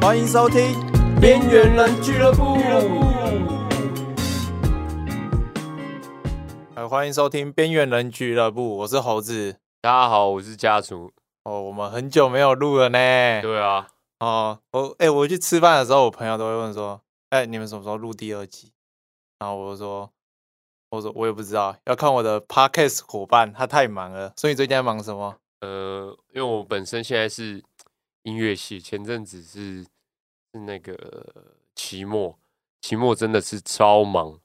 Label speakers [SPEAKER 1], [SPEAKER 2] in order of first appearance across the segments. [SPEAKER 1] 欢迎收听《边缘人俱乐部》。哎，欢迎收听《边缘人俱乐部》，我是猴子。
[SPEAKER 2] 大家好，我是家厨。
[SPEAKER 1] 哦，我们很久没有录了呢。
[SPEAKER 2] 对啊，
[SPEAKER 1] 哦，我哎、我去吃饭的时候，我朋友都会问说：“哎、你们什么时候录第二集？”然后我就说：“我说我也不知道，要看我的 podcast 伙伴，他太忙了。所以你最近在忙什么？
[SPEAKER 2] 呃，因为我本身现在是音乐系，前阵子是是那个期末，期末真的是超忙、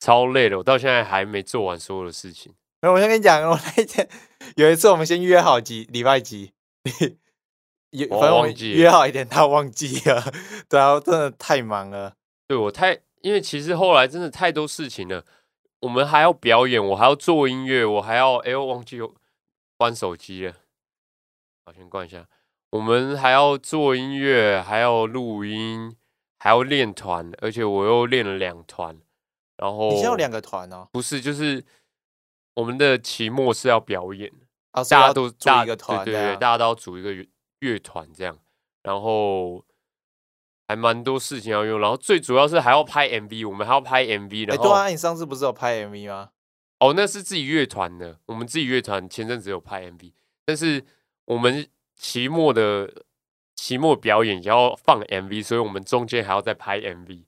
[SPEAKER 2] 超累的，我到现在还没做完所有的事情。
[SPEAKER 1] 没有，我先跟你讲，我那一天 有一次，我们先约好几礼拜几， 有
[SPEAKER 2] 我
[SPEAKER 1] 反正我
[SPEAKER 2] 忘
[SPEAKER 1] 们
[SPEAKER 2] 记
[SPEAKER 1] 约
[SPEAKER 2] 了
[SPEAKER 1] 好一点，他忘记了，对啊，真的太忙了。
[SPEAKER 2] 对我太，因为其实后来真的太多事情了，我们还要表演，我还要做音乐，我还要，哎、我忘记有关手机了，好，先关一下。我们还要做音乐，还要录音，还要练团，而且我又练了两团，然后
[SPEAKER 1] 你现在有两个团哦，
[SPEAKER 2] 不是就是我们的期末是要表演，
[SPEAKER 1] 啊，所以要
[SPEAKER 2] 大家都
[SPEAKER 1] 组
[SPEAKER 2] 大
[SPEAKER 1] 一个团，啊
[SPEAKER 2] 对对对，
[SPEAKER 1] 大
[SPEAKER 2] 大家都要组一个乐乐团这样，然后还蛮多事情要用，然后最主要是还要拍 MV，我们还要拍 MV，
[SPEAKER 1] 哎，
[SPEAKER 2] 然
[SPEAKER 1] 对
[SPEAKER 2] 后、
[SPEAKER 1] 啊，你上次不是有拍 MV 吗？
[SPEAKER 2] 哦，那是自己乐团的，我们自己乐团前阵子有拍 MV，但是我们期末的期末表演也要放 MV，所以我们中间还要再拍 MV。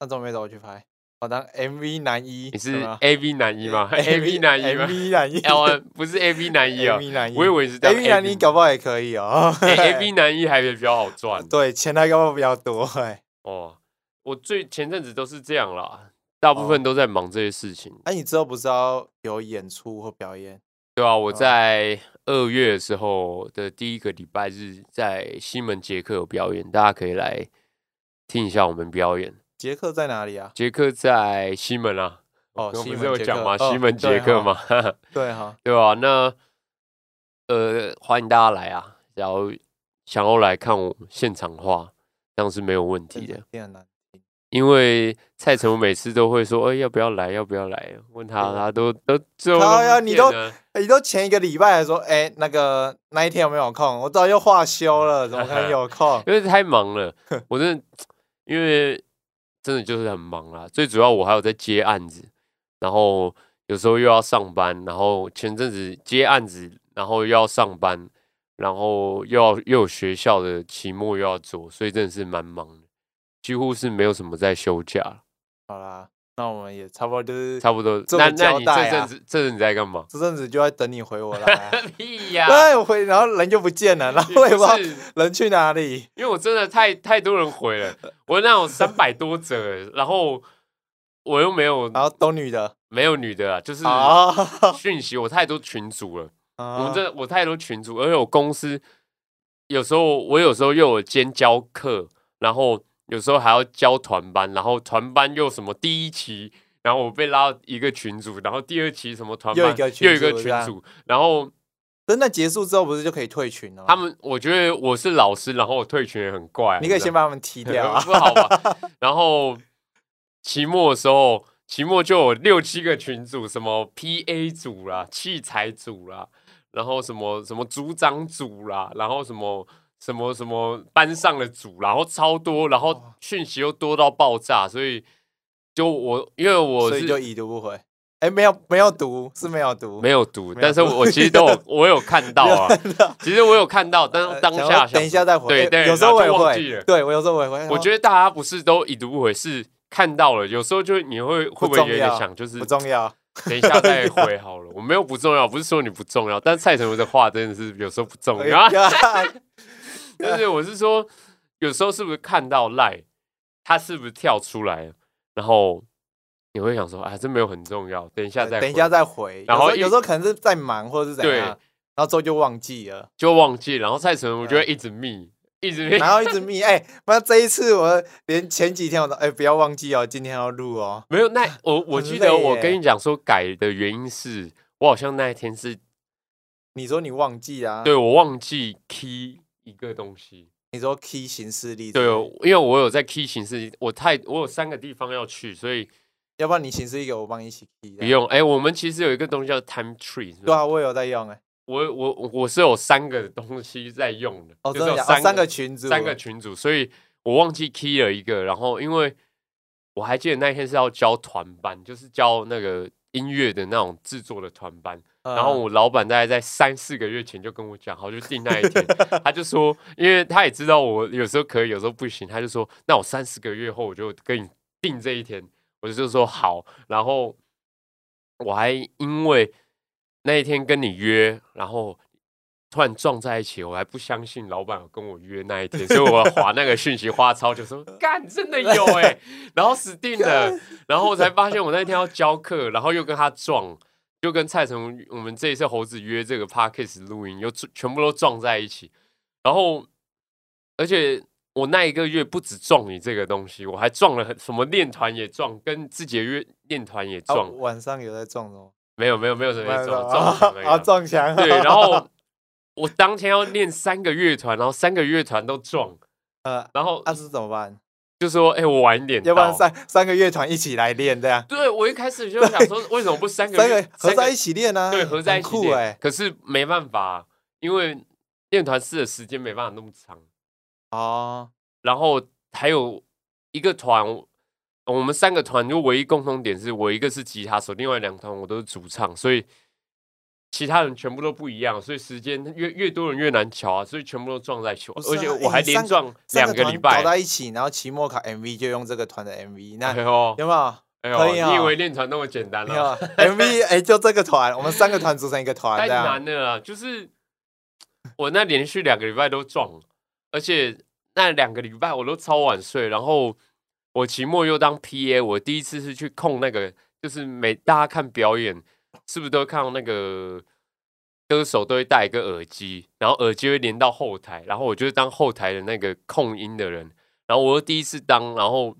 [SPEAKER 1] 那怎么没找我去拍？我当 MV 男一，对啊
[SPEAKER 2] 你是
[SPEAKER 1] 吗
[SPEAKER 2] AV 男一吗？AV 男一吗 哎
[SPEAKER 1] ？MV 男一
[SPEAKER 2] L 不是 AV 男一啊，
[SPEAKER 1] ，MV 男一，
[SPEAKER 2] 我以为是当
[SPEAKER 1] MV 男一，搞不好也可以哦。。
[SPEAKER 2] A 哎 V 男一还比较好赚
[SPEAKER 1] 对，钱还搞不好比较多哎。
[SPEAKER 2] 哦，我最前阵子都是这样啦，大部
[SPEAKER 1] 哦
[SPEAKER 2] 分都在忙这些事情，
[SPEAKER 1] 哎，你之后不是要有演出或表演？
[SPEAKER 2] 对啊，
[SPEAKER 1] 哦
[SPEAKER 2] 我在二月的时候的第一个礼拜日在西门捷克有表演，大家可以来听一下我们表演。
[SPEAKER 1] 杰克在哪里啊？
[SPEAKER 2] 捷克在西门啊，
[SPEAKER 1] 哦
[SPEAKER 2] 我
[SPEAKER 1] 西门
[SPEAKER 2] 们是有
[SPEAKER 1] 捷
[SPEAKER 2] 讲
[SPEAKER 1] 克
[SPEAKER 2] 嘛，
[SPEAKER 1] 哦
[SPEAKER 2] 西门
[SPEAKER 1] 对
[SPEAKER 2] 捷
[SPEAKER 1] 哈
[SPEAKER 2] 克嘛，
[SPEAKER 1] 对哈，
[SPEAKER 2] 对吧、那呃，欢迎大家来啊，然后想要来看我现场的话，这样是没有问题的。
[SPEAKER 1] 也很难。
[SPEAKER 2] 因为蔡成我每次都会说，哎、要不要来？要不要来？问他，
[SPEAKER 1] 对
[SPEAKER 2] 他都都最后
[SPEAKER 1] 靠哦呀
[SPEAKER 2] 不
[SPEAKER 1] 你
[SPEAKER 2] 见
[SPEAKER 1] 都
[SPEAKER 2] 了？
[SPEAKER 1] 哎你都前一个礼拜还说，哎、那个那一天有没有空？我早就化休了，怎么可能有空
[SPEAKER 2] 因为太忙了，我真的，因为真的就是很忙啦。最主要我还有在接案子，然后有时候又要上班，然后前阵子接案子，然后又要上班，然后又要又有学校的期末又要做，所以真的是蛮忙的，几乎是没有什么在休假了，
[SPEAKER 1] 好啦，那我们也差不多就是
[SPEAKER 2] 差不多。
[SPEAKER 1] 这
[SPEAKER 2] 那
[SPEAKER 1] 么
[SPEAKER 2] 那
[SPEAKER 1] 交
[SPEAKER 2] 你
[SPEAKER 1] 代
[SPEAKER 2] 这
[SPEAKER 1] 啊
[SPEAKER 2] 阵子这阵子在干 嘛？
[SPEAKER 1] 这阵子就在等你回我来 啊、
[SPEAKER 2] 屁呀、
[SPEAKER 1] 对，我回，然后人就不见 了， 然后我也不知道
[SPEAKER 2] 是，
[SPEAKER 1] 人去哪里。
[SPEAKER 2] 因为我真的太太多人回了，我那种三百多折，然后我又没有
[SPEAKER 1] 然后都女的
[SPEAKER 2] 没有女的啊，就是
[SPEAKER 1] 啊，
[SPEAKER 2] 讯息我太多群主了，我
[SPEAKER 1] 我
[SPEAKER 2] 真的我太多群主，而且我公司有时候我有时候又有兼教课，然后有时候还要教团班，然后团班又什么第一期。然后我被拉到一个群组，然后第二期什么团班
[SPEAKER 1] 又一个群
[SPEAKER 2] 又一个
[SPEAKER 1] 组这
[SPEAKER 2] 群
[SPEAKER 1] 样
[SPEAKER 2] 组，然后
[SPEAKER 1] 真的结束之后不是就可以退群了吗？
[SPEAKER 2] 他们我觉得我是老师，然后我退群也很怪啊，
[SPEAKER 1] 你可以
[SPEAKER 2] 知道
[SPEAKER 1] 先
[SPEAKER 2] 吗
[SPEAKER 1] 把他们 踢掉啊。
[SPEAKER 2] 不好吧？然后期末的时候，期末就有六七个群组，什么 PA 组啦、器材组啦，然后什么什么组长组啦，然后什么什么什么班上的组，然后超多，然后
[SPEAKER 1] 哇
[SPEAKER 2] 讯息又多到爆炸，所以就我因为我
[SPEAKER 1] 所
[SPEAKER 2] 是
[SPEAKER 1] 以就已读不回。哎、没有没有读，是没有读，
[SPEAKER 2] 没有读，
[SPEAKER 1] 没有
[SPEAKER 2] 但是
[SPEAKER 1] 读
[SPEAKER 2] 我其实都有我有看到 啊，
[SPEAKER 1] 有。
[SPEAKER 2] 其实我有看到，但是当
[SPEAKER 1] 呃想
[SPEAKER 2] 下
[SPEAKER 1] 说等一下
[SPEAKER 2] 想
[SPEAKER 1] 再回，
[SPEAKER 2] 对
[SPEAKER 1] 哎
[SPEAKER 2] 对，
[SPEAKER 1] 有时候我
[SPEAKER 2] 然
[SPEAKER 1] 也
[SPEAKER 2] 后就忘记
[SPEAKER 1] 会
[SPEAKER 2] 了，。
[SPEAKER 1] 对啊我有时候我也会。哦
[SPEAKER 2] 我觉
[SPEAKER 1] 得
[SPEAKER 2] 得大家不是都已读不回，是看到了，有时候就你会会不会
[SPEAKER 1] 重
[SPEAKER 2] 有点
[SPEAKER 1] 要
[SPEAKER 2] 想，就是
[SPEAKER 1] 不重要。
[SPEAKER 2] 等一下再回好了。我没有不重要，不是说你不重要，但蔡成文的话真的是有时候不
[SPEAKER 1] 哎
[SPEAKER 2] 重 要。但是我是说，有时候是不是看到赖，他是不是跳出来了，然后你会想说，啊，这没有很重要，等一下再
[SPEAKER 1] 等一
[SPEAKER 2] 回
[SPEAKER 1] 下再回。有
[SPEAKER 2] 然
[SPEAKER 1] 时候
[SPEAKER 2] 后一
[SPEAKER 1] 有时候可能是在忙或者是怎
[SPEAKER 2] 对
[SPEAKER 1] 样，然后之后就忘记了，
[SPEAKER 2] 就忘记，然后蔡成文就会一直密，一直 密。
[SPEAKER 1] 然后一直密。哎，妈，这一次我连前几天我都哎不要忘记哦，今天要录哦。
[SPEAKER 2] 没有，那我我
[SPEAKER 1] 很
[SPEAKER 2] 记得
[SPEAKER 1] 累
[SPEAKER 2] 我
[SPEAKER 1] 耶
[SPEAKER 2] 跟你讲说改的原因是，我好像那一天是
[SPEAKER 1] 你说你忘记啊？
[SPEAKER 2] 对，我忘记 key 一个东西。
[SPEAKER 1] 你说 key 形式力之
[SPEAKER 2] 对
[SPEAKER 1] 类的，，
[SPEAKER 2] 因为我有在 key 形式，我太我有三个地方要去，所以
[SPEAKER 1] 要不然你形式一个，我帮你一起 key
[SPEAKER 2] 不
[SPEAKER 1] 这样。
[SPEAKER 2] 用。哎、我们其实有一个东西叫 time tree，是
[SPEAKER 1] 对
[SPEAKER 2] 吧？
[SPEAKER 1] 啊，我有在用哎。
[SPEAKER 2] 我我我是有三个东西在用的，
[SPEAKER 1] 哦，
[SPEAKER 2] 就
[SPEAKER 1] 真的
[SPEAKER 2] 是有
[SPEAKER 1] 假的？哦
[SPEAKER 2] 三
[SPEAKER 1] 三
[SPEAKER 2] 个
[SPEAKER 1] 个群组，
[SPEAKER 2] 三个群组，所以我忘记 key 了一个，然后因为我还记得那一天是要教团班，就是教那个音乐的那种制作的团班，
[SPEAKER 1] 嗯
[SPEAKER 2] 然后我老板大概在三四个月前就跟我讲，好，就定那一天。他就说，因为他也知道我有时候可以，有时候不行，他就说，那我三四个月后我就跟你定这一天。我就说好，然后我还因为那一天跟你约，然后突然撞在一起，我还不相信老板有跟我约那一天，所以我划那个讯息花超久，说干真的有哎、然后死定了， 然后我才发现我那天要教课，然后又跟他撞。就跟蔡成我们这一次猴子约这个 podcast 录音，又全全部都撞在一起，然后而且我那一个月不止撞你这个东西，我还撞了很什么练团也撞，跟自己的乐练团也
[SPEAKER 1] 啊
[SPEAKER 2] 撞，
[SPEAKER 1] 晚上有在撞哦，
[SPEAKER 2] 没有没有没有什么
[SPEAKER 1] 没有
[SPEAKER 2] 撞撞
[SPEAKER 1] 啊
[SPEAKER 2] 墙 而已
[SPEAKER 1] 啊撞墙，
[SPEAKER 2] 对，然后我当天要练三个乐团，然后三个乐团都撞，
[SPEAKER 1] 呃，
[SPEAKER 2] 然后
[SPEAKER 1] 那是怎么办？
[SPEAKER 2] 就说哎、我晚一点到，
[SPEAKER 1] 要不然三三个乐团一起来练这样，
[SPEAKER 2] 对我一开始就想说为什么不三个
[SPEAKER 1] 三
[SPEAKER 2] 乐
[SPEAKER 1] 个合在
[SPEAKER 2] 三
[SPEAKER 1] 一起练啊，
[SPEAKER 2] 对，合在一
[SPEAKER 1] 很
[SPEAKER 2] 起
[SPEAKER 1] 酷
[SPEAKER 2] 练。
[SPEAKER 1] 哎，
[SPEAKER 2] 可是没办法，啊因为练团室的时间没办法那么长。
[SPEAKER 1] 哦，
[SPEAKER 2] 然后还有一个团，我们三个团就唯一共同点是我一个是吉他手，另外两团我都是主唱，所以其他人全部都不一样，所以时间越越多人越难瞧啊，所以全部都撞在一起。
[SPEAKER 1] 不是啊
[SPEAKER 2] 而且
[SPEAKER 1] 欸
[SPEAKER 2] 我还
[SPEAKER 1] 你
[SPEAKER 2] 连
[SPEAKER 1] 三
[SPEAKER 2] 撞
[SPEAKER 1] 三
[SPEAKER 2] 两
[SPEAKER 1] 个
[SPEAKER 2] 礼
[SPEAKER 1] 团
[SPEAKER 2] 拜
[SPEAKER 1] 搞。在一起，然后期末考 MV 就用这个团的 MV，那
[SPEAKER 2] 哎呦，
[SPEAKER 1] 有没有？
[SPEAKER 2] 哎
[SPEAKER 1] 可以
[SPEAKER 2] 呦，
[SPEAKER 1] 啊
[SPEAKER 2] 你以为练团那么简单
[SPEAKER 1] 没
[SPEAKER 2] 啊？
[SPEAKER 1] 有 MV，哎、就这个团，我们三个团组成一个团
[SPEAKER 2] 太
[SPEAKER 1] 这样。
[SPEAKER 2] 难了啦，就是我那连续两个礼拜都撞，而且那两个礼拜我都超晚睡，然后我期末又当 P A，我第一次是去控那个，就是每大家看表演是不是都看到那个歌手都会戴一个耳机，然后耳机会连到后台，然后我就是当后台的那个控音的人，然后我又第一次当，然后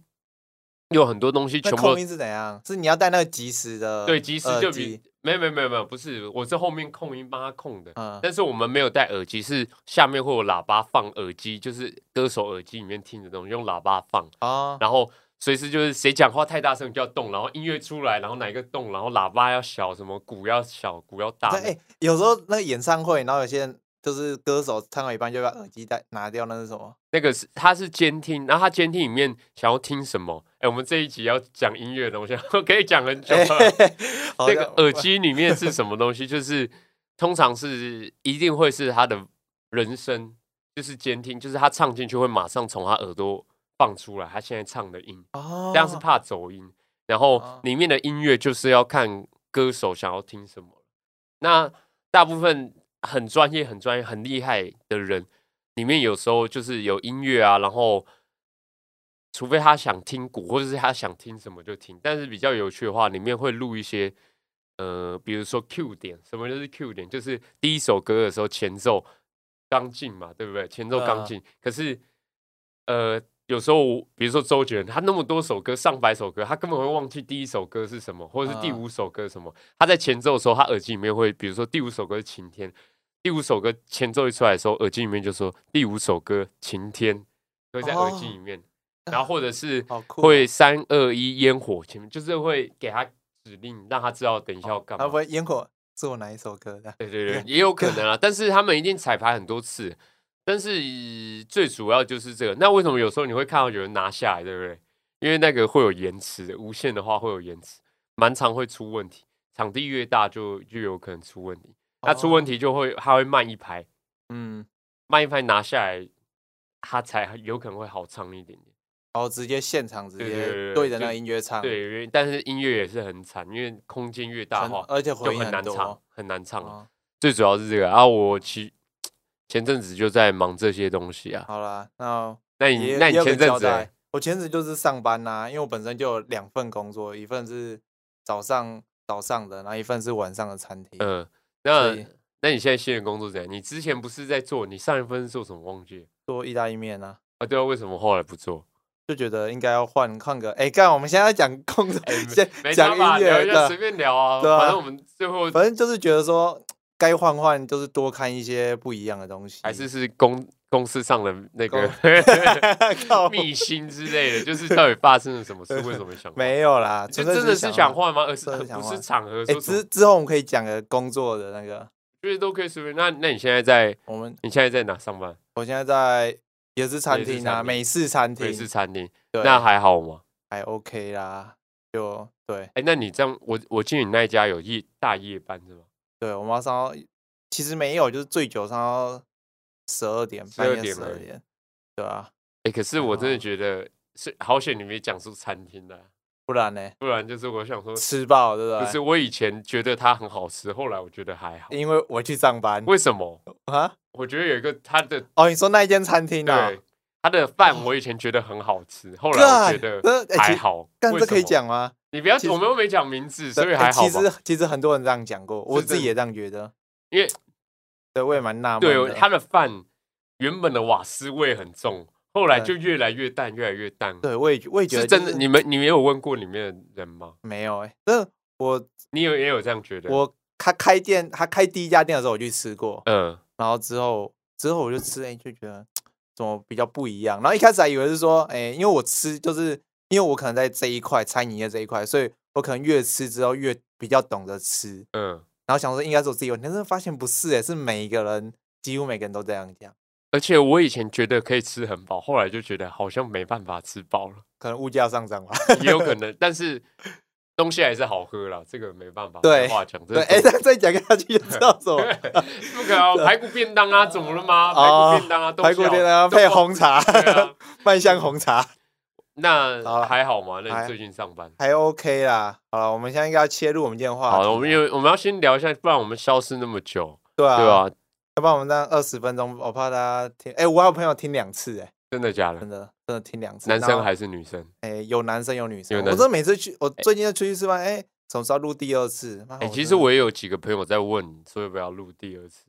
[SPEAKER 2] 有很多东西
[SPEAKER 1] 那
[SPEAKER 2] 全部都
[SPEAKER 1] 控音是怎样？是你要带那个即时的，
[SPEAKER 2] 对，即时
[SPEAKER 1] 呃
[SPEAKER 2] 就
[SPEAKER 1] 即
[SPEAKER 2] 比没有没有没有没有，不是，我是后面控音帮他控的，
[SPEAKER 1] 嗯，
[SPEAKER 2] 但是我们没有戴耳机，是下面会有喇叭放耳机，就是歌手耳机里面听的东西，用喇叭放，
[SPEAKER 1] 哦，
[SPEAKER 2] 然后随时就是谁讲话太大声就要动，然后音乐出来，然后哪一个动，然后喇叭要小，什么鼓要小，鼓要大
[SPEAKER 1] 对，，哎、有时候那个演唱会，然后有些人就是歌手唱到一半就把耳机带拿掉，那是什 么？
[SPEAKER 2] 那个是他是监听，然后他监听里面想要听什么？哎，我们这一集要讲音乐的东西， 可以讲很久
[SPEAKER 1] 哎、
[SPEAKER 2] 了。
[SPEAKER 1] 嘿嘿 好
[SPEAKER 2] 那
[SPEAKER 1] 像
[SPEAKER 2] 个耳机里面是什么东西？就是通常是一定会是他的人声，就是监听，就是他唱进去会马上从他耳朵放出来，他现在唱的音，
[SPEAKER 1] 哦，
[SPEAKER 2] 这样是怕走音。然后
[SPEAKER 1] 哦
[SPEAKER 2] 里面的音乐就是要看歌手想要听什么。那大部
[SPEAKER 1] 嗯
[SPEAKER 2] 分很专业、很专业、很厉害的人，里面有时候就是有音乐啊，然后除非他想听鼓，或者是他想听什么就听。但是比较有趣的话，里面会录一些呃，比如说 Q 点，什么就是 Q 点，就是第一首歌的时候前奏刚进嘛，对不对？前奏刚
[SPEAKER 1] 嗯
[SPEAKER 2] 进，可是呃。有时候我，比如说周杰伦，他那么多首歌，上百首歌，他根本会忘记第一首歌是什么，或者是第
[SPEAKER 1] 嗯
[SPEAKER 2] 五首歌是什么。他在前奏的时候，他耳机里面会，比如说第五首歌是《晴天》，第五首歌前奏一出来的时候，耳机里面就说第五首歌《晴天》，会在耳机里面，然后或 者是
[SPEAKER 1] 哦好酷哦
[SPEAKER 2] 会三二一烟火前面，就是会给他指令，让他知道等一下要干
[SPEAKER 1] 会啊
[SPEAKER 2] 嘛
[SPEAKER 1] 不。会烟火是我哪一首歌的？
[SPEAKER 2] 对对 对，也有可能啊，但是他们一定彩排很多次，但是最主要就是这个。那为什么有时候你会看到有人拿下来，对不对？因为那个会有延迟的，无线的话会有延迟，蛮常会出问题。场地越大就就有可能出问题，那出问
[SPEAKER 1] 题，
[SPEAKER 2] 题就会它会慢一拍，
[SPEAKER 1] 嗯，
[SPEAKER 2] 慢一拍拿下来，它才有可能会好唱一点点。
[SPEAKER 1] 然后哦直接现场直
[SPEAKER 2] 对对对对
[SPEAKER 1] 接对着
[SPEAKER 2] 就
[SPEAKER 1] 那个音乐唱，
[SPEAKER 2] 对，因为但是音乐也是很惨，因为空间越大
[SPEAKER 1] 很，
[SPEAKER 2] 化
[SPEAKER 1] 而且
[SPEAKER 2] 就
[SPEAKER 1] 回音
[SPEAKER 2] 很难
[SPEAKER 1] 多
[SPEAKER 2] 唱，很难唱。
[SPEAKER 1] 哦
[SPEAKER 2] 最主要是这个啊，我其前阵子就在忙这些东西啊。
[SPEAKER 1] 好啦，那
[SPEAKER 2] 那你
[SPEAKER 1] 也
[SPEAKER 2] 那
[SPEAKER 1] 也
[SPEAKER 2] 你
[SPEAKER 1] 有个
[SPEAKER 2] 前阵
[SPEAKER 1] 交
[SPEAKER 2] 子欸
[SPEAKER 1] 代，我前阵子就是上班呐、因为我本身就有两份工作，一份是早上早上的，然后一份是晚上的餐厅。
[SPEAKER 2] 嗯，
[SPEAKER 1] 所
[SPEAKER 2] 那
[SPEAKER 1] 以
[SPEAKER 2] 那你现在新的工作怎样？你之前不是在做，你上一份是做什么忘记了
[SPEAKER 1] 做意大利面啊，
[SPEAKER 2] 啊？对啊，为什么后来不做？
[SPEAKER 1] 就觉得应该要换换个。哎、干，我们现在讲工作，
[SPEAKER 2] 哎
[SPEAKER 1] 先
[SPEAKER 2] 没
[SPEAKER 1] 讲
[SPEAKER 2] 办
[SPEAKER 1] 音
[SPEAKER 2] 法，聊
[SPEAKER 1] 乐
[SPEAKER 2] 一下随
[SPEAKER 1] 的，
[SPEAKER 2] 便聊啊，
[SPEAKER 1] 对啊
[SPEAKER 2] 反正我们最后
[SPEAKER 1] 反正就是觉得说该换换，就是多看一些不一样的东西。
[SPEAKER 2] 还是是公公司上的那个
[SPEAKER 1] 靠
[SPEAKER 2] 秘辛之类的，就是到底发生了什么事？为什么想换？
[SPEAKER 1] 没有啦，
[SPEAKER 2] 就
[SPEAKER 1] 纯粹
[SPEAKER 2] 真的是想
[SPEAKER 1] 换。
[SPEAKER 2] 换吗？而是
[SPEAKER 1] 真的
[SPEAKER 2] 而
[SPEAKER 1] 想
[SPEAKER 2] 不是
[SPEAKER 1] 换
[SPEAKER 2] 场合
[SPEAKER 1] 哎、
[SPEAKER 2] 说什么
[SPEAKER 1] 之？之后我们可以讲个工作的那个，
[SPEAKER 2] 就是都可以随便。那那你现在在
[SPEAKER 1] 我们
[SPEAKER 2] 你现在在哪上班？
[SPEAKER 1] 我现在在也是餐
[SPEAKER 2] 也是
[SPEAKER 1] 厅
[SPEAKER 2] 餐
[SPEAKER 1] 啊，
[SPEAKER 2] 厅
[SPEAKER 1] 美式餐厅
[SPEAKER 2] 美，式餐厅，
[SPEAKER 1] 对
[SPEAKER 2] 那还好吗？
[SPEAKER 1] 还 OK 啦，就对
[SPEAKER 2] 哎、那你这样，我我记得你那一家有夜大夜班是吗？
[SPEAKER 1] 对，我妈上到其实没有，就是醉酒上到十二点，半
[SPEAKER 2] 12
[SPEAKER 1] 夜
[SPEAKER 2] 点
[SPEAKER 1] 十
[SPEAKER 2] 而
[SPEAKER 1] 二
[SPEAKER 2] 已
[SPEAKER 1] 点，对啊，
[SPEAKER 2] 哎、可是
[SPEAKER 1] 还
[SPEAKER 2] 我真的
[SPEAKER 1] 好
[SPEAKER 2] 觉得是好险，你没讲出餐厅的、
[SPEAKER 1] 不然呢，
[SPEAKER 2] 不然就是我想说，
[SPEAKER 1] 吃爆对
[SPEAKER 2] 不
[SPEAKER 1] 不
[SPEAKER 2] 是
[SPEAKER 1] 对？
[SPEAKER 2] 我以前觉得它很好吃，后来我觉得还好，
[SPEAKER 1] 因为我去上班
[SPEAKER 2] 为什么？
[SPEAKER 1] 啊，
[SPEAKER 2] 我觉得有一个它的
[SPEAKER 1] 哦，你说那一间餐厅啊，
[SPEAKER 2] 对它的饭，我以前觉得很好吃，后来我觉
[SPEAKER 1] God，
[SPEAKER 2] 得
[SPEAKER 1] 这哎
[SPEAKER 2] 还
[SPEAKER 1] 其
[SPEAKER 2] 好。
[SPEAKER 1] 但
[SPEAKER 2] 为
[SPEAKER 1] 这
[SPEAKER 2] 什
[SPEAKER 1] 可以
[SPEAKER 2] 么，
[SPEAKER 1] 讲吗？
[SPEAKER 2] 你不要，
[SPEAKER 1] 其实
[SPEAKER 2] 我们又没讲名字，所
[SPEAKER 1] 对
[SPEAKER 2] 以
[SPEAKER 1] 哎
[SPEAKER 2] 还好
[SPEAKER 1] 其
[SPEAKER 2] 吧？
[SPEAKER 1] 实其实很多人这样讲过，我
[SPEAKER 2] 是
[SPEAKER 1] 自己
[SPEAKER 2] 真
[SPEAKER 1] 也这样觉得，
[SPEAKER 2] 因为
[SPEAKER 1] 对，我也蛮纳闷的。
[SPEAKER 2] 对它的饭原本的瓦斯味很重，后来就
[SPEAKER 1] 对
[SPEAKER 2] 越来越淡，越来越淡。
[SPEAKER 1] 对，我也觉我也觉
[SPEAKER 2] 是
[SPEAKER 1] 得就
[SPEAKER 2] 真的，你们你没有问过里面的人吗？
[SPEAKER 1] 没有哎、欸，这我
[SPEAKER 2] 你有也有这样觉得？
[SPEAKER 1] 我他开店，他开第一家店的时候我去吃过，
[SPEAKER 2] 嗯，
[SPEAKER 1] 然后之后之后我就吃，哎、就觉得怎么比较不一样。然后一开始还以为是说，哎、因为我吃就是因为我可能在这一块餐饮业这一块，所以我可能越吃之后越比较懂得吃，
[SPEAKER 2] 嗯，
[SPEAKER 1] 然后想说应该是我自己有，但是发现不是哎、是每一个人几乎每个人都这样讲，
[SPEAKER 2] 而且我以前觉得可以吃很饱，后来就觉得好像没办法吃饱 了，
[SPEAKER 1] 可能物价上涨吧。
[SPEAKER 2] 也有可能，但是东西还是好喝啦，这个没办法，
[SPEAKER 1] 对
[SPEAKER 2] 没话讲， 这
[SPEAKER 1] 对，
[SPEAKER 2] 是
[SPEAKER 1] 哎、
[SPEAKER 2] 重
[SPEAKER 1] 欸，再讲下去就知道什么
[SPEAKER 2] 不可能，哦排骨便当啊，怎么了吗？排骨便当啊，
[SPEAKER 1] 哦排骨店啊，
[SPEAKER 2] 都
[SPEAKER 1] 配红茶，
[SPEAKER 2] 对啊
[SPEAKER 1] 麦香红茶。好
[SPEAKER 2] 那
[SPEAKER 1] 啦
[SPEAKER 2] 还好吗？那你
[SPEAKER 1] 还
[SPEAKER 2] 最近上班？
[SPEAKER 1] 还 OK 啦。好了，我们现在应该要切入我们今天的话
[SPEAKER 2] 好
[SPEAKER 1] 题
[SPEAKER 2] 了，我们
[SPEAKER 1] 了
[SPEAKER 2] 有我们要先聊一下，不然我们消失那么久，
[SPEAKER 1] 对啊，
[SPEAKER 2] 对吧？
[SPEAKER 1] 要不然我们这样二十分钟，我怕大家听。哎、我还有朋友听两次、哎，
[SPEAKER 2] 真的假的
[SPEAKER 1] 真？的真的听两次。
[SPEAKER 2] 男
[SPEAKER 1] 然
[SPEAKER 2] 生
[SPEAKER 1] 后
[SPEAKER 2] 还是女生？
[SPEAKER 1] 哎、有男生有女生。
[SPEAKER 2] 有
[SPEAKER 1] 我
[SPEAKER 2] 男
[SPEAKER 1] 真的每次去，我最近就出去吃饭，哎、什么时候录第二次？妈
[SPEAKER 2] 哎，其
[SPEAKER 1] 真
[SPEAKER 2] 实
[SPEAKER 1] 的
[SPEAKER 2] 我也有几个朋友在问，说要不要录第二次，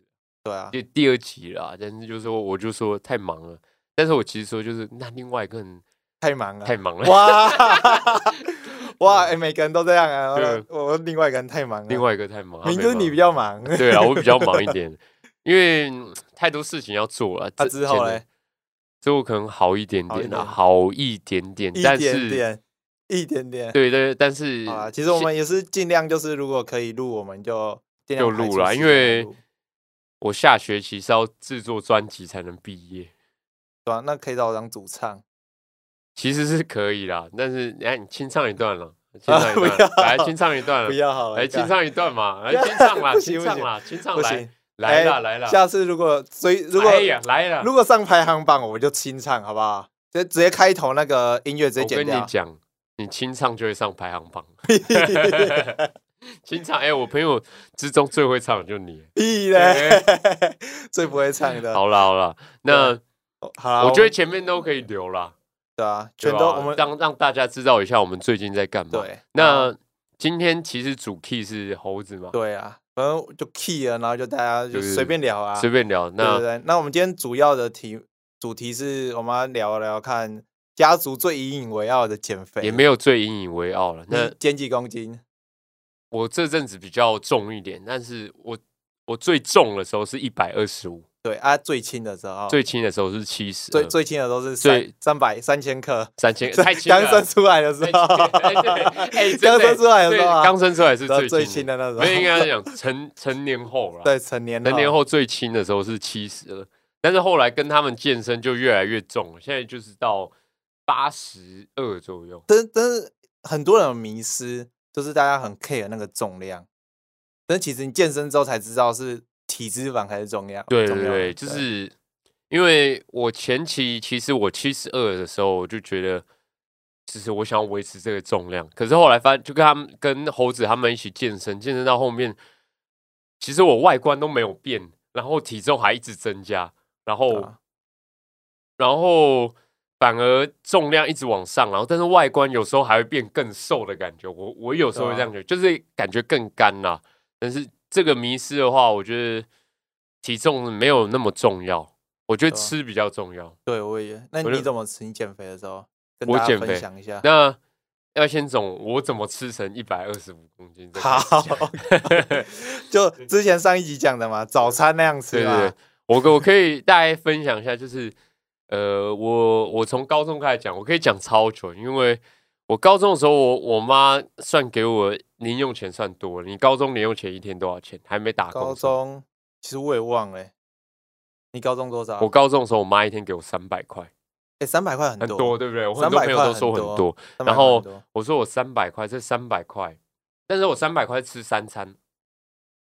[SPEAKER 1] 对啊，
[SPEAKER 2] 第第二集啦。但是就说我就说太忙了，但是我其实说就是那另外一个人
[SPEAKER 1] 太忙了，
[SPEAKER 2] 太忙了，
[SPEAKER 1] 哇哇，哎、每个人都这样啊。
[SPEAKER 2] 嗯对
[SPEAKER 1] 我我另外一个人太忙了，
[SPEAKER 2] 另外一个太忙，他
[SPEAKER 1] 明
[SPEAKER 2] 没
[SPEAKER 1] 就是你
[SPEAKER 2] 办法
[SPEAKER 1] 比较忙。
[SPEAKER 2] 对啊，我比较忙一点，因为嗯太多事情要做 了。
[SPEAKER 1] 啊
[SPEAKER 2] 这
[SPEAKER 1] 之后
[SPEAKER 2] 真的
[SPEAKER 1] 嘞，
[SPEAKER 2] 之后可能好一点
[SPEAKER 1] 好一
[SPEAKER 2] 点啊，
[SPEAKER 1] 点
[SPEAKER 2] 好一点点，
[SPEAKER 1] 一
[SPEAKER 2] 嗯但
[SPEAKER 1] 点
[SPEAKER 2] 是
[SPEAKER 1] 点，一点点。
[SPEAKER 2] 对对，但是
[SPEAKER 1] 好啦，其实我
[SPEAKER 2] 现
[SPEAKER 1] 们也是尽量，就是如果可以录，我们就尽量
[SPEAKER 2] 就
[SPEAKER 1] 排
[SPEAKER 2] 录
[SPEAKER 1] 除
[SPEAKER 2] 啦
[SPEAKER 1] 时
[SPEAKER 2] 因
[SPEAKER 1] 间来
[SPEAKER 2] 为
[SPEAKER 1] 录
[SPEAKER 2] 我下学期是要制作专辑才能毕业，
[SPEAKER 1] 对啊，那可以找我当主唱，
[SPEAKER 2] 其实是可以啦，但是哎，你清唱一段了，清唱一
[SPEAKER 1] 啊不
[SPEAKER 2] 段，来
[SPEAKER 1] 要
[SPEAKER 2] 清唱一段
[SPEAKER 1] 不
[SPEAKER 2] 了，
[SPEAKER 1] 要好了，
[SPEAKER 2] 来清
[SPEAKER 1] 干
[SPEAKER 2] 哎唱一段嘛，来清唱 啦，
[SPEAKER 1] 不
[SPEAKER 2] 清
[SPEAKER 1] 行不
[SPEAKER 2] 唱
[SPEAKER 1] 行
[SPEAKER 2] 啦，清唱
[SPEAKER 1] 不
[SPEAKER 2] 来
[SPEAKER 1] 行，
[SPEAKER 2] 来啦
[SPEAKER 1] 哎
[SPEAKER 2] 来啦，
[SPEAKER 1] 下次如果追，如果
[SPEAKER 2] 哎呀来啦，
[SPEAKER 1] 如果上排行榜，我就清唱，好不好？直接直接开头那个音乐直接
[SPEAKER 2] 我
[SPEAKER 1] 剪
[SPEAKER 2] 跟
[SPEAKER 1] 掉
[SPEAKER 2] 你。讲，你清唱就会上排行 榜。 清唱，哎、我朋友之中最会唱的就是你。
[SPEAKER 1] 屁嘞， 最不会唱的。
[SPEAKER 2] 哎好啦好啦，那
[SPEAKER 1] 好啦，
[SPEAKER 2] 我觉得前面都可以留啦，
[SPEAKER 1] 对啊，
[SPEAKER 2] 对
[SPEAKER 1] 全都
[SPEAKER 2] 吧
[SPEAKER 1] 我们
[SPEAKER 2] 让让大家知道一下我们最近在干嘛。，
[SPEAKER 1] 对
[SPEAKER 2] 那今天其实主 key 是猴子嘛，
[SPEAKER 1] 对啊，反正就 key 了，然后就大家就
[SPEAKER 2] 就是
[SPEAKER 1] 随便聊啊，
[SPEAKER 2] 随便聊。
[SPEAKER 1] 对
[SPEAKER 2] 那
[SPEAKER 1] 对对，那我们今天主要的题主题是我们要聊聊看家族最引以为傲的减肥，
[SPEAKER 2] 也没有最引以为傲了。那
[SPEAKER 1] 你减几公斤？
[SPEAKER 2] 我这阵子比较重一点，但是我我最重的时候是一百二十五，
[SPEAKER 1] 对啊，最轻的时候，
[SPEAKER 2] 最轻的时候是七十，
[SPEAKER 1] 最最轻的都是
[SPEAKER 2] 最
[SPEAKER 1] 三三百三千克，
[SPEAKER 2] 三千，太轻
[SPEAKER 1] 刚
[SPEAKER 2] 了
[SPEAKER 1] 生。出来的时
[SPEAKER 2] 最
[SPEAKER 1] 候，
[SPEAKER 2] 哎，
[SPEAKER 1] 刚
[SPEAKER 2] 真的
[SPEAKER 1] 生出来的
[SPEAKER 2] 对
[SPEAKER 1] 时候啊，
[SPEAKER 2] 刚生出来是
[SPEAKER 1] 然后
[SPEAKER 2] 最
[SPEAKER 1] 最
[SPEAKER 2] 轻
[SPEAKER 1] 轻的那时候
[SPEAKER 2] 没有应该是讲成成年后了。
[SPEAKER 1] 对哦成年
[SPEAKER 2] 成年后最轻的时候是七十了，但是后来跟他们健身就越来越重了，现在就是到八十二左右。
[SPEAKER 1] 但但是很多人有迷失，就是大家很 care 那个重量，但其实你健身之后才知道是体脂肪才是重要，
[SPEAKER 2] 对
[SPEAKER 1] 重
[SPEAKER 2] 对
[SPEAKER 1] 要
[SPEAKER 2] 对，就是因为我前期其实我七十二的时候，我就觉得。其实我想要维持这个重量，可是后来发现，就跟他们跟猴子他们一起健身，健身到后面，其实我外观都没有变，然后体重还一直增加，然后、
[SPEAKER 1] 对啊
[SPEAKER 2] 然后反而重量一直往上，然后但是外观有时候还会变更瘦的感觉。我我有时候会这样觉
[SPEAKER 1] 啊
[SPEAKER 2] 得，就是感觉更干啦。但是这个迷失的话，我觉得体重没有那么重要，我觉得
[SPEAKER 1] 对啊
[SPEAKER 2] 吃比较重要。
[SPEAKER 1] 对，我也。那
[SPEAKER 2] 我
[SPEAKER 1] 你
[SPEAKER 2] 就
[SPEAKER 1] 怎么吃？你减肥的时候跟
[SPEAKER 2] 我
[SPEAKER 1] 大家
[SPEAKER 2] 减
[SPEAKER 1] 分
[SPEAKER 2] 肥
[SPEAKER 1] 享一下。
[SPEAKER 2] 那要先总我怎么吃成一百二十五公斤？这个啊
[SPEAKER 1] 好，
[SPEAKER 2] 对
[SPEAKER 1] 就之前上一集讲的嘛，早餐那样吃
[SPEAKER 2] 对对
[SPEAKER 1] 嘛，，
[SPEAKER 2] 我可我可以大概分享一下，就是呃，我我从高中开始讲，我可以讲超久，因为我高中的时候，我我妈算给我零用钱算多了。你高中零用钱一天多少钱？还没打工
[SPEAKER 1] 高
[SPEAKER 2] 的时候，
[SPEAKER 1] 中其实我也忘了欸，你高中多少？
[SPEAKER 2] 我高中的时候，我妈一天给我三百块，
[SPEAKER 1] 哎，三百块很
[SPEAKER 2] 很
[SPEAKER 1] 多，
[SPEAKER 2] 多，对不对？我很多
[SPEAKER 1] 300
[SPEAKER 2] 朋友
[SPEAKER 1] 块
[SPEAKER 2] 都
[SPEAKER 1] 很
[SPEAKER 2] 说我
[SPEAKER 1] 多
[SPEAKER 2] 很多，
[SPEAKER 1] 300块
[SPEAKER 2] 然
[SPEAKER 1] 很
[SPEAKER 2] 后
[SPEAKER 1] 多
[SPEAKER 2] 我说我三百块，这三百块，但是我三百块吃三餐，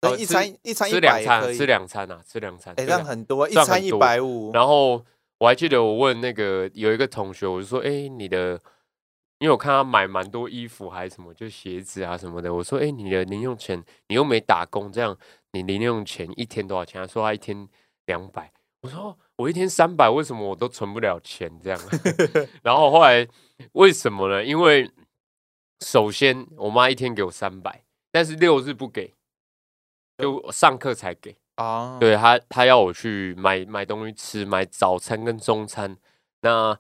[SPEAKER 1] 那
[SPEAKER 2] 呃
[SPEAKER 1] 一
[SPEAKER 2] 吃
[SPEAKER 1] 餐一餐
[SPEAKER 2] 吃
[SPEAKER 1] 一
[SPEAKER 2] 两
[SPEAKER 1] 百也
[SPEAKER 2] 餐啊，
[SPEAKER 1] 可以
[SPEAKER 2] 吃，两餐啊，吃两餐，
[SPEAKER 1] 哎，
[SPEAKER 2] 对
[SPEAKER 1] 这样
[SPEAKER 2] 两
[SPEAKER 1] 很多，一
[SPEAKER 2] 这样
[SPEAKER 1] 餐
[SPEAKER 2] 很
[SPEAKER 1] 一
[SPEAKER 2] 多
[SPEAKER 1] 百五，
[SPEAKER 2] 然后我还记得我问那个有一个同学，我就说：“哎、你的，因为我看他买蛮多衣服还是什么，就鞋子啊什么的。”我说：“哎、你的零用钱，你又没打工，这样你零用钱一天多少钱？”他说：“他一天两百。”我说：“我一天三百，为什么我都存不了钱？”这样， 然后后来为什么呢？因为首先我妈一天给我三百，但是六日不给，就上课才给。
[SPEAKER 1] 啊，
[SPEAKER 2] 对他，他要我去买买东西吃，买早餐跟中餐。那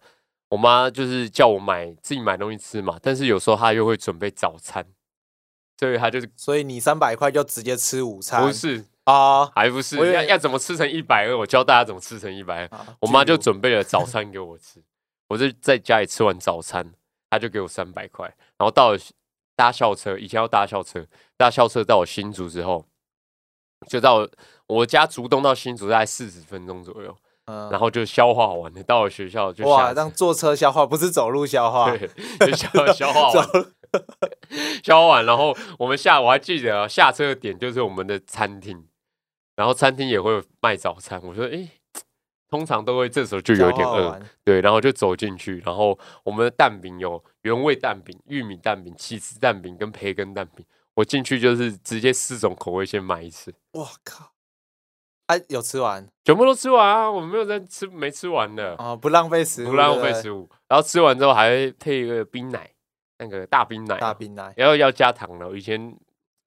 [SPEAKER 2] 我妈就是叫我买自己买东西吃嘛，但是有时候她又会准备早餐，所以她就是
[SPEAKER 1] 所以你三百块就直接吃午餐，
[SPEAKER 2] 不是
[SPEAKER 1] 啊？
[SPEAKER 2] 还不是
[SPEAKER 1] 我以
[SPEAKER 2] 要
[SPEAKER 1] 为
[SPEAKER 2] 要怎么吃成一百二？我教大家怎么吃成一百二。
[SPEAKER 1] 啊
[SPEAKER 2] 我妈就
[SPEAKER 1] 巨乳
[SPEAKER 2] 准备了早餐给我吃，我就在家里吃完早餐，她就给我三百块，然后到了搭校车，以前要搭校车，搭校车到我新竹之后，就到我家竹东到新竹大概四十分钟左右，
[SPEAKER 1] 嗯
[SPEAKER 2] 然后就消化完了，到了学校就
[SPEAKER 1] 哇，
[SPEAKER 2] 下
[SPEAKER 1] 让坐车消化，不是走路消化，
[SPEAKER 2] 对， 就消消化 完，
[SPEAKER 1] 走
[SPEAKER 2] 消化完，然后我们下我还记得、啊、下车的点就是我们的餐厅，然后餐厅也会卖早餐，我说诶，通常都会这时候就有
[SPEAKER 1] 消
[SPEAKER 2] 点
[SPEAKER 1] 化
[SPEAKER 2] 饿，
[SPEAKER 1] 完
[SPEAKER 2] 对，然后就走进去，然后我们的蛋饼有原味蛋饼、玉米蛋饼、起司蛋饼跟培根蛋饼。我进去就是直接四种口味先买一次，
[SPEAKER 1] 哇靠！啊，有吃完
[SPEAKER 2] 全部都吃完啊！我没有在吃，没吃完的，
[SPEAKER 1] 啊，不浪费食物，
[SPEAKER 2] 不浪费
[SPEAKER 1] 物，
[SPEAKER 2] 食物。然后吃完之后还会配一个冰奶，那个大冰奶，
[SPEAKER 1] 大冰奶，
[SPEAKER 2] 然后要加糖了。以前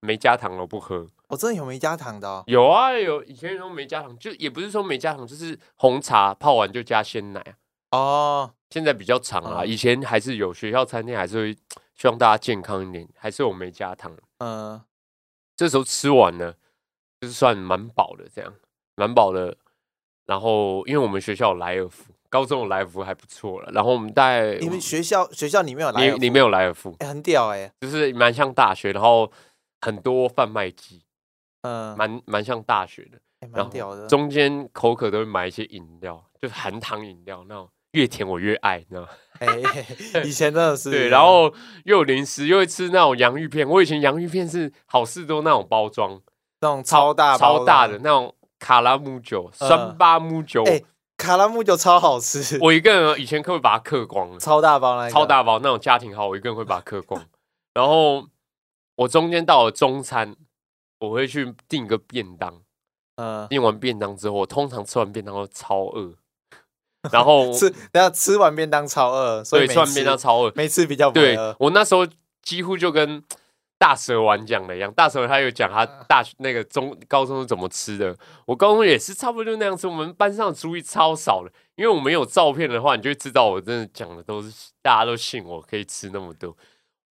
[SPEAKER 2] 没加糖了不喝，
[SPEAKER 1] 我真的有没加糖的哦，
[SPEAKER 2] 有啊有，以前都没加糖，就也不是说没加糖，就是红茶泡完就加鲜奶啊。
[SPEAKER 1] 哦，
[SPEAKER 2] 现在比较长啦，
[SPEAKER 1] 嗯
[SPEAKER 2] 以前还是有学校餐厅还是会希望大家健康一点，还是我没加糖。
[SPEAKER 1] 嗯，
[SPEAKER 2] 这时候吃完呢，就是算蛮饱的，这样蛮饱的。然后因为我们学校有莱尔夫，高中有莱尔夫还不错了。然后我们带
[SPEAKER 1] 你们学校学校里面有来
[SPEAKER 2] 里
[SPEAKER 1] 尔
[SPEAKER 2] 里
[SPEAKER 1] 夫
[SPEAKER 2] 面有莱尔夫，
[SPEAKER 1] 哎很屌哎，
[SPEAKER 2] 就是蛮像大学，然后很多贩卖机，
[SPEAKER 1] 嗯，
[SPEAKER 2] 蛮蛮像大学的。
[SPEAKER 1] 哎
[SPEAKER 2] 然
[SPEAKER 1] 蛮
[SPEAKER 2] 后
[SPEAKER 1] 屌的，
[SPEAKER 2] 中间口渴都会买一些饮料，就是含糖饮料那种，越甜我越爱，你知道吗？
[SPEAKER 1] 哎，以前真的是啊
[SPEAKER 2] 对，然后又有零食，又会吃那种洋芋片。我以前洋芋片是好事多那种包装，
[SPEAKER 1] 那种超大
[SPEAKER 2] 超
[SPEAKER 1] 包
[SPEAKER 2] 大
[SPEAKER 1] 装
[SPEAKER 2] 的，那种卡拉姆酒、
[SPEAKER 1] 嗯
[SPEAKER 2] 三八姆酒，
[SPEAKER 1] 哎卡拉木就超好吃，
[SPEAKER 2] 我一个人以前可会把它嗑光了，
[SPEAKER 1] 超大包那个
[SPEAKER 2] 超大包那种家庭号，我一个人会把它嗑光。然后我中间到了中餐，我会去订个便当。
[SPEAKER 1] 嗯。
[SPEAKER 2] 订完便当之后，我通常吃完便当都超饿，然后
[SPEAKER 1] 吃，等下吃完便当超饿，所以
[SPEAKER 2] 对
[SPEAKER 1] 没
[SPEAKER 2] 吃完便
[SPEAKER 1] 吃
[SPEAKER 2] 当超饿，
[SPEAKER 1] 没吃比较不会
[SPEAKER 2] 对
[SPEAKER 1] 饿。
[SPEAKER 2] 我那时候几乎就跟大蛇丸讲的一样，大蛇丸他有讲他大学那个中高中是怎么吃的，我高中也是差不多就那样吃。我们班上的厨艺超少的，因为我们有照片的话，你就会知道我真的讲的都是大家都信我可以吃那么多。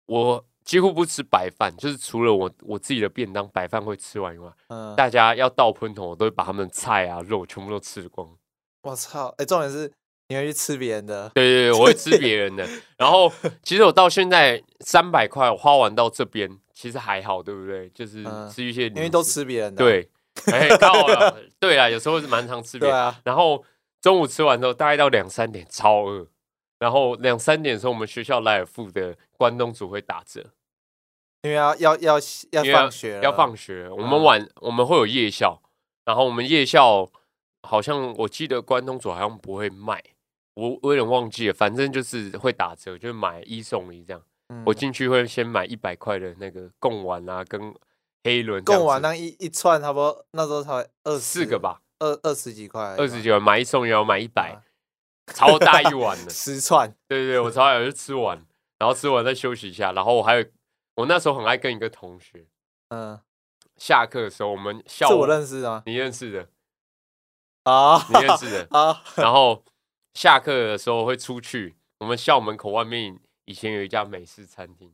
[SPEAKER 2] 我几乎不吃白饭，就是除了我我自己的便当白饭会吃完以外，
[SPEAKER 1] 嗯，
[SPEAKER 2] 大家要倒喷头，我都会把他们的菜啊肉全部都吃光。
[SPEAKER 1] 我操！哎，重点是你会去吃别人的，
[SPEAKER 2] 对对对， 我会吃别人的。然后其实我到现在三百块我花完到这边，其实还好，对不对？就是
[SPEAKER 1] 嗯
[SPEAKER 2] 吃一些零食，
[SPEAKER 1] 因为都吃别人的。，
[SPEAKER 2] 对。哎，靠了，对啊， 有时候是蛮常吃
[SPEAKER 1] 对
[SPEAKER 2] 别人。
[SPEAKER 1] 啊，
[SPEAKER 2] 然后中午吃完之后，大概到两三点超饿。然后两三点的时候，我们学校莱尔富的关东煮会打折，
[SPEAKER 1] 因为要要要要
[SPEAKER 2] 因为
[SPEAKER 1] 放学了，
[SPEAKER 2] 要放学。我们
[SPEAKER 1] 啊嗯
[SPEAKER 2] 晚、我们会有夜校，然后我们夜校好像我记得关东煮好像不会卖，我我有点忘记了，反正就是会打折，就是买一送一这样。
[SPEAKER 1] 嗯。
[SPEAKER 2] 我进去会先买一百块的那个贡丸啊，跟黑轮这样
[SPEAKER 1] 贡丸
[SPEAKER 2] 子
[SPEAKER 1] 那一一串差不多，那时候才二
[SPEAKER 2] 四个，吧，
[SPEAKER 1] 二二十几块而已吧，
[SPEAKER 2] 二十几碗买一送一，要买一百
[SPEAKER 1] 啊，
[SPEAKER 2] 超大一碗 的。
[SPEAKER 1] 十串。
[SPEAKER 2] 对对，对我超爱，我就吃完，然后吃完再休息一下，然后我还有我那时候很爱跟一个同学，
[SPEAKER 1] 嗯，
[SPEAKER 2] 下课的时候我们校
[SPEAKER 1] 是我
[SPEAKER 2] 外
[SPEAKER 1] 认识的吗？
[SPEAKER 2] 你认识的，
[SPEAKER 1] 啊，
[SPEAKER 2] 你认识的，
[SPEAKER 1] 啊，
[SPEAKER 2] 然后下课的时候会出去，我们校门口外面以前有一家美式餐厅，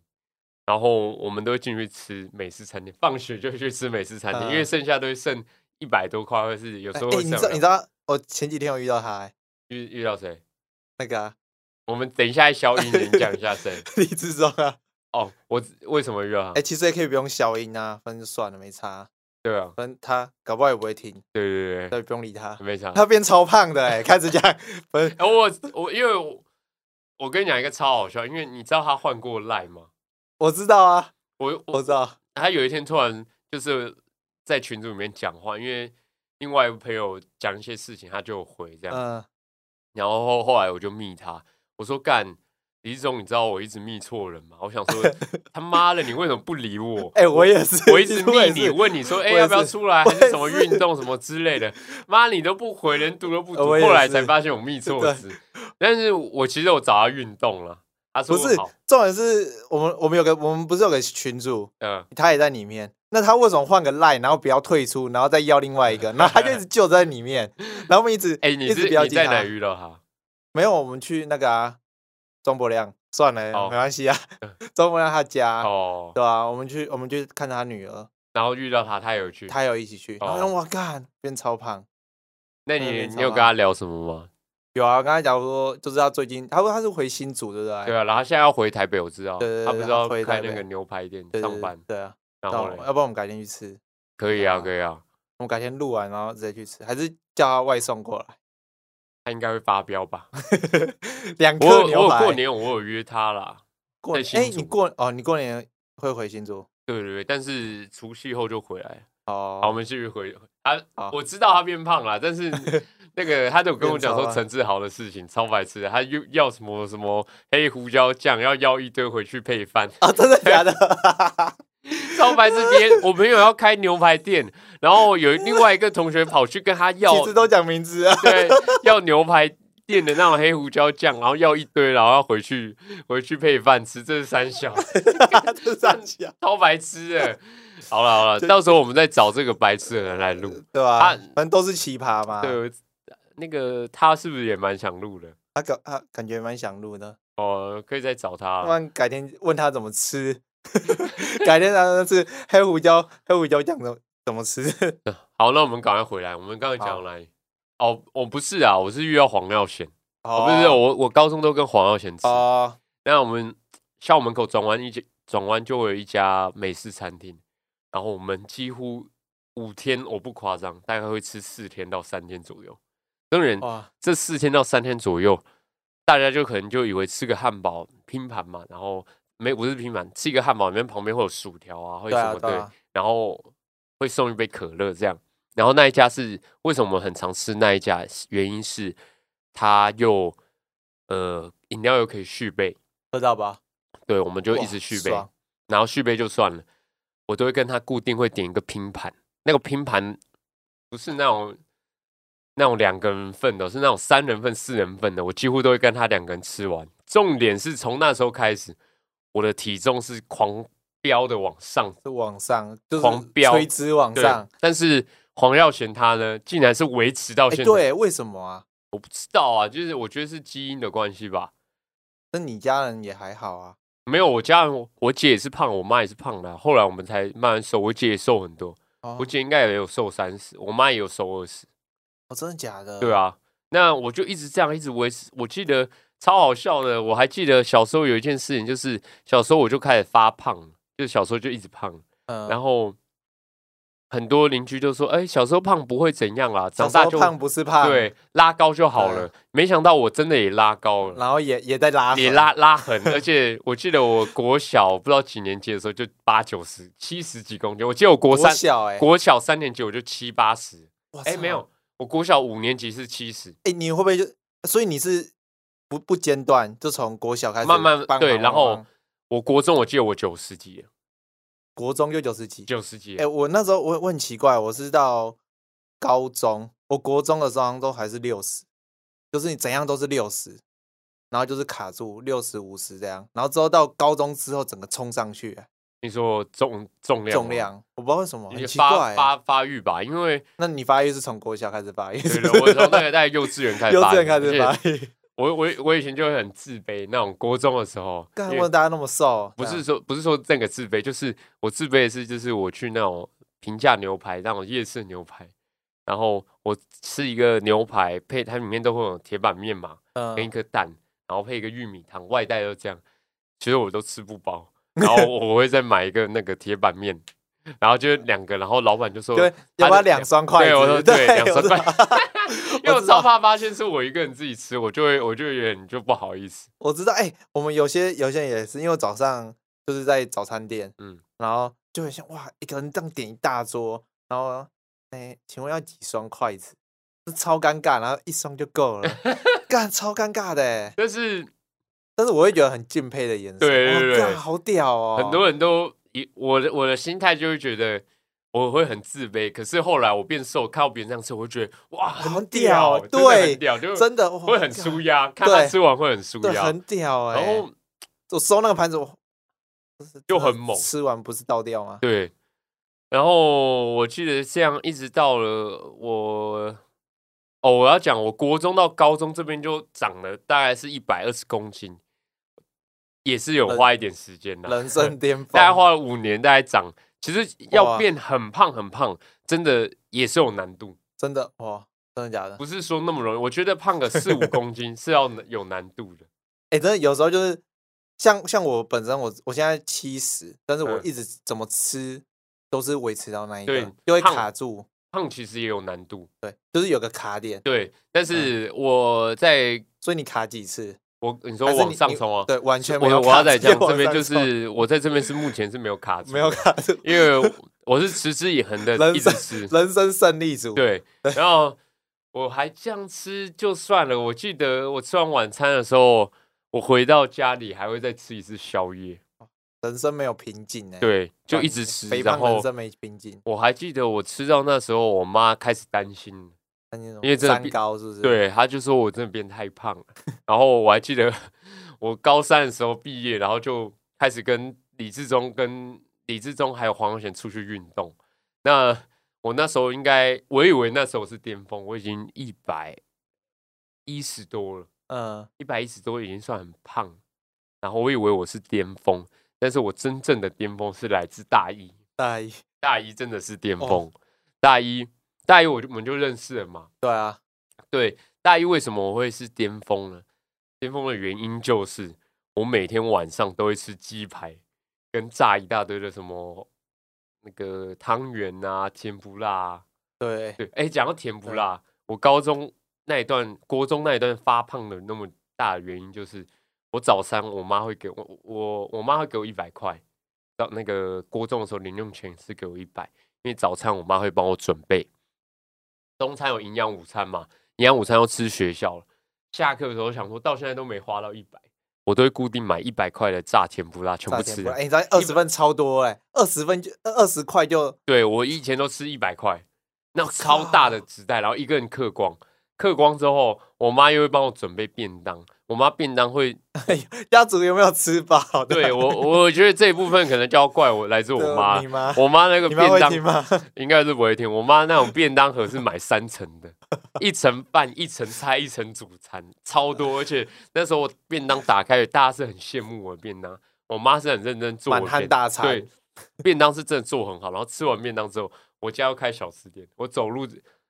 [SPEAKER 2] 然后我们都会进去吃美式餐厅，放学就去吃美式餐厅，因为
[SPEAKER 1] 嗯
[SPEAKER 2] 剩下都会剩一百多块，或是有时
[SPEAKER 1] 哎，
[SPEAKER 2] 候会
[SPEAKER 1] 你知道
[SPEAKER 2] 剩
[SPEAKER 1] 你知
[SPEAKER 2] 两。
[SPEAKER 1] 道我前几天有遇到他，哎
[SPEAKER 2] 遇遇到谁？
[SPEAKER 1] 那个啊
[SPEAKER 2] 我们等一下消音，你讲一下谁？
[SPEAKER 1] 李志忠啊， 哎
[SPEAKER 2] 哦，我为什么遇到他
[SPEAKER 1] 啊哎，？其实也可以不用消音啊，反正就算了，没差。
[SPEAKER 2] 对啊，
[SPEAKER 1] 反正他搞不好也不会听，
[SPEAKER 2] 对对对
[SPEAKER 1] 所以不用理他。
[SPEAKER 2] 对，没啥。
[SPEAKER 1] 他变超胖的 哎、开始讲，不是
[SPEAKER 2] 哎，我我因为我我跟你讲一个超好笑，因为你知道他换过赖吗？
[SPEAKER 1] 我知道啊，
[SPEAKER 2] 我
[SPEAKER 1] 我
[SPEAKER 2] 我
[SPEAKER 1] 知道，
[SPEAKER 2] 他有一天突然就是在群组里面讲话，因为另外一个朋友讲一些事情，他就有回这样。
[SPEAKER 1] 嗯，
[SPEAKER 2] 然后后后来我就密他，我说干李志忠，你知道我一直密错人吗？我想说他妈的，你为什么不理我？
[SPEAKER 1] 哎、我也是，
[SPEAKER 2] 我一直
[SPEAKER 1] 其实我
[SPEAKER 2] 密
[SPEAKER 1] 也
[SPEAKER 2] 你，
[SPEAKER 1] 是，
[SPEAKER 2] 问你说，哎、
[SPEAKER 1] 我也
[SPEAKER 2] 要不要
[SPEAKER 1] 是
[SPEAKER 2] 出来，
[SPEAKER 1] 我
[SPEAKER 2] 还是
[SPEAKER 1] 也
[SPEAKER 2] 什么
[SPEAKER 1] 是
[SPEAKER 2] 运动什么之 类的？妈，你都不回，连读都不读。
[SPEAKER 1] 我也
[SPEAKER 2] 后来
[SPEAKER 1] 是
[SPEAKER 2] 才发现我密错字，但是我其实我找他运动了，他说
[SPEAKER 1] 不是
[SPEAKER 2] 好，
[SPEAKER 1] 重点是我们我们有个我们不是有个群主，
[SPEAKER 2] 嗯，
[SPEAKER 1] 他也在里面。那他为什么换个 line，然后不要退出，然后再要另外一个，然后他就一直就在里面，然后我们一直
[SPEAKER 2] 哎、你
[SPEAKER 1] 一直
[SPEAKER 2] 是
[SPEAKER 1] 不要
[SPEAKER 2] 你
[SPEAKER 1] 记
[SPEAKER 2] 在哪
[SPEAKER 1] 他。
[SPEAKER 2] 遇到他？
[SPEAKER 1] 没有，我们去那个啊，庄伯亮，算了，
[SPEAKER 2] 哦
[SPEAKER 1] 没关系啊，庄伯亮他家，
[SPEAKER 2] 哦，
[SPEAKER 1] 对啊，我们去我们去看他女儿，
[SPEAKER 2] 然后遇到他，他有去。
[SPEAKER 1] 他有一起去，然后
[SPEAKER 2] 哦
[SPEAKER 1] 我干变超胖。
[SPEAKER 2] 那
[SPEAKER 1] 那
[SPEAKER 2] 你
[SPEAKER 1] 边
[SPEAKER 2] 你
[SPEAKER 1] 找
[SPEAKER 2] 有
[SPEAKER 1] 他
[SPEAKER 2] 跟他聊什么吗？
[SPEAKER 1] 有啊，刚才讲说，就是他最近，他说他是回新竹，对不对？
[SPEAKER 2] 对啊，然后他现在要回台北，我知道，
[SPEAKER 1] 哎对对
[SPEAKER 2] 他
[SPEAKER 1] 对
[SPEAKER 2] 不是
[SPEAKER 1] 他
[SPEAKER 2] 要
[SPEAKER 1] 回
[SPEAKER 2] 开
[SPEAKER 1] 台
[SPEAKER 2] 那
[SPEAKER 1] 北
[SPEAKER 2] 个牛排店
[SPEAKER 1] 对对
[SPEAKER 2] 上班，
[SPEAKER 1] 对啊，
[SPEAKER 2] 然
[SPEAKER 1] 那
[SPEAKER 2] 后
[SPEAKER 1] 我
[SPEAKER 2] 嘞
[SPEAKER 1] 要不然我们改天去吃，
[SPEAKER 2] 可以啊，
[SPEAKER 1] 啊
[SPEAKER 2] 可以啊，
[SPEAKER 1] 我们改天录完然后直接去吃，还是叫他外送过来
[SPEAKER 2] 他应该会发 飙吧？
[SPEAKER 1] 两
[SPEAKER 2] 我
[SPEAKER 1] 颗
[SPEAKER 2] 有我
[SPEAKER 1] 牛
[SPEAKER 2] 有
[SPEAKER 1] 排。
[SPEAKER 2] 过年我有约他啦，
[SPEAKER 1] 过
[SPEAKER 2] 在
[SPEAKER 1] 年，哎、
[SPEAKER 2] 新
[SPEAKER 1] 你
[SPEAKER 2] 竹
[SPEAKER 1] 过哦，你过年会回新竹？
[SPEAKER 2] 对对对，但是除夕后就回来了。
[SPEAKER 1] 哦，
[SPEAKER 2] 好，我们继续回啊
[SPEAKER 1] 好，
[SPEAKER 2] 我知道他变胖了， 但是那个他就跟我讲
[SPEAKER 1] 变
[SPEAKER 2] 说
[SPEAKER 1] 超了
[SPEAKER 2] 陈志豪的事情，超白痴的，他又要什么什么黑胡椒酱，要要一堆回去配饭，
[SPEAKER 1] 啊、真的假的？
[SPEAKER 2] 超白痴。别我朋友要开牛排店，然后有另外一个同学跑去跟他 要
[SPEAKER 1] 其实都讲名字 啊。
[SPEAKER 2] 对，要牛排店的那种黑胡椒酱，然后要一堆，然后要回去 回去配饭吃，这是三小，
[SPEAKER 1] 这三小，
[SPEAKER 2] 超白痴的。好了好了，到时候我们再找这个白痴的人来录。
[SPEAKER 1] 对吧、
[SPEAKER 2] 他
[SPEAKER 1] 反正都是奇葩嘛。
[SPEAKER 2] 对，我那个他是不是也蛮想录的？
[SPEAKER 1] 他感他感觉蛮想录的，
[SPEAKER 2] 哦，可以再找他
[SPEAKER 1] 不
[SPEAKER 2] 啊。
[SPEAKER 1] 然改天问他怎么吃， 改天让他吃黑胡椒黑胡椒酱怎么怎么吃？
[SPEAKER 2] 好，那我们赶快回来。我们刚才讲来，哦，我不是啊，我是遇到黄耀贤，
[SPEAKER 1] 哦
[SPEAKER 2] 哦，不是 我，我高中都跟黄耀贤吃。
[SPEAKER 1] 哦，
[SPEAKER 2] 那我们校门口转弯一家，转弯就会有一家美式餐厅，然后我们几乎五天，我不夸张，大概会吃四天到三天左右。当然，
[SPEAKER 1] 哇，
[SPEAKER 2] 这四天到三天左右，大家就可能就以为吃个汉堡拼盘嘛，然后没不是拼盘，吃一个汉堡里面旁边会有薯条啊，会
[SPEAKER 1] 对
[SPEAKER 2] 什
[SPEAKER 1] 啊
[SPEAKER 2] 么
[SPEAKER 1] 对
[SPEAKER 2] 对，
[SPEAKER 1] 啊，
[SPEAKER 2] 然后会送一杯可乐这样。然后那一家是为什么我们很常吃那一家？原因是它又呃饮料又可以续杯，
[SPEAKER 1] 喝到吧？
[SPEAKER 2] 对，我们就一
[SPEAKER 1] 哇
[SPEAKER 2] 直续杯，
[SPEAKER 1] 爽
[SPEAKER 2] 然后续杯就算了，我都会跟他固定会点一个拼盘，那个拼盘不是那种那种两个人份的，是那种三人份、四人份的，我几乎都会跟他两个人吃完。重点是从那时候开始，我的体重是狂飙的往上，
[SPEAKER 1] 是往上，就是
[SPEAKER 2] 狂飙
[SPEAKER 1] 垂直往
[SPEAKER 2] 对
[SPEAKER 1] 上。，
[SPEAKER 2] 但是黄耀贤他呢，竟然是维持到
[SPEAKER 1] 哎、
[SPEAKER 2] 现在，
[SPEAKER 1] 对，为什么啊？
[SPEAKER 2] 我不知道啊，就是我觉得是基因的关系吧。
[SPEAKER 1] 那你家人也还好啊？
[SPEAKER 2] 没有，我家人，我姐也是胖，我妈也是胖的啊、后来我们才慢慢瘦，我姐也瘦很多，
[SPEAKER 1] 哦
[SPEAKER 2] 我，姐应该也有瘦三十，我妈也有瘦二十，
[SPEAKER 1] 哦真的假的？
[SPEAKER 2] 对，啊，那我就一直这样一直维持。我记得超好笑的，我还记得小时候有一件事情，就是小时候我就开始发胖了，就小时候就一直胖，
[SPEAKER 1] 嗯，
[SPEAKER 2] 然后很多邻居就说：“哎、小时候胖不会怎样啦，
[SPEAKER 1] 小
[SPEAKER 2] 长
[SPEAKER 1] 时
[SPEAKER 2] 大
[SPEAKER 1] 候
[SPEAKER 2] 就
[SPEAKER 1] 胖不是胖，，
[SPEAKER 2] 对拉高就好了。”没想到我真的也拉高了。
[SPEAKER 1] 然后也也在拉，
[SPEAKER 2] 也，拉拉痕，而且我记得我国小不知道几年级的时候就八九十、七十几公斤，我记得我国
[SPEAKER 1] 国
[SPEAKER 2] 三、
[SPEAKER 1] 小哎、
[SPEAKER 2] 国小三年级我就七八十，
[SPEAKER 1] 哇
[SPEAKER 2] 哎、
[SPEAKER 1] 操
[SPEAKER 2] 没有，我国小五年级是七十，
[SPEAKER 1] 哎、你会不会就？所以你是不不间断，就从国小开始
[SPEAKER 2] 慢慢
[SPEAKER 1] 棒
[SPEAKER 2] 对
[SPEAKER 1] 棒
[SPEAKER 2] 然
[SPEAKER 1] 棒
[SPEAKER 2] 后
[SPEAKER 1] 棒
[SPEAKER 2] 我国中我记得我九十几了，
[SPEAKER 1] 国中就九十几。
[SPEAKER 2] 九十几
[SPEAKER 1] 哎、
[SPEAKER 2] 了，
[SPEAKER 1] 我那时候我我很奇怪，我是到高中，我国中的时候好像都还是六十，就是你怎样都是六十，然后就是卡住六十五十这样，然后之后到高中之后整个冲上去、哎
[SPEAKER 2] 你说我重重量吗
[SPEAKER 1] 重。量，我不知道为什么，
[SPEAKER 2] 你
[SPEAKER 1] 很
[SPEAKER 2] 的
[SPEAKER 1] 奇怪、
[SPEAKER 2] 发
[SPEAKER 1] 哎
[SPEAKER 2] 发发育吧，因为
[SPEAKER 1] 那你发育是从国小开始发育，
[SPEAKER 2] 对 对，我从那个在幼稚园开始
[SPEAKER 1] 幼
[SPEAKER 2] 发育，
[SPEAKER 1] 稚园开始
[SPEAKER 2] 而
[SPEAKER 1] 发
[SPEAKER 2] 且
[SPEAKER 1] 育。
[SPEAKER 2] 我我我以前就会很自卑，那种国中的时候，
[SPEAKER 1] 干，
[SPEAKER 2] 因
[SPEAKER 1] 为
[SPEAKER 2] 为
[SPEAKER 1] 什么大家那么瘦？
[SPEAKER 2] 不
[SPEAKER 1] 这样
[SPEAKER 2] 是说不是说那个自卑，就是我自卑的是，就是我去那种平价牛排，那种夜市牛排，然后我吃一个牛排配它里面都会有铁板面嘛，跟一
[SPEAKER 1] 嗯，
[SPEAKER 2] 颗蛋，然后配一个玉米汤，外带都这样，其实我都吃不饱，然后我我会再买一个那个铁板面，然后就两个，然后老板就说
[SPEAKER 1] 对，要不要两双筷子？
[SPEAKER 2] 对，我说对，两双筷，
[SPEAKER 1] 我知
[SPEAKER 2] 子
[SPEAKER 1] 道，
[SPEAKER 2] 因为
[SPEAKER 1] 我
[SPEAKER 2] 我
[SPEAKER 1] 知
[SPEAKER 2] 超
[SPEAKER 1] 道
[SPEAKER 2] 怕发现是我一个人自己吃，我就会我就有点就不好意思。
[SPEAKER 1] 我知道，哎、我们有些有些人也是，因为我早上就是在早餐店，
[SPEAKER 2] 嗯
[SPEAKER 1] 嗯，然后就很像哇，一个人这样点一大桌，然后哎、请问要几双筷子？这超尴尬，然后一双就够 了，干超尴尬的欸。
[SPEAKER 2] 但是
[SPEAKER 1] 但是我会觉得很敬佩的眼神，
[SPEAKER 2] 对
[SPEAKER 1] 哇
[SPEAKER 2] 对对
[SPEAKER 1] 干好屌哦，
[SPEAKER 2] 很多人都一我的我的心态就会觉得我会很自卑，可是后来我变瘦，看到别人这样吃，我会觉得哇，
[SPEAKER 1] 好
[SPEAKER 2] 很屌，真的
[SPEAKER 1] 对
[SPEAKER 2] 很屌，就
[SPEAKER 1] 真的
[SPEAKER 2] 会很舒，压，看他
[SPEAKER 1] 对
[SPEAKER 2] 吃完会很舒
[SPEAKER 1] 哇干对，
[SPEAKER 2] 压，
[SPEAKER 1] 很屌哎、
[SPEAKER 2] 然后
[SPEAKER 1] 我收那个盘子，我就是
[SPEAKER 2] 就
[SPEAKER 1] 真的
[SPEAKER 2] 很猛
[SPEAKER 1] 吃完不是倒掉吗？
[SPEAKER 2] 对，啊然后我记得这样一直到了我。哦，我要讲，我国中到高中这边就长了大概是一百二十公斤，也是有
[SPEAKER 1] 人
[SPEAKER 2] 花一点时间的。
[SPEAKER 1] 人生巅峰，
[SPEAKER 2] 大概花了五年，大概长，其实要
[SPEAKER 1] 哇
[SPEAKER 2] 变很胖很胖，真的也是有难度，
[SPEAKER 1] 真的哇，真的假的？
[SPEAKER 2] 不是说那么容易。我觉得胖个四 五公斤是要有难度的。
[SPEAKER 1] 哎、真的有时候就是像像我本身我我现在七十，但是我
[SPEAKER 2] 嗯
[SPEAKER 1] 一直怎么吃都是维持到那一个
[SPEAKER 2] 对，
[SPEAKER 1] 就会
[SPEAKER 2] 胖
[SPEAKER 1] 卡住，
[SPEAKER 2] 胖其实也有难度，
[SPEAKER 1] 对，就是有个卡点，
[SPEAKER 2] 对。
[SPEAKER 1] 嗯
[SPEAKER 2] 但是我在
[SPEAKER 1] 所以你卡几次？
[SPEAKER 2] 我你说
[SPEAKER 1] 还是
[SPEAKER 2] 往
[SPEAKER 1] 你
[SPEAKER 2] 上
[SPEAKER 1] 你
[SPEAKER 2] 冲啊，
[SPEAKER 1] 对，完全没
[SPEAKER 2] 我
[SPEAKER 1] 有
[SPEAKER 2] 我要
[SPEAKER 1] 卡
[SPEAKER 2] 再
[SPEAKER 1] 直接
[SPEAKER 2] 讲这
[SPEAKER 1] 往
[SPEAKER 2] 边
[SPEAKER 1] 上
[SPEAKER 2] 就是我在这边是目前是没有卡
[SPEAKER 1] 冲
[SPEAKER 2] 住，
[SPEAKER 1] 没有，卡住，
[SPEAKER 2] 因为我是持之以恒的
[SPEAKER 1] 人
[SPEAKER 2] 一直
[SPEAKER 1] 生
[SPEAKER 2] 吃，
[SPEAKER 1] 人生胜利组，
[SPEAKER 2] 对，然后我还这样吃就算了。我记得我吃完晚餐的时候，我回到家里还会再吃一次宵夜，
[SPEAKER 1] 人生没有瓶颈哎哎、欸，
[SPEAKER 2] 对，就
[SPEAKER 1] 干
[SPEAKER 2] 一直吃。
[SPEAKER 1] 肥
[SPEAKER 2] 然
[SPEAKER 1] 胖人
[SPEAKER 2] 后
[SPEAKER 1] 生没瓶颈，
[SPEAKER 2] 我还记得我吃到那时候，我妈开始担心，
[SPEAKER 1] 那你怎么
[SPEAKER 2] 因为真的
[SPEAKER 1] 三
[SPEAKER 2] 变
[SPEAKER 1] 高是不是？，
[SPEAKER 2] 对，她就说我真的变太胖了。然后我还记得我高三的时候毕业，然后就开始跟李志忠、跟李志忠还有黄永贤出去运动。那我那时候应该，我以为那时候是巅峰，我已经一百一十多了，
[SPEAKER 1] 嗯，
[SPEAKER 2] 一百一十多已经算很胖了。然后我以为我是巅峰，但是我真正的巅峰是来自大一，
[SPEAKER 1] 大一，
[SPEAKER 2] 大一真的是巅
[SPEAKER 1] 哦
[SPEAKER 2] 峰。大一，大一我就我们就认识了嘛。
[SPEAKER 1] 对啊，
[SPEAKER 2] 对，大一为什么我会是巅峰呢？巅峰的原因就是我每天晚上都会吃鸡排，跟炸一大堆的什么那个汤圆啊、甜不辣、啊。
[SPEAKER 1] 对，
[SPEAKER 2] 对，哎，讲到甜不
[SPEAKER 1] 对
[SPEAKER 2] 辣，我高中那一段、国中那一段发胖的那么大的原因，就是我早餐我妈会给我，我我妈会给我一百块。到那个国中的时候，零用钱是给我一百，因为早餐我妈会帮我准备。中餐有营养午餐嘛，营养午餐要吃学校了。下课的时候想说，到现在都没花到一百，我都会固定买一百块的炸甜不辣，全
[SPEAKER 1] 差
[SPEAKER 2] 部
[SPEAKER 1] 点
[SPEAKER 2] 吃
[SPEAKER 1] 不。哎、你才二十分超多哎、欸，二十分就二十块就
[SPEAKER 2] 对我以前都吃一百块，那
[SPEAKER 1] 我
[SPEAKER 2] 超大的
[SPEAKER 1] 靠
[SPEAKER 2] 纸袋，然后一个人嗑光，嗑光之后，我妈又会帮我准备便当。我妈便当会，
[SPEAKER 1] 家族有没有吃饱？啊
[SPEAKER 2] 对我， 我觉得这一部分可能就要怪我来自我
[SPEAKER 1] 对啊
[SPEAKER 2] 妈
[SPEAKER 1] 你。妈，
[SPEAKER 2] 我妈那个
[SPEAKER 1] 你
[SPEAKER 2] 便
[SPEAKER 1] 妈会
[SPEAKER 2] 当
[SPEAKER 1] 听吗？
[SPEAKER 2] 应该是不会听，我妈那种便当盒是买三层的，一层饭、一层菜、一层主餐，超多。而且那时候我便当打开，大家是很羡慕我的便当。我妈是很认真做我
[SPEAKER 1] 满
[SPEAKER 2] 的
[SPEAKER 1] 汉
[SPEAKER 2] 便
[SPEAKER 1] 大餐
[SPEAKER 2] 对，便当是真的做很好。然后吃完便当之后，我家又开小吃店，我走路，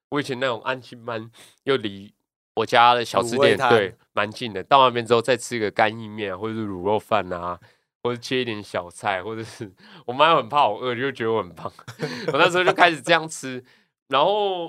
[SPEAKER 2] 我以前那种安亲班又离我家的小吃
[SPEAKER 1] 卤味
[SPEAKER 2] 店
[SPEAKER 1] 摊
[SPEAKER 2] 对蛮近的，到那边之后再吃个干意面、啊、或者是卤肉饭啊，或者切一点小菜，或者是我妈又很怕我饿，就觉得我很 胖。我那时候就开始这样吃，然后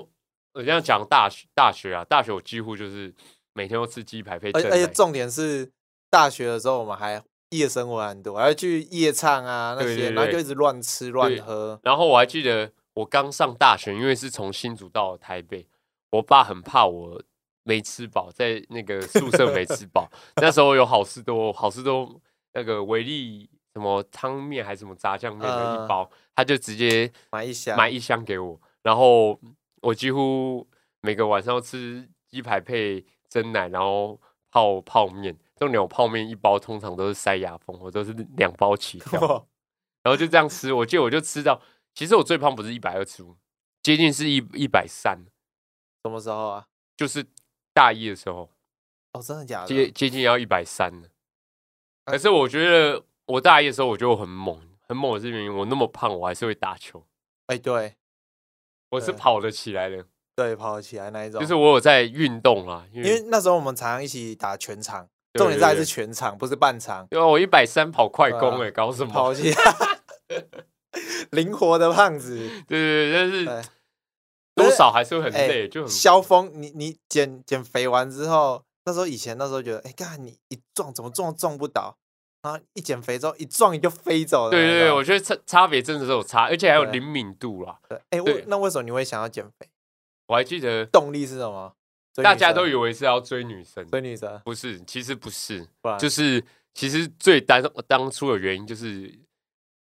[SPEAKER 2] 我这样讲大学大学啊，大学我几乎就是每天都吃鸡排配
[SPEAKER 1] 而
[SPEAKER 2] 正
[SPEAKER 1] 且而且
[SPEAKER 2] 奶
[SPEAKER 1] 重点是，大学的时候我们还夜生活很多，还要去夜唱啊那
[SPEAKER 2] 对
[SPEAKER 1] 些，
[SPEAKER 2] 对
[SPEAKER 1] 然后就
[SPEAKER 2] 对
[SPEAKER 1] 一直乱吃乱喝。
[SPEAKER 2] 然后我还记得我刚上大学，因为是从新竹到台北，我爸很怕我没吃饱，在那个宿舍没吃饱。那时候有好事多，好事多那个维力什么汤面还是什么炸酱面的一
[SPEAKER 1] 嗯
[SPEAKER 2] 包，他就直接
[SPEAKER 1] 买一箱
[SPEAKER 2] 买一箱给我，然后我几乎每个晚上都吃鸡排配蒸奶，然后泡泡面。重点我泡面一包通常都是塞牙缝，我都是两包起跳。
[SPEAKER 1] 哇
[SPEAKER 2] 然后就这样吃，我记得我就吃到，其实我最胖不是一百二十五，接近是一一百三，
[SPEAKER 1] 什么时候啊？
[SPEAKER 2] 就是大一的时候，
[SPEAKER 1] 哦，真的假的？啊
[SPEAKER 2] 接接近要一百三了。可是我觉得我大一的时候我就很猛，很猛的是因为我那么胖，我还是会打球，
[SPEAKER 1] 哎、对
[SPEAKER 2] 我是
[SPEAKER 1] 对
[SPEAKER 2] 跑得起来的，
[SPEAKER 1] 对，跑起来那一种。
[SPEAKER 2] 就是我有在运动啦，
[SPEAKER 1] 因
[SPEAKER 2] 因为
[SPEAKER 1] 为那时候我们常常一起打全场，
[SPEAKER 2] 对
[SPEAKER 1] 重点是还
[SPEAKER 2] 对对哦
[SPEAKER 1] 是全场，不是半场。
[SPEAKER 2] 因为我一百三跑快欸
[SPEAKER 1] 对啊
[SPEAKER 2] 攻哎、搞什么？
[SPEAKER 1] 跑起来， 灵活的胖子，
[SPEAKER 2] 对对对，
[SPEAKER 1] 对
[SPEAKER 2] 但是多
[SPEAKER 1] 可是
[SPEAKER 2] 少还是会很
[SPEAKER 1] 哎
[SPEAKER 2] 累，就很
[SPEAKER 1] 萧峰，你你减减肥完之后，那时候以前那时候觉得，哎、干你一撞怎么撞都撞不倒，然后一减肥之后一撞你就飞走了那
[SPEAKER 2] 对
[SPEAKER 1] 种。
[SPEAKER 2] 对对，我觉得差差别真的是有差，而且还有
[SPEAKER 1] 对
[SPEAKER 2] 灵敏度啦。
[SPEAKER 1] 对，哎、
[SPEAKER 2] 对
[SPEAKER 1] 为那为什么你会想要减肥？
[SPEAKER 2] 我还记得
[SPEAKER 1] 动力是什么？追
[SPEAKER 2] 大
[SPEAKER 1] 女
[SPEAKER 2] 家
[SPEAKER 1] 生
[SPEAKER 2] 都以为是要追女生，
[SPEAKER 1] 追啊女生，
[SPEAKER 2] 不是，其实不是，
[SPEAKER 1] 不然
[SPEAKER 2] 就是其实最当当初的原因就是，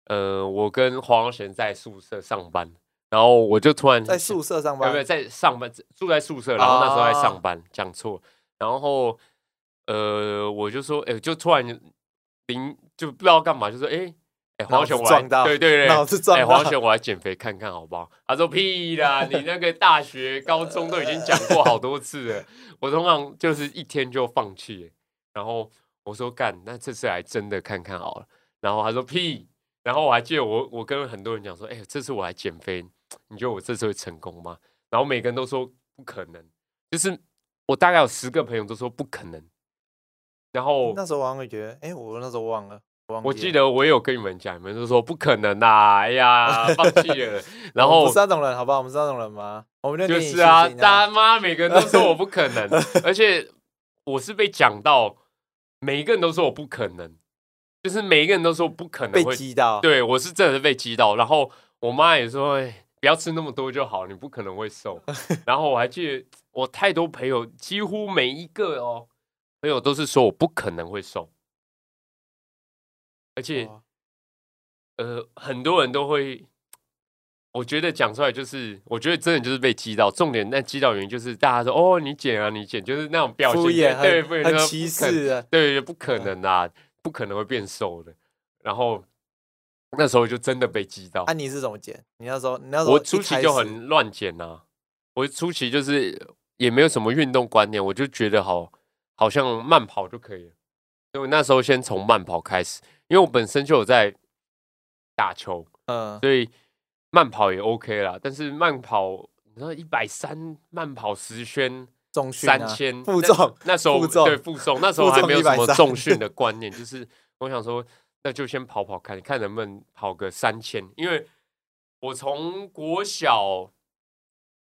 [SPEAKER 2] 呃，我跟黄贤在宿舍上班，然后我就突然
[SPEAKER 1] 在宿舍 上
[SPEAKER 2] 没
[SPEAKER 1] 班
[SPEAKER 2] 有没有，在上班，住在宿舍，然后那时候在上班，讲
[SPEAKER 1] 哦
[SPEAKER 2] 错。然后呃，我就说，哎、就突然灵就不知道干嘛，就说，哎、哎、
[SPEAKER 1] 脑
[SPEAKER 2] 黄
[SPEAKER 1] 子
[SPEAKER 2] 熊我来
[SPEAKER 1] 撞到
[SPEAKER 2] 对对对，
[SPEAKER 1] 脑子撞
[SPEAKER 2] 哎、
[SPEAKER 1] 到
[SPEAKER 2] 黄熊我来减肥看看好不好？他说屁啦，你那个大学、高中都已经讲过好多次了，我通常就是一天就放弃了。然后我说干，那这次来真的看看好了。然后他说屁，然后我还记得我我跟很多人讲说，哎、这次我来减肥，你觉得我这次会成功吗？然后每个人都说不可能，就是我大概有十个朋友都说不可能。然后
[SPEAKER 1] 那时候我好像会觉得，哎、我那时候忘了，忘
[SPEAKER 2] 我
[SPEAKER 1] 记
[SPEAKER 2] 记
[SPEAKER 1] 了
[SPEAKER 2] 得我也有跟你们讲，你们就说不可 能啦，哎呀，放弃了。然
[SPEAKER 1] 我们
[SPEAKER 2] 后
[SPEAKER 1] 不是那种人，好不好？我们是那种人吗？我们就
[SPEAKER 2] 就
[SPEAKER 1] 给你
[SPEAKER 2] 是啊，
[SPEAKER 1] 信心
[SPEAKER 2] 大妈每个人都说我不可 能，而且我是被讲到，每一个人都说我不可能，就是每一个人都说不可能
[SPEAKER 1] 被
[SPEAKER 2] 会
[SPEAKER 1] 击到，
[SPEAKER 2] 对我是真的是被击到，然后我妈也说、哎，不要吃那么多就好，你不可能会 瘦。然后我还记得我太多朋友，几乎每一个哦朋友都是说我不可能会瘦，而且
[SPEAKER 1] 哇
[SPEAKER 2] 呃很多人都会，我觉得讲出来就是，我觉得真的就是被击到。重点那击到原因就是大家说哦你减啊你减，就是那种表情
[SPEAKER 1] 敷衍
[SPEAKER 2] 对，
[SPEAKER 1] 很
[SPEAKER 2] 敷衍
[SPEAKER 1] 很
[SPEAKER 2] 说
[SPEAKER 1] 歧
[SPEAKER 2] 不可能
[SPEAKER 1] 视啊嗯的，
[SPEAKER 2] 对，不可能啊，不可能会变瘦的。然后那时候就真的被击到，
[SPEAKER 1] 啊，你是怎么减？你那时候，你那时候
[SPEAKER 2] 我
[SPEAKER 1] 一
[SPEAKER 2] 初期
[SPEAKER 1] 开
[SPEAKER 2] 就
[SPEAKER 1] 始
[SPEAKER 2] 很乱减啊，我初期就是也没有什么运动观念，我就觉得好好像慢跑就可以了，所以我那时候先从慢跑开始，因为我本身就有在打球，
[SPEAKER 1] 嗯，
[SPEAKER 2] 所以慢跑也 OK 啦，但是慢跑。你说一百三慢跑十圈，
[SPEAKER 1] 重训
[SPEAKER 2] 三
[SPEAKER 1] 啊
[SPEAKER 2] 千
[SPEAKER 1] 负重，
[SPEAKER 2] 那时候
[SPEAKER 1] 负重
[SPEAKER 2] 对负重，那时候
[SPEAKER 1] 负
[SPEAKER 2] 还
[SPEAKER 1] 重
[SPEAKER 2] 没有什么
[SPEAKER 1] 130
[SPEAKER 2] 重训的观念，就是我想说，那就先跑跑看，看能不能跑个三千，因为我从国小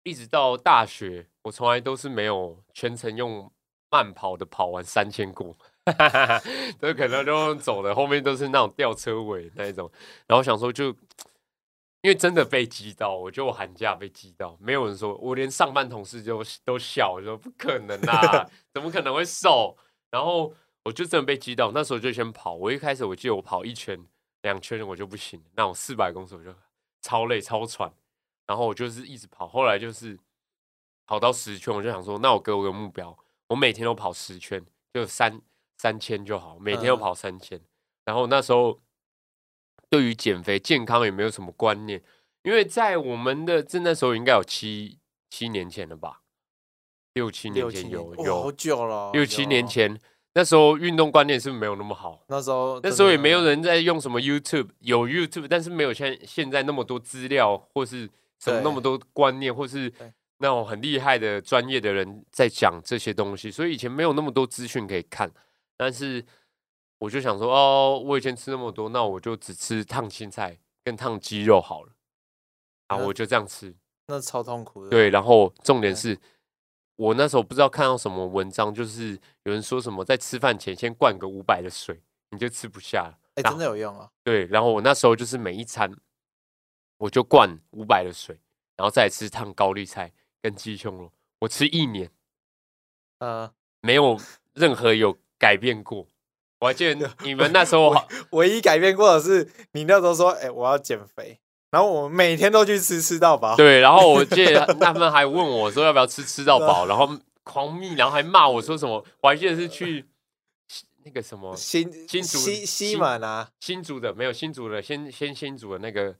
[SPEAKER 2] 一直到大学，我从来都是没有全程用慢跑的跑完三千过。 都可能都走了，后面都是那种吊车尾那一种。然后想说就，因为真的被击到，我觉得我寒假被击到，没有人说，我连上班同事就都笑，我说不可能啦，怎么可能会瘦？然后我就真的被击到，那时候就先跑，我一开始我记得我跑一圈、两圈我就不行，那种四百公尺我就超累超喘，然后我就是一直跑，后来就是跑到十圈，我就想说，那我给我个目标，我每天都跑十圈，就三三千就好，每天都
[SPEAKER 1] 嗯
[SPEAKER 2] 跑三千。然后那时候对于减肥健康也没有什么观念，因为在我们的这那时候应该有七七年前了吧，六七年
[SPEAKER 1] 六七
[SPEAKER 2] 前
[SPEAKER 1] 年
[SPEAKER 2] 有
[SPEAKER 1] 哇好
[SPEAKER 2] 有
[SPEAKER 1] 久了哦，
[SPEAKER 2] 六七
[SPEAKER 1] 有
[SPEAKER 2] 年
[SPEAKER 1] 哦，
[SPEAKER 2] 前，那时候运动观念是没有那么好。
[SPEAKER 1] 那时候
[SPEAKER 2] 那
[SPEAKER 1] 哦真
[SPEAKER 2] 时候
[SPEAKER 1] 的
[SPEAKER 2] 也没有人在用什么 YouTube，有 YouTube，但是没有像现在那么多资料，或是什么那
[SPEAKER 1] 对
[SPEAKER 2] 么多观念，或是
[SPEAKER 1] 对
[SPEAKER 2] 那种很厉害的专业的人在讲这些东西，所以以前没有那么多资讯可以看。但是我就想说，哦，我以前吃那么多，那我就只吃烫青菜跟烫鸡肉好了。啊，
[SPEAKER 1] 嗯
[SPEAKER 2] 我就这样吃。
[SPEAKER 1] 那超痛苦的，
[SPEAKER 2] 对，然后重点
[SPEAKER 1] 对
[SPEAKER 2] 是我那时候不知道看到什么文章，就是有人说什么在吃饭前先灌个五百的水，你就吃不下了。
[SPEAKER 1] 哎，
[SPEAKER 2] 然
[SPEAKER 1] 真的有用啊，
[SPEAKER 2] 对，然后我那时候就是每一餐我就灌五百的水，然后再吃烫高丽菜跟鸡胸肉，我吃一年
[SPEAKER 1] 嗯，
[SPEAKER 2] 没有任何有改变过。我还记得你们那时候好，
[SPEAKER 1] 唯一改变过的是你那时候说，哎，我要减肥，然后我每天都去吃吃到饱，
[SPEAKER 2] 对，然后我记得他们还问我说要不要吃吃到饱，然后狂蜜，然后还骂我说什么，我还记得是去那个什么
[SPEAKER 1] 新
[SPEAKER 2] 新竹
[SPEAKER 1] 西西
[SPEAKER 2] 新
[SPEAKER 1] 门啊，
[SPEAKER 2] 新竹的，没有新竹的，先先新竹的那个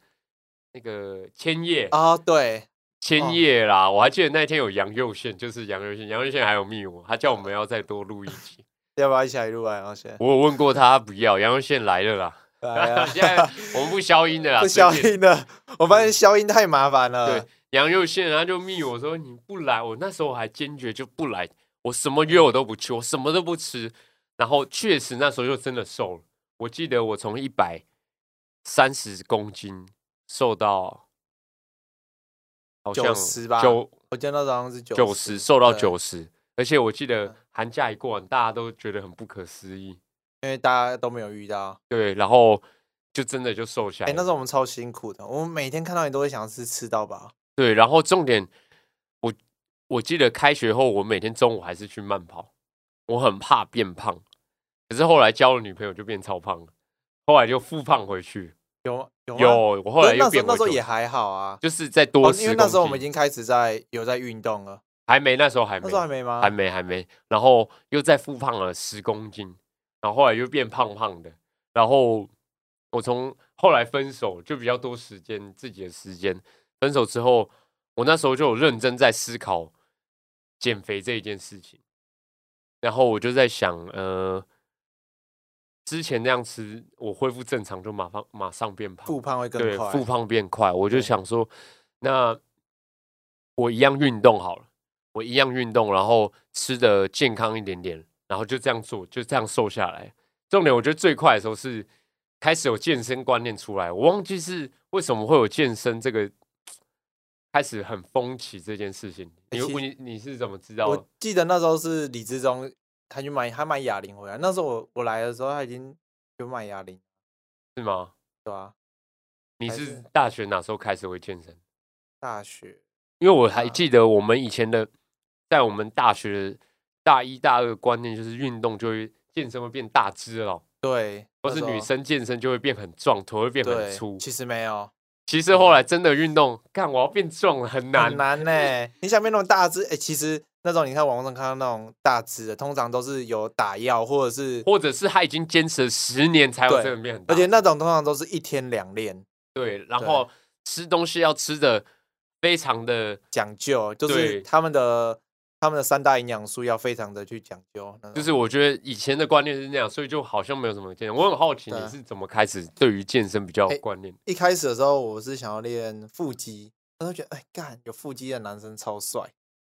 [SPEAKER 2] 那个千叶
[SPEAKER 1] 啊，对，哦
[SPEAKER 2] 千叶啦，我还记得那一天有杨佑宪，就是杨佑宪，杨佑宪还有密我，他叫我们要再多录一集。
[SPEAKER 1] 要不要一起来录啊？然后先，
[SPEAKER 2] 我有问过他，他不要，杨佑宪来了啦。
[SPEAKER 1] 来啊
[SPEAKER 2] 现在我们 不消音的啦，
[SPEAKER 1] 不
[SPEAKER 2] 随
[SPEAKER 1] 消
[SPEAKER 2] 便。嗯
[SPEAKER 1] 音的，我发现消音太麻烦了
[SPEAKER 2] 对，，杨佑宪他就密我说你不来，我那时候还坚决就不来，我什么约我都不去，我什么都不吃。然后确实那时候就真的瘦了，我记得我从一百三十公斤瘦到好像
[SPEAKER 1] 90吧
[SPEAKER 2] 九
[SPEAKER 1] 我见到早上是九
[SPEAKER 2] 九十，瘦到，
[SPEAKER 1] 对
[SPEAKER 2] 九十，而且我记得
[SPEAKER 1] 嗯
[SPEAKER 2] 寒假一过完，大家都觉得很不可思议，
[SPEAKER 1] 因为大家都没有遇到。
[SPEAKER 2] 对，然后就真的就瘦下
[SPEAKER 1] 哎、
[SPEAKER 2] 来
[SPEAKER 1] 那时
[SPEAKER 2] 了，
[SPEAKER 1] 候我们超辛苦的，我们每天看到你都会想吃吃到饱。
[SPEAKER 2] 对，然后重点，我我记得开学后，我每天中午还是去慢跑，我很怕变胖，可是后来交了女朋友就变超胖了，后来就复胖回去，
[SPEAKER 1] 有吗有吗
[SPEAKER 2] 有，我后
[SPEAKER 1] 不
[SPEAKER 2] 来
[SPEAKER 1] 是
[SPEAKER 2] 又
[SPEAKER 1] 那时
[SPEAKER 2] 变
[SPEAKER 1] 候那
[SPEAKER 2] 回
[SPEAKER 1] 时候
[SPEAKER 2] 去
[SPEAKER 1] 也，还好啊，
[SPEAKER 2] 就是在
[SPEAKER 1] 哦
[SPEAKER 2] 多，
[SPEAKER 1] 因
[SPEAKER 2] 吃、
[SPEAKER 1] 为那时候我们已经开始在有在运动了，
[SPEAKER 2] 还没，那时候还没，
[SPEAKER 1] 那时候还没吗？
[SPEAKER 2] 还没还没，然后又再复胖了十公斤，然后后来又变胖胖的，然后我从后来分手就比较多时间自己的时间，分手之后，我那时候就有认真在思考减肥这一件事情，然后我就在想，呃，之前那样吃，我恢复正常就马上马上变胖，
[SPEAKER 1] 复胖会更
[SPEAKER 2] 对，
[SPEAKER 1] 快。
[SPEAKER 2] 复胖变快，我就
[SPEAKER 1] 对
[SPEAKER 2] 想说，那我一样运动好了，我一样运动，然后吃的健康一点点，然后就这样做，就这样瘦下来。重点我觉得最快的时候是开始有健身观念出来，我忘记是为什么会有健身这个开始很风起这件事情。
[SPEAKER 1] 欸
[SPEAKER 2] 你
[SPEAKER 1] 其实
[SPEAKER 2] 你你是怎么知道的
[SPEAKER 1] 我？记得那时候是李志忠，他去买他买哑铃回来，那时候我我来的时候他已经有买哑铃，
[SPEAKER 2] 是吗？
[SPEAKER 1] 对啊吧？
[SPEAKER 2] 你
[SPEAKER 1] 还
[SPEAKER 2] 是
[SPEAKER 1] 是
[SPEAKER 2] 大学哪时候开始会健身？
[SPEAKER 1] 大学
[SPEAKER 2] 因为我还
[SPEAKER 1] 啊
[SPEAKER 2] 记得我们以前的，在我们大学大一大二的观念就是运动就会健身会变大只了，
[SPEAKER 1] 对，那
[SPEAKER 2] 或是
[SPEAKER 1] 时
[SPEAKER 2] 女
[SPEAKER 1] 候
[SPEAKER 2] 生健身就会变很壮，腿会变很
[SPEAKER 1] 对
[SPEAKER 2] 粗。
[SPEAKER 1] 其实没有
[SPEAKER 2] 其实后来真的运动，干我要变壮了很难
[SPEAKER 1] 很。难呢、 你想变那种大只，哎、其实那种你看网络上看到那种大只的，通常都是有打药或者是，
[SPEAKER 2] 或者是他已经坚持了十年才有
[SPEAKER 1] 对
[SPEAKER 2] 真的变很大，
[SPEAKER 1] 而且那种通常都是一天两练，
[SPEAKER 2] 对，然
[SPEAKER 1] 对
[SPEAKER 2] 后吃东西要吃的非常的，
[SPEAKER 1] 讲究，就
[SPEAKER 2] 对
[SPEAKER 1] 是他们的他们的三大营养素要非常的去讲究，那
[SPEAKER 2] 就
[SPEAKER 1] 种
[SPEAKER 2] 是我觉得以前的观念是那样，所以就好像没有什么健身。我很好奇
[SPEAKER 1] 对啊
[SPEAKER 2] 你是怎么开始对于健身比较有
[SPEAKER 1] 哎
[SPEAKER 2] 观念？
[SPEAKER 1] 一开始的时候我是想要练腹肌，那时候觉得哎干有腹肌的男生超帅，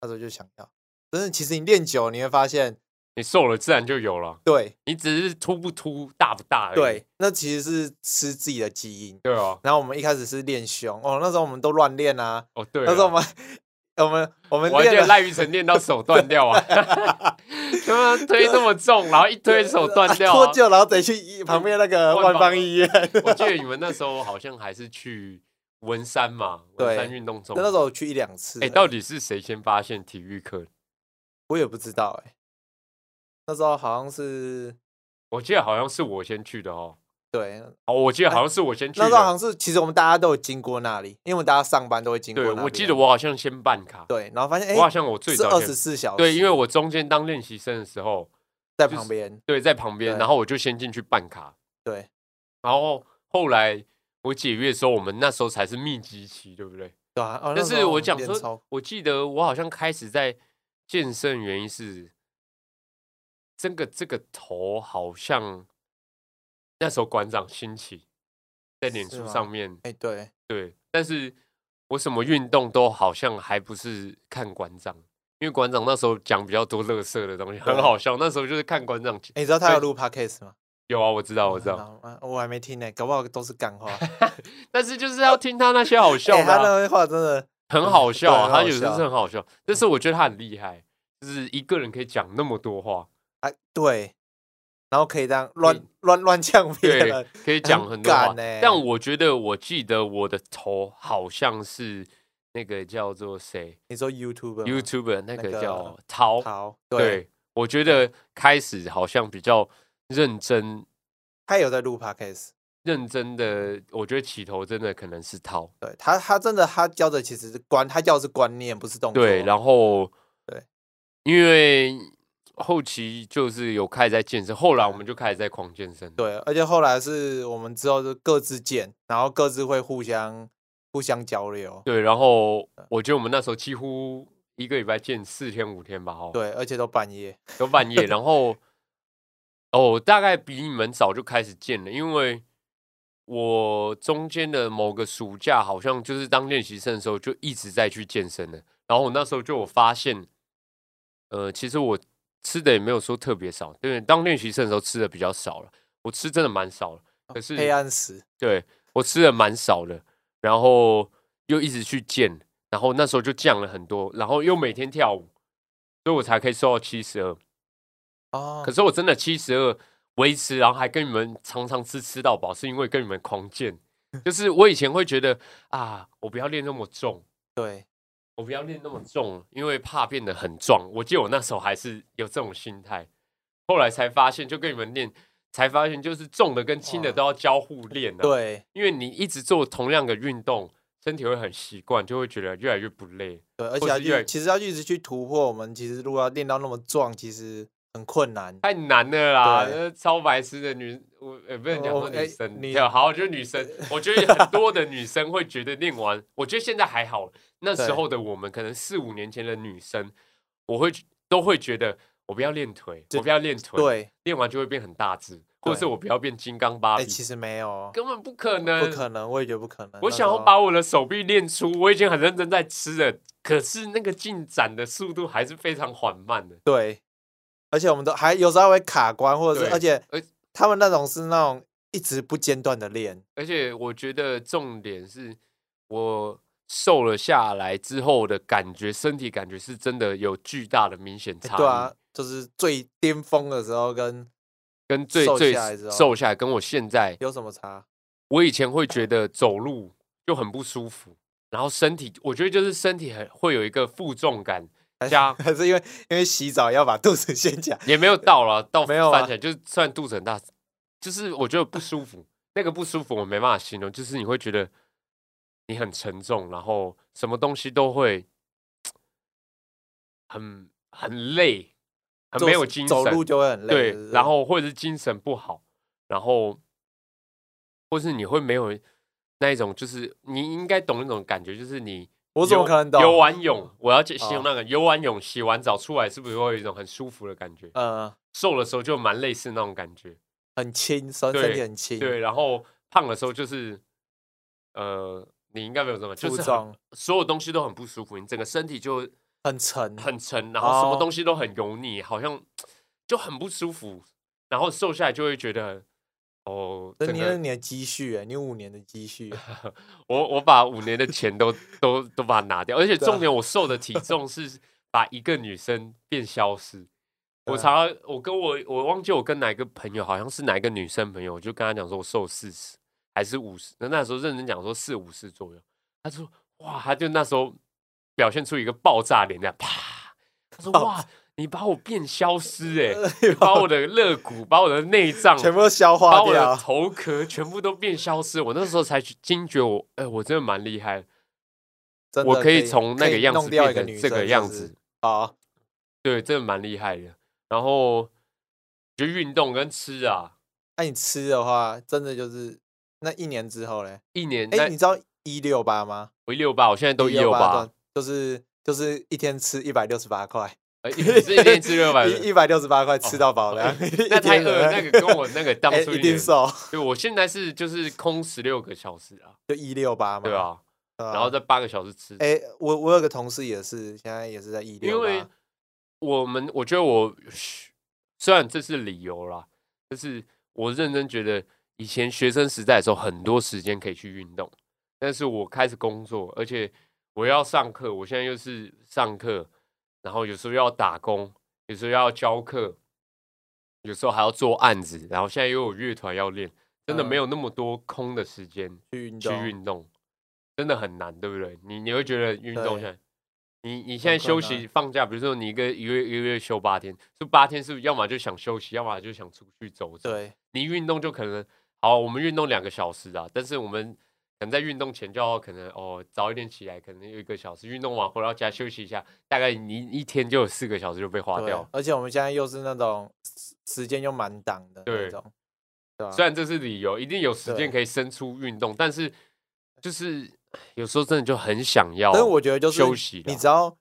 [SPEAKER 1] 那时候就想要，但是其实你练久你会发现，
[SPEAKER 2] 你瘦了自然就有了。
[SPEAKER 1] 对
[SPEAKER 2] 你只是凸不凸、大不大而已。
[SPEAKER 1] 对，那其实是吃自己的基因。
[SPEAKER 2] 对哦，
[SPEAKER 1] 然后我们一开始是练胸，哦那时候我们都乱练啊，
[SPEAKER 2] 哦对
[SPEAKER 1] 那时候我们我
[SPEAKER 2] 哦，
[SPEAKER 1] 们我们
[SPEAKER 2] 我还记
[SPEAKER 1] 练
[SPEAKER 2] 得
[SPEAKER 1] 了
[SPEAKER 2] 赖雨辰练到手断掉 啊，他妈推那么重，然后一推手 断掉啊
[SPEAKER 1] 脱。臼，然后得去医旁边那个
[SPEAKER 2] 万
[SPEAKER 1] 万
[SPEAKER 2] 方
[SPEAKER 1] 方医院。
[SPEAKER 2] 我记得你们那时候好像还是去文山嘛，
[SPEAKER 1] 对
[SPEAKER 2] 文山运动中
[SPEAKER 1] 那时候我去一两次而
[SPEAKER 2] 哎，
[SPEAKER 1] 已，
[SPEAKER 2] 到底是谁先发现体育课？
[SPEAKER 1] 我也不知道哎、那时候好像是
[SPEAKER 2] 我记得好像是我先去的哦。
[SPEAKER 1] 对，
[SPEAKER 2] 哦，我记得好像是我先去
[SPEAKER 1] 那时候好像
[SPEAKER 2] 的。
[SPEAKER 1] 是其实我们大家都有经过那里，因为我们大家上班都会经过
[SPEAKER 2] 对，
[SPEAKER 1] 那里。
[SPEAKER 2] 我记得我好像先办卡，
[SPEAKER 1] 对，然后发现哎，
[SPEAKER 2] 我好像我最
[SPEAKER 1] 是
[SPEAKER 2] 早
[SPEAKER 1] 二
[SPEAKER 2] 先
[SPEAKER 1] 十四小时，
[SPEAKER 2] 对，因为我中间当练习生的时候，
[SPEAKER 1] 在
[SPEAKER 2] 就是
[SPEAKER 1] 旁边，
[SPEAKER 2] 对，在旁边，
[SPEAKER 1] 对
[SPEAKER 2] 然后我就先进去办卡，
[SPEAKER 1] 对
[SPEAKER 2] 然后后来我解约的时候，我们那时候才是密集期，对不对？
[SPEAKER 1] 对啊，哦
[SPEAKER 2] 但是我讲，
[SPEAKER 1] 那时候
[SPEAKER 2] 说，我记得我好像开始在健身，原因是这个这个头好像那时候馆长兴起，在脸
[SPEAKER 1] 是
[SPEAKER 2] 书
[SPEAKER 1] 吗
[SPEAKER 2] 上面
[SPEAKER 1] 哎对，
[SPEAKER 2] 对，但是我什么运动都好像还不是看馆长，因为馆长那时候讲比较多乐色的东西，很
[SPEAKER 1] 对
[SPEAKER 2] 好笑。那时候就是看馆长
[SPEAKER 1] 哎你知道他
[SPEAKER 2] 对
[SPEAKER 1] 有录 podcast 吗？
[SPEAKER 2] 有啊，我知道我 知道，
[SPEAKER 1] 道，啊我还没听呢，搞不好都是干话。
[SPEAKER 2] 但是就是要听他那些好 笑
[SPEAKER 1] 哎
[SPEAKER 2] 的
[SPEAKER 1] 他
[SPEAKER 2] 啊、
[SPEAKER 1] 那话真的，
[SPEAKER 2] 很好笑、
[SPEAKER 1] 嗯对
[SPEAKER 2] 啊，
[SPEAKER 1] 很
[SPEAKER 2] 他
[SPEAKER 1] 好
[SPEAKER 2] 有时候
[SPEAKER 1] 笑嗯
[SPEAKER 2] 是很好笑，但是我觉得他很厉害，就是一个人可以讲那么 多话，
[SPEAKER 1] 哎对，然后可以这样乱乱乱呛别
[SPEAKER 2] 对
[SPEAKER 1] 人，，
[SPEAKER 2] 可以讲很多话
[SPEAKER 1] 敢。欸
[SPEAKER 2] 但我觉得，我记得我的头好像是那个叫做谁
[SPEAKER 1] 你说 YouTube
[SPEAKER 2] ，YouTuber 那
[SPEAKER 1] 嗯
[SPEAKER 2] 个
[SPEAKER 1] 个
[SPEAKER 2] 叫陶，
[SPEAKER 1] 好，对，
[SPEAKER 2] 对，我觉得开始好像比较认真。
[SPEAKER 1] 他有在录 podcast，
[SPEAKER 2] 认真
[SPEAKER 1] 嗯
[SPEAKER 2] 的，我觉得起头真的可能是涛，
[SPEAKER 1] 对他他真的他教的其实是观，他教的是观念，不是动作。
[SPEAKER 2] 对，然后
[SPEAKER 1] 对，
[SPEAKER 2] 因为后期就是有开始在健身，后来我们就开始在狂健身，
[SPEAKER 1] 对，而且后来是我们之后就各自见，然后各自会互相互相交流，
[SPEAKER 2] 对，然后我觉得我们那时候几乎一个礼拜见四天五天吧，哦，
[SPEAKER 1] 对，而且都半夜，
[SPEAKER 2] 都半夜。然后，哦，我大概比你们早就开始见了，因为我中间的某个暑假好像就是当练习生的时候就一直在去健身了。然后我那时候就有发现，呃，其实我吃的也没有说特别少，对，当练习生的时候吃的比较少了，我吃真的蛮少了，可是
[SPEAKER 1] 黑暗时，
[SPEAKER 2] 对我吃的蛮少的。然后又一直去健，然后那时候就降了很多，然后又每天跳舞，所以我才可以瘦到七十二。
[SPEAKER 1] 哦，
[SPEAKER 2] 可是我真的七十二维持，然后还跟你们常常吃吃到饱，是因为跟你们狂 健。就是我以前会觉得啊，我不要练那么重，
[SPEAKER 1] 对，
[SPEAKER 2] 我不要练那么重，因为怕变得很壮。我记得我那时候还是有这种心态，后来才发现，就跟你们练，才发现就是重的跟轻的
[SPEAKER 1] 哇
[SPEAKER 2] 都要交互练啊。，
[SPEAKER 1] 对
[SPEAKER 2] 因为你一直做同样的运动，身体会很习惯，就会觉得越来越不累。
[SPEAKER 1] 对，而
[SPEAKER 2] 或
[SPEAKER 1] 且要
[SPEAKER 2] 是越来
[SPEAKER 1] 去，其实要一直去突破。我们其实如果要练到那么壮，其实很困难。
[SPEAKER 2] 太难了啦！
[SPEAKER 1] 对
[SPEAKER 2] 那超白痴的女，我呃不能讲
[SPEAKER 1] 哦
[SPEAKER 2] 说女
[SPEAKER 1] 哎
[SPEAKER 2] 生，
[SPEAKER 1] 你
[SPEAKER 2] 对，好，就是 女生。我觉得很多的女生会觉得练完，我觉得现在还好，那时
[SPEAKER 1] 对
[SPEAKER 2] 候的我们可能四五年前的女生，我会都会觉得我不要练腿，
[SPEAKER 1] 这
[SPEAKER 2] 我不要练腿，，
[SPEAKER 1] 对，
[SPEAKER 2] 练完就会变很大只，或者是
[SPEAKER 1] 对
[SPEAKER 2] 我不要变金刚芭
[SPEAKER 1] 哎，
[SPEAKER 2] 比，
[SPEAKER 1] 其实没有，
[SPEAKER 2] 根本不可能，
[SPEAKER 1] 不可能，我也觉得不可能。
[SPEAKER 2] 我
[SPEAKER 1] 那
[SPEAKER 2] 想
[SPEAKER 1] 时
[SPEAKER 2] 要
[SPEAKER 1] 候
[SPEAKER 2] 把我的手臂练出，我已经很认真在吃了，可是那个进展的速度还是非常缓慢的。
[SPEAKER 1] 对，而且我们都还有时候还会卡关，或者是
[SPEAKER 2] 对
[SPEAKER 1] 而且
[SPEAKER 2] 而
[SPEAKER 1] 他们那种是那种一直不间断的练，
[SPEAKER 2] 而且我觉得重点是我瘦了下来之后的感觉，身体感觉是真的有巨大的明显差异，
[SPEAKER 1] 对啊，就是最巅峰的时候跟
[SPEAKER 2] 跟最
[SPEAKER 1] 瘦
[SPEAKER 2] 最
[SPEAKER 1] 下来之后
[SPEAKER 2] 瘦下来，跟我现在，
[SPEAKER 1] 有什么差？
[SPEAKER 2] 我以前会觉得走路就很不舒服，然后身体，我觉得就是身体很会有一个负重感
[SPEAKER 1] 还是
[SPEAKER 2] 加
[SPEAKER 1] 还是因为因为洗澡要把肚子掀起来，
[SPEAKER 2] 也没有到 了，到
[SPEAKER 1] 没有啊
[SPEAKER 2] 翻起来就是算肚子很大，就是我觉得不舒服， 那个不舒服我没办法形容，就是你会觉得你很沉重，然后什么东西都会很很累，很
[SPEAKER 1] 做
[SPEAKER 2] 没有
[SPEAKER 1] 事
[SPEAKER 2] 精神，
[SPEAKER 1] 走路就会很累。
[SPEAKER 2] 对
[SPEAKER 1] 是，
[SPEAKER 2] 然后或者是精神不好，然后或是你会没有那一种，就是你应该懂那种感觉，就是你
[SPEAKER 1] 我怎么
[SPEAKER 2] 游
[SPEAKER 1] 可能懂
[SPEAKER 2] 游完泳，我要去形容
[SPEAKER 1] 哦
[SPEAKER 2] 那个、游完泳洗完澡出来，是不是会有一种很舒服的感觉？
[SPEAKER 1] 呃，
[SPEAKER 2] 瘦的时候就蛮类似那种感觉，
[SPEAKER 1] 很轻，身身体
[SPEAKER 2] 对
[SPEAKER 1] 很轻，
[SPEAKER 2] 对，然后胖的时候就是呃。你应该没有这么，就
[SPEAKER 1] 负
[SPEAKER 2] 是很
[SPEAKER 1] 重
[SPEAKER 2] 所有东西都很不舒服，你整个身体就
[SPEAKER 1] 很沉，
[SPEAKER 2] 很沉，然后什么
[SPEAKER 1] 嗯哦
[SPEAKER 2] 东西都很油腻，好像就很不舒服。然后瘦下来就会觉得，哦，
[SPEAKER 1] 那
[SPEAKER 2] 整
[SPEAKER 1] 你那是
[SPEAKER 2] 个
[SPEAKER 1] 你的积蓄欸，你五年的积蓄欸，
[SPEAKER 2] 我我把五年的钱都都都把它拿掉，而且
[SPEAKER 1] 对啊
[SPEAKER 2] 重点我瘦的体重是把一个女生变消失。我
[SPEAKER 1] 对啊
[SPEAKER 2] 常常我跟我我忘记我跟哪一个朋友，好像是哪一个女生朋友，我就跟她讲说我瘦四十还是五十，那那时候认真讲说四五十左右，她说哇，她就那时候表现出一个爆炸脸，这样啪，她说
[SPEAKER 1] 爆
[SPEAKER 2] 哇，你把我变消失 哎、欸，
[SPEAKER 1] 对吧
[SPEAKER 2] 把我的肋骨，把我的内脏，
[SPEAKER 1] 全部都消
[SPEAKER 2] 把
[SPEAKER 1] 化
[SPEAKER 2] 我的
[SPEAKER 1] 掉，
[SPEAKER 2] 头壳全部都变消失。我那时候才去惊觉我，哎、我真的蛮厉害，
[SPEAKER 1] 真
[SPEAKER 2] 我
[SPEAKER 1] 的
[SPEAKER 2] 可
[SPEAKER 1] 可
[SPEAKER 2] 以从那
[SPEAKER 1] 可
[SPEAKER 2] 个
[SPEAKER 1] 以
[SPEAKER 2] 样
[SPEAKER 1] 弄
[SPEAKER 2] 子
[SPEAKER 1] 掉
[SPEAKER 2] 变
[SPEAKER 1] 一个
[SPEAKER 2] 成
[SPEAKER 1] 女
[SPEAKER 2] 这个
[SPEAKER 1] 生
[SPEAKER 2] 样
[SPEAKER 1] 就
[SPEAKER 2] 子
[SPEAKER 1] 是，啊，
[SPEAKER 2] 对，真的蛮厉害的。然后就运动跟吃啊，
[SPEAKER 1] 那你吃的话，真的就是那一年之后嘞，
[SPEAKER 2] 一年
[SPEAKER 1] 哎，
[SPEAKER 2] 那
[SPEAKER 1] 你知道一六八吗？
[SPEAKER 2] 我一六八，我现在都一六八
[SPEAKER 1] 段，，就是就是一天吃一百六十八块，
[SPEAKER 2] 呃一是一天吃六 百，
[SPEAKER 1] 一一百六十八块吃到饱的，
[SPEAKER 2] 那
[SPEAKER 1] 那
[SPEAKER 2] 太饿了，那个跟我那个当初
[SPEAKER 1] 哎，一定
[SPEAKER 2] 年
[SPEAKER 1] 瘦，
[SPEAKER 2] 对，我现在是就是空十六个小时啊，
[SPEAKER 1] 就一六八嘛，
[SPEAKER 2] 对啊，
[SPEAKER 1] 对啊，
[SPEAKER 2] 然后再八个小时吃，
[SPEAKER 1] 哎，我我有个同事也是，现在也是在一六，
[SPEAKER 2] 因为我们我觉得我嘘虽然这是理由啦，但是我认真觉得以前学生时代的时候，很多时间可以去运动，但是我开始工作，而且我要上课，我现在又是上课，然后有时候要打工，有时候要教课，有时候还要做案子，然后现在又有乐团要练，真的没
[SPEAKER 1] 嗯
[SPEAKER 2] 有那么多空的时间。
[SPEAKER 1] 去运
[SPEAKER 2] 去
[SPEAKER 1] 动，嗯
[SPEAKER 2] 运动，真的很难，对不对？你你会觉得运动
[SPEAKER 1] 对
[SPEAKER 2] 现在，你你现在
[SPEAKER 1] 很
[SPEAKER 2] 休
[SPEAKER 1] 困
[SPEAKER 2] 息
[SPEAKER 1] 难
[SPEAKER 2] 放假，比如说你一个一个月一个月休八天，这八天是不是要么就想休息，要么就想出去走走。
[SPEAKER 1] 对，
[SPEAKER 2] 你运动就可能好，我们运动两个小时啊，但是我们可能在运动前就要可能哦早一点起来，可能有一个小时，运动完回到家休息一下，大概你一天就有四个小时就被花
[SPEAKER 1] 对
[SPEAKER 2] 掉。，
[SPEAKER 1] 而且我们现在又是那种时时间又满档的
[SPEAKER 2] 对
[SPEAKER 1] 那种，对吧？
[SPEAKER 2] 虽然这是理由，一定有时间
[SPEAKER 1] 啊对
[SPEAKER 2] 可以生出运动，但是就是有时候真的就很想要。
[SPEAKER 1] 但是我觉得就是
[SPEAKER 2] 哦休息
[SPEAKER 1] 你
[SPEAKER 2] 啦
[SPEAKER 1] 只要，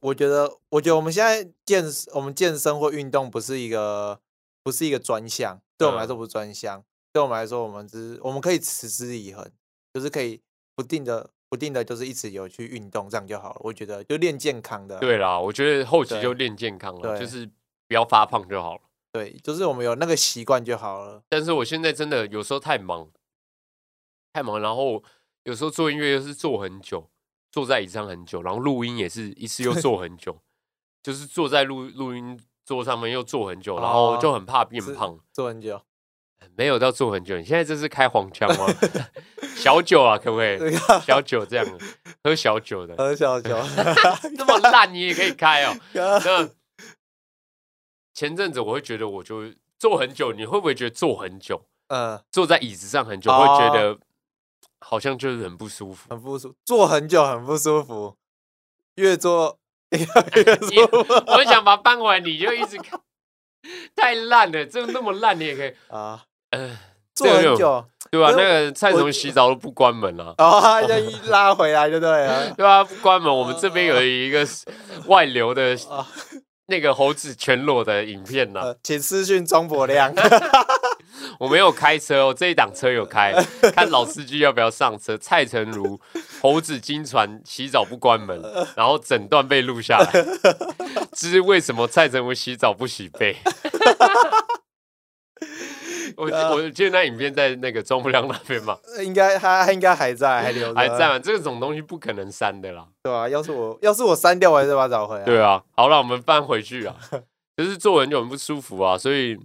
[SPEAKER 1] 我觉得，我觉得我们现在健身我们健身或运动不是一个不是一个专项，对我们来
[SPEAKER 2] 嗯
[SPEAKER 1] 说不是专项，对我们来说，我们只是我们可以持之以恒，就是可以不定的不定的，就是一直有去运动，这样就好了。我觉得就练健康的，
[SPEAKER 2] 对啦，我觉得后期
[SPEAKER 1] 啊对
[SPEAKER 2] 就练健康了，就
[SPEAKER 1] 对
[SPEAKER 2] 是不要发胖就好了。
[SPEAKER 1] 对，就是我们有那个习惯就好了。
[SPEAKER 2] 但是我现在真的有时候太忙，太忙，然后有时候做音乐又是做很久，坐在椅子上很久，然后录音也是一次又坐很久，就是坐在录录音桌上面又坐很久，然后就很怕变
[SPEAKER 1] 哦是
[SPEAKER 2] 胖。
[SPEAKER 1] 做很久，
[SPEAKER 2] 没有到坐很久，你现在这是开黄腔 吗？小酒啊，可不可以？小酒这样，喝小酒的，
[SPEAKER 1] 很小啊球，
[SPEAKER 2] 这么烂你也可以开哦。 那前阵子我会觉得，我就坐很久，你会不会觉得坐很久，
[SPEAKER 1] 嗯，
[SPEAKER 2] 坐在椅子上很久，
[SPEAKER 1] 哦
[SPEAKER 2] 会觉得好像就是很不舒 服？
[SPEAKER 1] 很不舒，坐很久很不舒服，越坐 越
[SPEAKER 2] 你
[SPEAKER 1] 舒服
[SPEAKER 2] 我想把它搬回来，你就一直看，太烂了，这那么烂你也可以，
[SPEAKER 1] 啊，
[SPEAKER 2] 呃，
[SPEAKER 1] 坐
[SPEAKER 2] 这个
[SPEAKER 1] 很
[SPEAKER 2] 有
[SPEAKER 1] 久哦
[SPEAKER 2] 对吧、
[SPEAKER 1] 可是
[SPEAKER 2] 那个蔡
[SPEAKER 1] 我
[SPEAKER 2] 崇洗澡都不关门了、
[SPEAKER 1] 哦，要一拉回来就对了
[SPEAKER 2] 对啊，不关门，我们这边
[SPEAKER 1] 哦
[SPEAKER 2] 有一个外流的
[SPEAKER 1] 啊。
[SPEAKER 2] 那个猴子全裸的影片呐、
[SPEAKER 1] 呃，请私讯庄伯亮。
[SPEAKER 2] 我没有开车哦，这一档车有开，看老司机要不要上车。蔡成儒猴子金船洗澡不关门，然后整段被录下来，这是为什么蔡成儒洗澡不洗背？我记我记得那影片在那个庄不良那边嘛，
[SPEAKER 1] 应该他他应该还在，还留着，
[SPEAKER 2] 还在嘛？这种东西不可能删的啦。
[SPEAKER 1] 对啊，要是我要是我删掉，我还是把它找回来。
[SPEAKER 2] 对啊，好了，我们搬回去啊，就是坐很久很不舒服啊，所以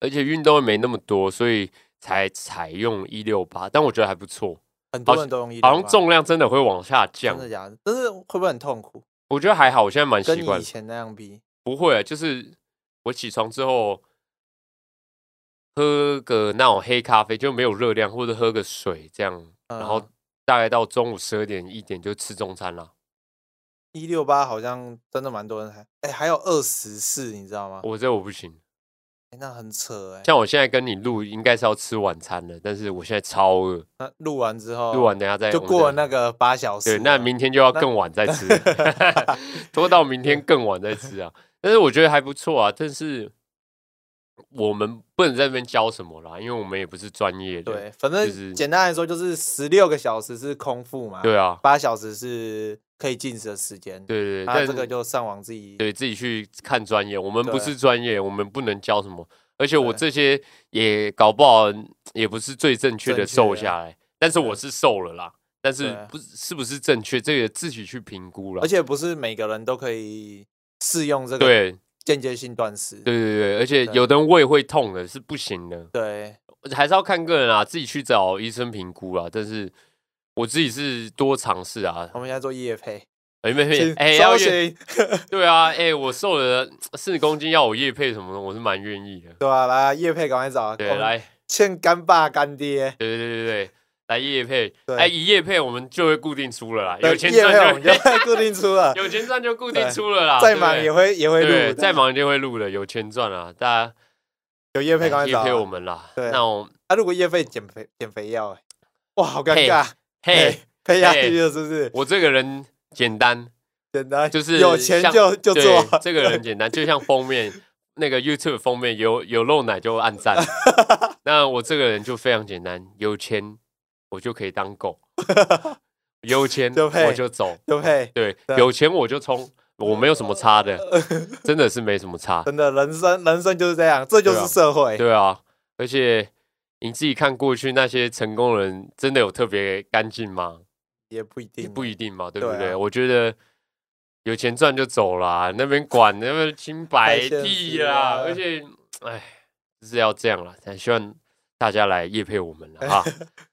[SPEAKER 2] 而且运动也没那么多，所以才采用一六八，但我觉得还不错，
[SPEAKER 1] 很多人都用一，
[SPEAKER 2] 好像重量真的会往下降
[SPEAKER 1] 真，的假的？但是会不会很痛苦？
[SPEAKER 2] 我觉得还好，我现在蛮
[SPEAKER 1] 跟
[SPEAKER 2] 习
[SPEAKER 1] 你
[SPEAKER 2] 惯
[SPEAKER 1] 以，前那样比，
[SPEAKER 2] 不会、啊，就是我起床之后喝个那种黑咖啡，就没有热量，或者喝个水这样，然后
[SPEAKER 1] 嗯
[SPEAKER 2] 大概到中午十二点一点就吃中餐啦。
[SPEAKER 1] 哦一六八好像真的蛮多人还，哎，还有二十四，你知道吗？
[SPEAKER 2] 我这我不行。
[SPEAKER 1] 哎那很扯哎。
[SPEAKER 2] 像我现在跟你录，应该是要吃晚餐了，但是我现在超饿，
[SPEAKER 1] 那录完之后，
[SPEAKER 2] 录完等一下再
[SPEAKER 1] 哦就
[SPEAKER 2] 我们
[SPEAKER 1] 过了
[SPEAKER 2] 再
[SPEAKER 1] 那个八小时
[SPEAKER 2] 对，
[SPEAKER 1] 了。
[SPEAKER 2] 那明天就要更晚再吃， 拖到明天更晚再吃啊。但是我觉得还不错啊，但是我们不能在那边教什么啦，因为我们也不是专业的。
[SPEAKER 1] 对，啊反
[SPEAKER 2] 就是
[SPEAKER 1] 正简单来说就是十六个小时是空腹嘛，
[SPEAKER 2] 对啊，
[SPEAKER 1] 八小时是可以进食的时间。
[SPEAKER 2] 对对对，
[SPEAKER 1] 那
[SPEAKER 2] 但
[SPEAKER 1] 啊这个
[SPEAKER 2] 是
[SPEAKER 1] 就上网自己
[SPEAKER 2] 对自己去看专业，我们不
[SPEAKER 1] 对
[SPEAKER 2] 是专业，我们不能教什么，而且我
[SPEAKER 1] 对
[SPEAKER 2] 这些也搞不好也不是最正确的
[SPEAKER 1] 正确
[SPEAKER 2] 瘦
[SPEAKER 1] 的
[SPEAKER 2] 下来，但是我是瘦了啦，但是
[SPEAKER 1] 对
[SPEAKER 2] 不是是不是正确，这个自己去评估了
[SPEAKER 1] 而。且不是每个人都可以适用这个
[SPEAKER 2] 对
[SPEAKER 1] 间接性断食。
[SPEAKER 2] 对对对，而且
[SPEAKER 1] 对
[SPEAKER 2] 有的人胃会痛的，是不行的，
[SPEAKER 1] 对
[SPEAKER 2] 还是要看个人啊，自己去找医生评估啊。但是我自己是多尝试啊
[SPEAKER 1] 我，们现在做夜配，
[SPEAKER 2] 哎没没
[SPEAKER 1] 请
[SPEAKER 2] 哎
[SPEAKER 1] 搜
[SPEAKER 2] 要愿
[SPEAKER 1] 寻
[SPEAKER 2] 对啊，哎我瘦了四公斤，要我夜配什么的，我是蛮愿意的。
[SPEAKER 1] 对吧、来啊夜配赶快找，
[SPEAKER 2] 对，来，哎
[SPEAKER 1] 欠干爸干爹，
[SPEAKER 2] 对对对对对，来夜配，
[SPEAKER 1] 对
[SPEAKER 2] 哎一夜配我们就会固定出了啦，
[SPEAKER 1] 对
[SPEAKER 2] 有钱
[SPEAKER 1] 夜配我
[SPEAKER 2] 赚
[SPEAKER 1] 们
[SPEAKER 2] 就，
[SPEAKER 1] 就会固定出了
[SPEAKER 2] 有钱赚就固定
[SPEAKER 1] 对
[SPEAKER 2] 出了啦，
[SPEAKER 1] 再
[SPEAKER 2] 对不
[SPEAKER 1] 忙
[SPEAKER 2] 对
[SPEAKER 1] 也会也会
[SPEAKER 2] 对，
[SPEAKER 1] 录，
[SPEAKER 2] 再忙就会录了，有钱赚啊，大家
[SPEAKER 1] 有夜配赶快
[SPEAKER 2] 哎夜
[SPEAKER 1] 找
[SPEAKER 2] 配我
[SPEAKER 1] 啊。
[SPEAKER 2] 们啦，
[SPEAKER 1] 对
[SPEAKER 2] 那我
[SPEAKER 1] 啊，如果夜配减肥减肥药、欸，哇，好尴
[SPEAKER 2] 嘿
[SPEAKER 1] 尬，
[SPEAKER 2] 嘿。
[SPEAKER 1] 配下
[SPEAKER 2] 嘿
[SPEAKER 1] 去了是不是？
[SPEAKER 2] 我这个人简单，
[SPEAKER 1] 简单
[SPEAKER 2] 就是
[SPEAKER 1] 有钱
[SPEAKER 2] 像
[SPEAKER 1] 就就
[SPEAKER 2] 对
[SPEAKER 1] 做，
[SPEAKER 2] 这个人简单，就像封面那个 YouTube 封面有有露奶就按赞。 那我这个人就非常简单，有钱我就可以 当狗，有钱
[SPEAKER 1] 就配
[SPEAKER 2] 我就走，
[SPEAKER 1] 就配，
[SPEAKER 2] 对，
[SPEAKER 1] 对
[SPEAKER 2] 有钱我就冲，我没有什么差的，真的是没什么差。
[SPEAKER 1] 真的人生人生就是这样，这就
[SPEAKER 2] 对啊
[SPEAKER 1] 是社会。
[SPEAKER 2] 对啊，而且你自己看过去那些成功人，真的有特别干净吗？
[SPEAKER 1] 也不一
[SPEAKER 2] 也
[SPEAKER 1] 定，
[SPEAKER 2] 不一定嘛，对不
[SPEAKER 1] 对啊
[SPEAKER 2] 对？我觉得有钱赚就走啦，那边管那边清白
[SPEAKER 1] 太现
[SPEAKER 2] 屁
[SPEAKER 1] 实
[SPEAKER 2] 啦，
[SPEAKER 1] 了
[SPEAKER 2] 而且哎，就是要这样啦。但希望大家来夜配我们了 哈，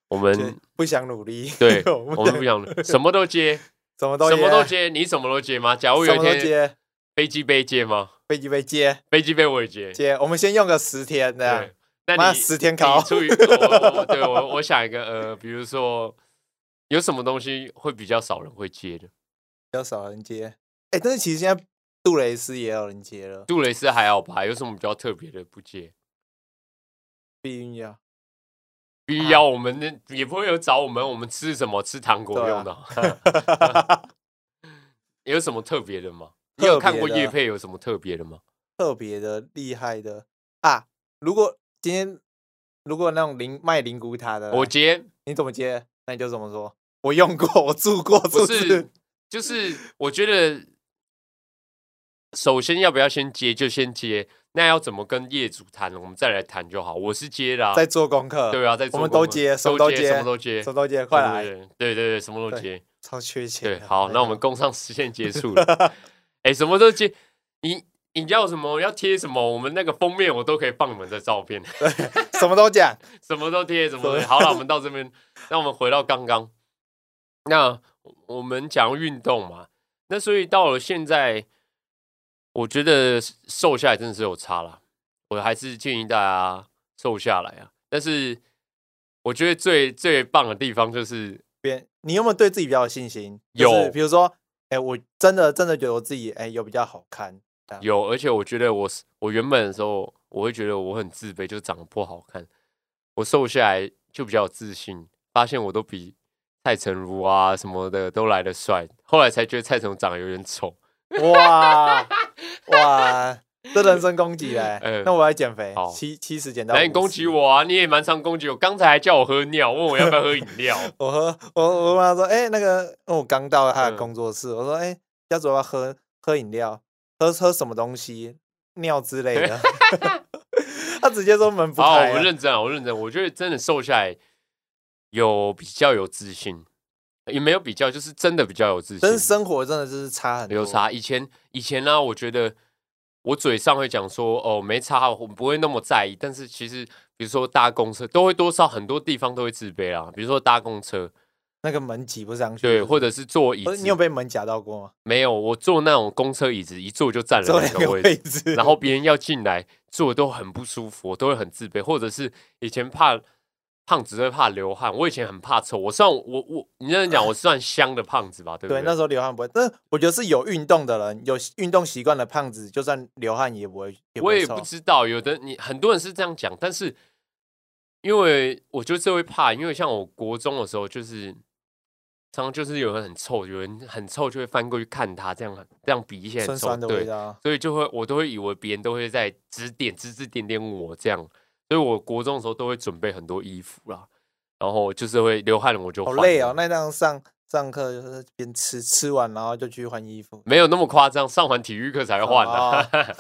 [SPEAKER 2] 我
[SPEAKER 1] 就
[SPEAKER 2] 们
[SPEAKER 1] 不想努力，
[SPEAKER 2] 对我
[SPEAKER 1] 我
[SPEAKER 2] 们
[SPEAKER 1] 们
[SPEAKER 2] 不想 什么都接，
[SPEAKER 1] 什么都
[SPEAKER 2] 什么都
[SPEAKER 1] 接，
[SPEAKER 2] 接，你什么都接吗？假如
[SPEAKER 1] 什
[SPEAKER 2] 有一
[SPEAKER 1] 么都
[SPEAKER 2] 天
[SPEAKER 1] 接，
[SPEAKER 2] 飞机杯接吗？
[SPEAKER 1] 飞机杯接
[SPEAKER 2] 飞机杯我也接，
[SPEAKER 1] 接，我们先用个十天这样
[SPEAKER 2] 对，，那
[SPEAKER 1] 妈
[SPEAKER 2] 你
[SPEAKER 1] 十天
[SPEAKER 2] 你
[SPEAKER 1] 考，
[SPEAKER 2] 出于我我对我我想一个呃，比如说有什么东西会比较少人会接的？
[SPEAKER 1] 比较少人接。哎，但是其实现在杜蕾斯也有人接了，
[SPEAKER 2] 杜蕾斯还好吧？有什么比较特别的不接？
[SPEAKER 1] 避孕药，啊
[SPEAKER 2] 必要，我们那也不会有找我们，我们吃什么？吃糖
[SPEAKER 1] 啊
[SPEAKER 2] 果用的， 有什么特别的吗？你有看过
[SPEAKER 1] 特别的
[SPEAKER 2] 叶配有什么特别的吗？
[SPEAKER 1] 特别的厉害的啊！如果今天如果那种灵卖灵骨塔的，
[SPEAKER 2] 我接
[SPEAKER 1] 你怎么接？那你就怎么说？我用过，我住过，
[SPEAKER 2] 不
[SPEAKER 1] 住
[SPEAKER 2] 是，就是我觉得，首先要不要先接就先接，那要怎么跟业主谈，我们再来谈就好。我是接的、啊，
[SPEAKER 1] 在做功课，
[SPEAKER 2] 对啊，在
[SPEAKER 1] 我们都接，什么
[SPEAKER 2] 都
[SPEAKER 1] 接，
[SPEAKER 2] 什么都接，
[SPEAKER 1] 什么都接，快来，
[SPEAKER 2] 对对对对，什么都接。
[SPEAKER 1] 超缺钱的。哎
[SPEAKER 2] 对，好，
[SPEAKER 1] 真
[SPEAKER 2] 那我
[SPEAKER 1] 的
[SPEAKER 2] 们工上实现结束了。哎，什么都接，你你要什么要贴什么，我们那个封面我都可以放你们的照片，
[SPEAKER 1] 什么都讲，
[SPEAKER 2] 什么都贴，什么
[SPEAKER 1] 什
[SPEAKER 2] 都
[SPEAKER 1] 么
[SPEAKER 2] 贴。好了，我们到这边，那我们回到刚刚，那我们讲运动嘛，那所以到了现在，我觉得瘦下来真的是有差啦。我还是建议大家瘦下来啊，但是我觉得最最棒的地方就是
[SPEAKER 1] 别你有没有对自己比较有信 心？就是
[SPEAKER 2] 有
[SPEAKER 1] 比如说，哎、我真的真的觉得我自己哎、有比较好看，
[SPEAKER 2] 有，而且我觉得我是我原本的时候，我会觉得我很自卑，就是长得不好看。我瘦下来就比较有自信，发现我都比蔡成儒啊什么的都来得帅。后来才觉得蔡成儒长得有点丑。
[SPEAKER 1] 哇哇，这人身攻击嘞、
[SPEAKER 2] 呃
[SPEAKER 1] 那我要减肥
[SPEAKER 2] 好，
[SPEAKER 1] 七七十减到。
[SPEAKER 2] 来，你攻击？我啊！你也蛮常攻击我，刚才还叫我喝尿，问我要不要喝饮料。
[SPEAKER 1] 我喝我我问他说，哎、那个，因为我刚到他
[SPEAKER 2] 嗯
[SPEAKER 1] 的工作室，我说，哎、家主要不要喝喝饮料，喝喝什么东西，尿之类 的。 他直接说门 不
[SPEAKER 2] 好，
[SPEAKER 1] 开、
[SPEAKER 2] 我认真啊，我认真。我觉得真的瘦下来有比较有自信，也没有比较，就是真的比较有自信。
[SPEAKER 1] 真生活真的就是差很多。
[SPEAKER 2] 有差。以前以前呢、我觉得我嘴上会讲说哦没差，我不会那么在意。但是其实比如说搭公车，都会多少很多地方都会自卑啦。比如说搭公车，
[SPEAKER 1] 那个门挤不上去。
[SPEAKER 2] 对，或
[SPEAKER 1] 者
[SPEAKER 2] 者是坐椅
[SPEAKER 1] 呃你有
[SPEAKER 2] 子，
[SPEAKER 1] 被门夹到过吗？
[SPEAKER 2] 没有我坐那种公车椅子，一坐就占
[SPEAKER 1] 坐
[SPEAKER 2] 了
[SPEAKER 1] 两
[SPEAKER 2] 两个
[SPEAKER 1] 个
[SPEAKER 2] 位置
[SPEAKER 1] 位。置，
[SPEAKER 2] 然后别人要进来坐都很不舒服，我都会很自卑，或者是以前怕胖子会怕流汗，我以前很怕臭，我算我我你这样讲，我算香的胖子吧，对不
[SPEAKER 1] 对，那时候流汗不会，但是我觉得是有运动的人，有运动习惯的胖子，就算流汗也不会，也不
[SPEAKER 2] 我
[SPEAKER 1] 会
[SPEAKER 2] 也
[SPEAKER 1] 臭
[SPEAKER 2] 不知道，有的你很多人是这样讲，但是因为我就是会怕，因为像我国中的时候，就是常常就是有人很臭，有人很臭就会翻过去看他，这样这样比一些
[SPEAKER 1] 酸
[SPEAKER 2] 很臭，
[SPEAKER 1] 酸的味
[SPEAKER 2] 对，
[SPEAKER 1] 道。
[SPEAKER 2] 所以就会我都会以为别人都会在指点指指点点我这样，所以我国中的时候都会准备很多衣服啦，然后就是会流汗我就
[SPEAKER 1] 好
[SPEAKER 2] 换
[SPEAKER 1] 累
[SPEAKER 2] 了
[SPEAKER 1] 哦，那这样上上课就是边吃吃完，然后就去换衣服。
[SPEAKER 2] 没有那么夸张，上完体育课才会换啊，
[SPEAKER 1] 哦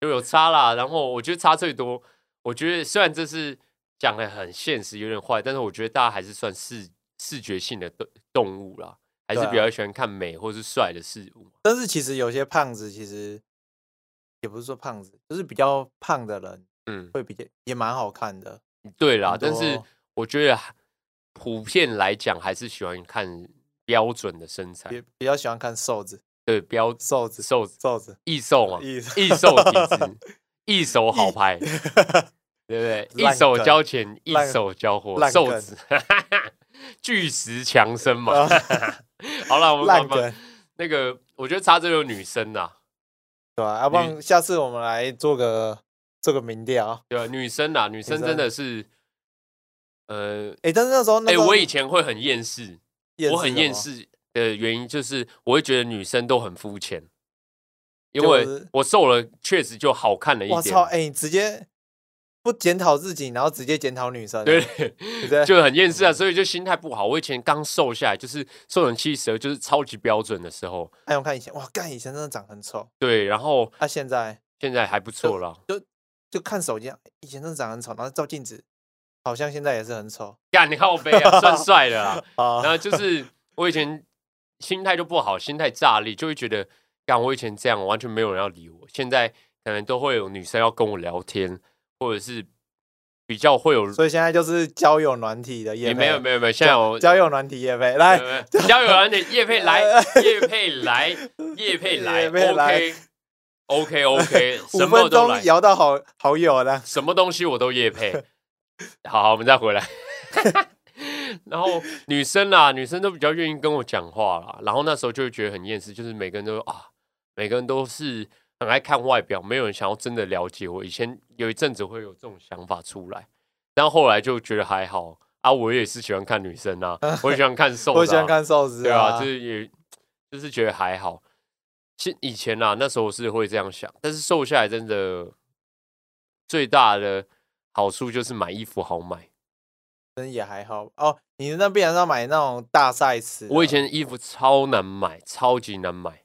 [SPEAKER 2] 就 有差啦。然后我觉得差最多，我觉得虽然这是讲的很现实，有点坏，但是我觉得大家还是算视视觉性的动动物啦，还是
[SPEAKER 1] 对啊
[SPEAKER 2] 比较喜欢看美或是帅的事物。
[SPEAKER 1] 但是其实有些胖子其实也不是说胖子，就是比较胖的人
[SPEAKER 2] 嗯，
[SPEAKER 1] 会比较也蛮好看的。
[SPEAKER 2] 对啦
[SPEAKER 1] 很，
[SPEAKER 2] 但是
[SPEAKER 1] 多
[SPEAKER 2] 我觉得普遍来讲还是喜欢看标准的身材
[SPEAKER 1] 比，比较喜欢看瘦子，
[SPEAKER 2] 对标
[SPEAKER 1] 瘦子，
[SPEAKER 2] 瘦子
[SPEAKER 1] 瘦子，
[SPEAKER 2] 易瘦嘛，
[SPEAKER 1] 一
[SPEAKER 2] 易瘦体质，一 手好拍。对不对？
[SPEAKER 1] 烂
[SPEAKER 2] 一手
[SPEAKER 1] 梗
[SPEAKER 2] 交钱，一
[SPEAKER 1] 烂
[SPEAKER 2] 手交货，
[SPEAKER 1] 烂
[SPEAKER 2] 瘦
[SPEAKER 1] 梗啊
[SPEAKER 2] 子， 巨石强森嘛。好 了，我们
[SPEAKER 1] 烂
[SPEAKER 2] 慢慢
[SPEAKER 1] 梗，
[SPEAKER 2] 那个，我觉得差这有女生呐、
[SPEAKER 1] 对吧、啊要不然下次我们来做个做个民调。
[SPEAKER 2] 对吧？女生呐、啊女生真的是，呃，
[SPEAKER 1] 哎、但是那时候，那
[SPEAKER 2] 哎、
[SPEAKER 1] 时候
[SPEAKER 2] 我以前会很厌世，
[SPEAKER 1] 厌
[SPEAKER 2] 我很
[SPEAKER 1] 什
[SPEAKER 2] 厌
[SPEAKER 1] 么，
[SPEAKER 2] 世的原因就是，我会觉得女生都很肤浅，因
[SPEAKER 1] 就
[SPEAKER 2] 为
[SPEAKER 1] 是
[SPEAKER 2] 我瘦了，确实就好看了一
[SPEAKER 1] 我操，
[SPEAKER 2] 点，
[SPEAKER 1] 哎、你直接不检讨自己，然后直接检讨女生，
[SPEAKER 2] 对
[SPEAKER 1] 对不对？
[SPEAKER 2] 就很厌世啊，所以就心态不好。我以前刚瘦下来，就是瘦成七十，就是超级标准的时候，
[SPEAKER 1] 哎，我看以前，哇，干以前真的长很丑，
[SPEAKER 2] 对，然后
[SPEAKER 1] 他、现在
[SPEAKER 2] 现在还不错啦。
[SPEAKER 1] 就看手机，啊以前真的长很丑，然后照镜子，好像现在也是很丑
[SPEAKER 2] 干，你看我背啊，算帅的 啦。
[SPEAKER 1] 啊
[SPEAKER 2] 然后就是我以前心态就不好，心态炸裂，就会觉得干我以前这样完全没有人要理我，现在可能都会有女生要跟我聊天，或者是比较会有
[SPEAKER 1] 所以现在就是交友软体的业
[SPEAKER 2] 也
[SPEAKER 1] 配，
[SPEAKER 2] 没有没有没有，现在呃
[SPEAKER 1] 交
[SPEAKER 2] 有
[SPEAKER 1] 交友软体业配，来，
[SPEAKER 2] 对交友软件叶佩 来，叶佩来，叶佩来
[SPEAKER 1] 业配来
[SPEAKER 2] ，OK OK OK，
[SPEAKER 1] 五
[SPEAKER 2] 什么
[SPEAKER 1] 分
[SPEAKER 2] 都
[SPEAKER 1] 钟
[SPEAKER 2] 来，
[SPEAKER 1] 摇到好好友了，
[SPEAKER 2] 什么东西我都夜配。 好好，我们再回来。 然后女生啦，女生都比较愿意跟我讲话啦。然后那时候就会觉得很厌世，就是每个人都啊，每个人都是很爱看外表，没有人想要真的了解我。以前有一阵子会有这种想法出来，但后来就觉得还好啊。我也是喜欢看女生啊，我也喜欢看瘦的、啊，
[SPEAKER 1] 我喜欢看瘦子
[SPEAKER 2] 对啊，就是也就是觉得还好。其以前啊，那时候是会这样想，但是瘦下来真的最大的好处就是买衣服好买。
[SPEAKER 1] 真也还好哦。你那必然要买啊那种大 size，的
[SPEAKER 2] 我以前衣服超难买，超级难买，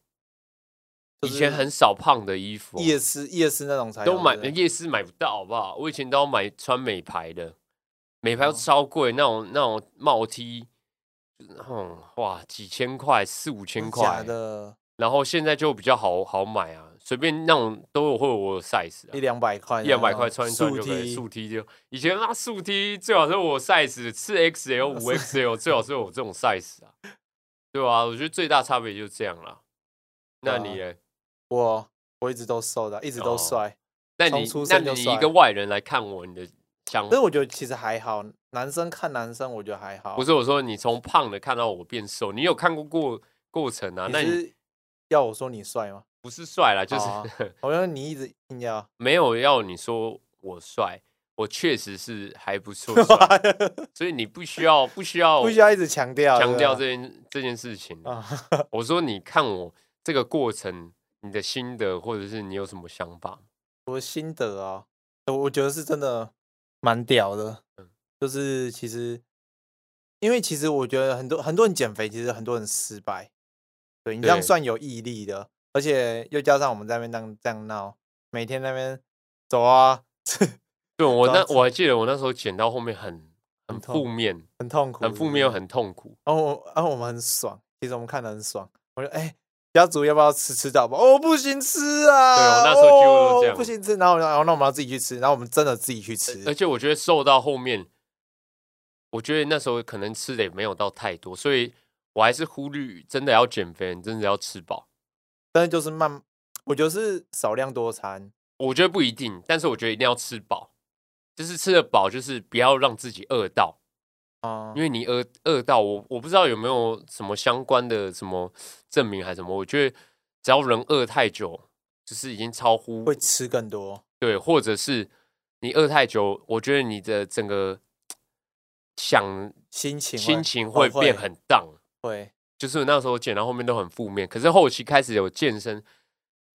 [SPEAKER 1] 就
[SPEAKER 2] 以
[SPEAKER 1] 是
[SPEAKER 2] 前很少胖的衣服哦、
[SPEAKER 1] 夜市夜市那种才
[SPEAKER 2] 都
[SPEAKER 1] 有
[SPEAKER 2] 买
[SPEAKER 1] 对不对
[SPEAKER 2] 夜市买不到，好不好？我以前都要买穿美牌的，美牌都
[SPEAKER 1] 哦
[SPEAKER 2] 超贵，那种那种帽 T，嗯，哇，几千块，四五千
[SPEAKER 1] 真假
[SPEAKER 2] 块。
[SPEAKER 1] 的，
[SPEAKER 2] 然后现在就比较好好买啊，随便那种都有会有我的 size
[SPEAKER 1] 一
[SPEAKER 2] 啊，
[SPEAKER 1] 两百块
[SPEAKER 2] 一
[SPEAKER 1] 的那
[SPEAKER 2] 两
[SPEAKER 1] 种，
[SPEAKER 2] 百块穿一穿
[SPEAKER 1] 竖
[SPEAKER 2] 就可以。
[SPEAKER 1] T
[SPEAKER 2] 速 T 就以前那速 T 最好是我 size，四 XL、五 XL 最好是我这种 size 啊，对啊，我觉得最大差别就是这样啦。那
[SPEAKER 1] 对啊
[SPEAKER 2] 你嘞？
[SPEAKER 1] 我我一直都瘦的，一直
[SPEAKER 2] 哦
[SPEAKER 1] 都帅，
[SPEAKER 2] 那
[SPEAKER 1] 从
[SPEAKER 2] 你
[SPEAKER 1] 出
[SPEAKER 2] 那
[SPEAKER 1] 生就
[SPEAKER 2] 你一
[SPEAKER 1] 帅
[SPEAKER 2] 个外人来看我，你的想
[SPEAKER 1] 但是我觉得其实还好，男生看男生我觉得还好。
[SPEAKER 2] 不是我说你从胖的看到我变瘦，你有看过过过程啊？
[SPEAKER 1] 你
[SPEAKER 2] 那你
[SPEAKER 1] 是要我说你帅吗？
[SPEAKER 2] 不是帅啦，就是、
[SPEAKER 1] 哦好像你一直硬要，
[SPEAKER 2] 没有要你说我帅，我确实是啊还 不错帅，所以你不需要不需要
[SPEAKER 1] 不需要一直强调
[SPEAKER 2] 强调这
[SPEAKER 1] 对
[SPEAKER 2] 件这件事情
[SPEAKER 1] 吧。啊。
[SPEAKER 2] 我说你看我这个过程，你的心得或者是你有什么想法？
[SPEAKER 1] 我的心得啊、呃我觉得是真的蛮屌的
[SPEAKER 2] 嗯。
[SPEAKER 1] 就是其实，因为其实我觉得很多很多人减肥，其实很多人失败。对你这样
[SPEAKER 2] 对
[SPEAKER 1] 算有毅力的，而且又加上我们在那边这样这样闹，每天那边走啊，
[SPEAKER 2] 对我
[SPEAKER 1] 主
[SPEAKER 2] 那
[SPEAKER 1] 要是
[SPEAKER 2] 我还记得我那时候减到后面很很
[SPEAKER 1] 很痛
[SPEAKER 2] 负面，
[SPEAKER 1] 很痛苦，
[SPEAKER 2] 很负面又。很痛苦。
[SPEAKER 1] 然后我，然后我们很爽，其实我们看的很爽。我说，哎、家族要不要吃吃到饱？哦，不行吃啊！
[SPEAKER 2] 对我那时候几乎
[SPEAKER 1] 哦
[SPEAKER 2] 都这样啊呃
[SPEAKER 1] 不行吃。然后，然后那我们要自己去吃，然后我们真的自己去吃。
[SPEAKER 2] 而且我觉得瘦到后面，我觉得那时候可能吃的也没有到太多，所以我还是忽略真的要减肥，真的要吃饱。
[SPEAKER 1] 但是就是慢，我觉得是少量多餐。
[SPEAKER 2] 我觉得不一定，但是我觉得一定要吃饱，就是吃得饱，就是不要让自己饿到，
[SPEAKER 1] 啊、
[SPEAKER 2] 因为你饿饿到我，我不知道有没有什么相关的什么证明还是什么。我觉得只要人饿太久，就是已经超乎
[SPEAKER 1] 会吃更多。
[SPEAKER 2] 对，或者是你饿太久，我觉得你的整个想
[SPEAKER 1] 心情会
[SPEAKER 2] 心情
[SPEAKER 1] 哦
[SPEAKER 2] 会变
[SPEAKER 1] 会
[SPEAKER 2] 很荡。
[SPEAKER 1] 会
[SPEAKER 2] 就是那时候减到后面都很负面，可是后期开始有健身，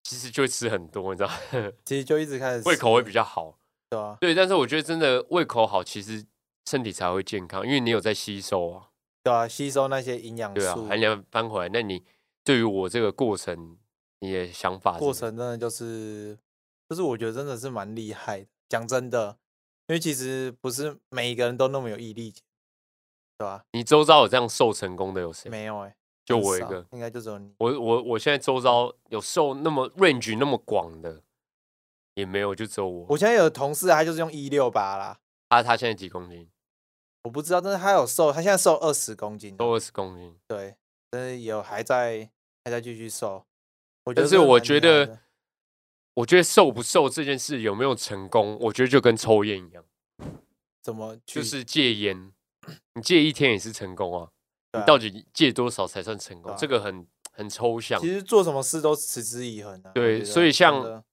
[SPEAKER 2] 其实就会吃很多，你知 道吗，
[SPEAKER 1] 其实就一直开始
[SPEAKER 2] 胃口会比
[SPEAKER 1] 较
[SPEAKER 2] 较好。
[SPEAKER 1] 对啊，
[SPEAKER 2] 对，但是我觉得真的胃口好，其实身体才会健康，因为你有在吸收啊，
[SPEAKER 1] 对啊，吸收那些营养
[SPEAKER 2] 对啊
[SPEAKER 1] 素。，
[SPEAKER 2] 还能翻回来。那你对于我这个过程，你的想法是
[SPEAKER 1] 过
[SPEAKER 2] 什么
[SPEAKER 1] 程真的就是，就是我觉得真的是蛮厉害的。讲真的，因为其实不是每一个人都那么有毅力，对吧、
[SPEAKER 2] 你周遭有这样瘦成功的有谁？
[SPEAKER 1] 没有哎、
[SPEAKER 2] 就
[SPEAKER 1] 很
[SPEAKER 2] 我一
[SPEAKER 1] 少
[SPEAKER 2] 个。嗯
[SPEAKER 1] 应该就只有你。
[SPEAKER 2] 我我我现在
[SPEAKER 1] 嗯
[SPEAKER 2] 周遭有瘦那么 range 那么广的，也没有，就只有我。
[SPEAKER 1] 我现在有的同事啊他就是用一六八啦，
[SPEAKER 2] 他他现在几公斤？
[SPEAKER 1] 我不知道，但是他有瘦，他现在瘦二十公斤了，
[SPEAKER 2] 都二十公斤。
[SPEAKER 1] 对，但是也有还在还在继续瘦。我觉得
[SPEAKER 2] 但是
[SPEAKER 1] 真的
[SPEAKER 2] 我
[SPEAKER 1] 蛮
[SPEAKER 2] 觉
[SPEAKER 1] 厉害
[SPEAKER 2] 得
[SPEAKER 1] 的
[SPEAKER 2] 我觉得瘦不瘦这件事有没有成功，我觉得就跟抽烟一样，
[SPEAKER 1] 怎么去
[SPEAKER 2] 就是戒烟，你戒一天也是成功啊。
[SPEAKER 1] 对
[SPEAKER 2] 你
[SPEAKER 1] 啊
[SPEAKER 2] 到底戒多少才算成功？
[SPEAKER 1] 对啊
[SPEAKER 2] 这个很很抽象
[SPEAKER 1] 其。实做什么事都持之以恒啊。我
[SPEAKER 2] 对
[SPEAKER 1] 觉
[SPEAKER 2] 所
[SPEAKER 1] 得
[SPEAKER 2] 以像
[SPEAKER 1] 真的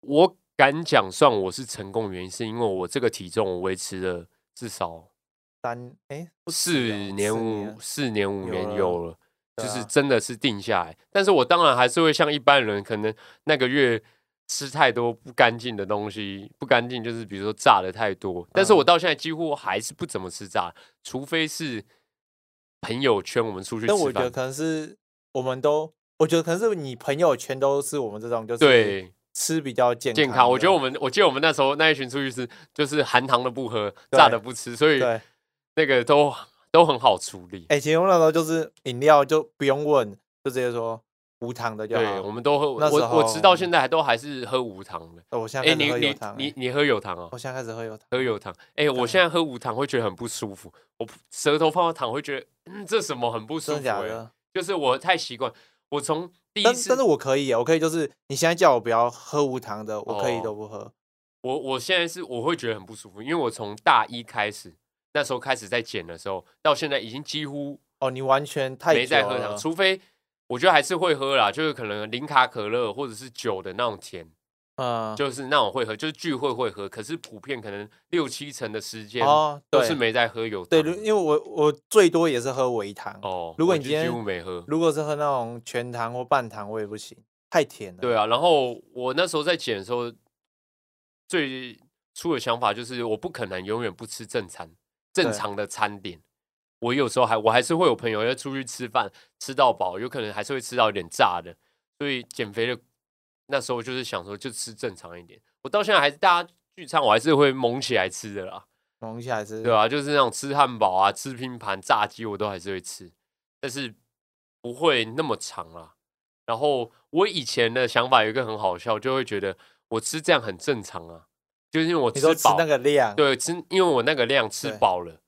[SPEAKER 2] 我敢讲，算我是成功，原因是因为我这个体重我维持了至少
[SPEAKER 1] 三哎不止
[SPEAKER 2] 四
[SPEAKER 1] 哦
[SPEAKER 2] 年五四年五
[SPEAKER 1] 有
[SPEAKER 2] 年
[SPEAKER 1] 了
[SPEAKER 2] 有了，就
[SPEAKER 1] 对
[SPEAKER 2] 是
[SPEAKER 1] 啊
[SPEAKER 2] 真的是定下来。但是我当然还是会像一般人，可能那个月吃太多不干净的东西，不干净就是比如说炸的太多。但是我
[SPEAKER 1] 嗯
[SPEAKER 2] 到现在几乎还是不怎么吃炸，除非是朋友圈我们出去
[SPEAKER 1] 但我
[SPEAKER 2] 吃
[SPEAKER 1] 觉得
[SPEAKER 2] 饭。
[SPEAKER 1] 可能是我们都，我觉得可能是你朋友圈都是我们这种就是
[SPEAKER 2] 对
[SPEAKER 1] 吃比较健
[SPEAKER 2] 健康，我觉得我
[SPEAKER 1] 们
[SPEAKER 2] 们，我记得我们那时候那一群出去吃，就是含糖的不喝，炸
[SPEAKER 1] 对
[SPEAKER 2] 的不吃，所以
[SPEAKER 1] 对，哎、
[SPEAKER 2] 那个都都很好处理。
[SPEAKER 1] 其实我那时候就是饮料就不用问，就直接说无糖的就好。
[SPEAKER 2] 对，我们都喝，
[SPEAKER 1] 那时
[SPEAKER 2] 我我直到
[SPEAKER 1] 候
[SPEAKER 2] 现在还都还是喝无糖的。
[SPEAKER 1] 呃我现在
[SPEAKER 2] 哎，
[SPEAKER 1] 开
[SPEAKER 2] 你
[SPEAKER 1] 始喝
[SPEAKER 2] 你
[SPEAKER 1] 有糖、
[SPEAKER 2] 你
[SPEAKER 1] 哎
[SPEAKER 2] 你喝有糖啊？
[SPEAKER 1] 我现在开始喝有糖，
[SPEAKER 2] 喝有糖，哎，我
[SPEAKER 1] 对
[SPEAKER 2] 现在喝无糖会觉得很不舒服，我舌头碰到糖会觉得，嗯，这什么很不舒
[SPEAKER 1] 真的假
[SPEAKER 2] 服欸，
[SPEAKER 1] 的？
[SPEAKER 2] 就是我太习惯，我从第一
[SPEAKER 1] 但但
[SPEAKER 2] 次
[SPEAKER 1] 是，我可以，我可以就是你现在叫我不要喝无糖的，我可以
[SPEAKER 2] 哦
[SPEAKER 1] 都不喝。
[SPEAKER 2] 我我现在是我会觉得很不舒服，因为我从大一开始，那时候开始在减的时候，到现在已经几乎
[SPEAKER 1] 哦，你完全太
[SPEAKER 2] 没
[SPEAKER 1] 久
[SPEAKER 2] 在喝糖，
[SPEAKER 1] 了
[SPEAKER 2] 除非我觉得还是会喝啦，就是可能零卡可乐或者是酒的那种甜，
[SPEAKER 1] 嗯，
[SPEAKER 2] 就是那种会喝，就是聚会会喝，可是普遍可能六七成的时间
[SPEAKER 1] 哦，
[SPEAKER 2] 都
[SPEAKER 1] 对
[SPEAKER 2] 是没在喝有
[SPEAKER 1] 对，
[SPEAKER 2] 糖
[SPEAKER 1] 如
[SPEAKER 2] 的
[SPEAKER 1] 因为我我最多也是喝微糖。
[SPEAKER 2] 哦，
[SPEAKER 1] 如果
[SPEAKER 2] 我
[SPEAKER 1] 你
[SPEAKER 2] 就
[SPEAKER 1] 今天
[SPEAKER 2] 几乎没喝，
[SPEAKER 1] 如果是喝那种全糖或半糖，我也不行，太甜了。
[SPEAKER 2] 对啊，然后我那时候在减的时候，最初的想法就是我不可能永远不吃正餐，正
[SPEAKER 1] 对
[SPEAKER 2] 常的餐点。我有时候还我还是会有朋友要出去吃饭，吃到饱，有可能还是会吃到一点炸的，所以减肥的那时候就是想说就吃正常一点。我到现在还是大家聚餐，我还是会猛起来吃的啦，
[SPEAKER 1] 蒙起来是，
[SPEAKER 2] 对啊，就是那种吃汉堡啊、吃拼盘、炸鸡，我都还是会吃，但是不会那么长啦。然后我以前的想法有一个很好笑，就会觉得我吃这样很正常啊，就是因为我
[SPEAKER 1] 你
[SPEAKER 2] 吃
[SPEAKER 1] 说吃
[SPEAKER 2] 饱，
[SPEAKER 1] 那个量，，
[SPEAKER 2] 对，吃因为我那个量吃
[SPEAKER 1] 对啊
[SPEAKER 2] 饱了，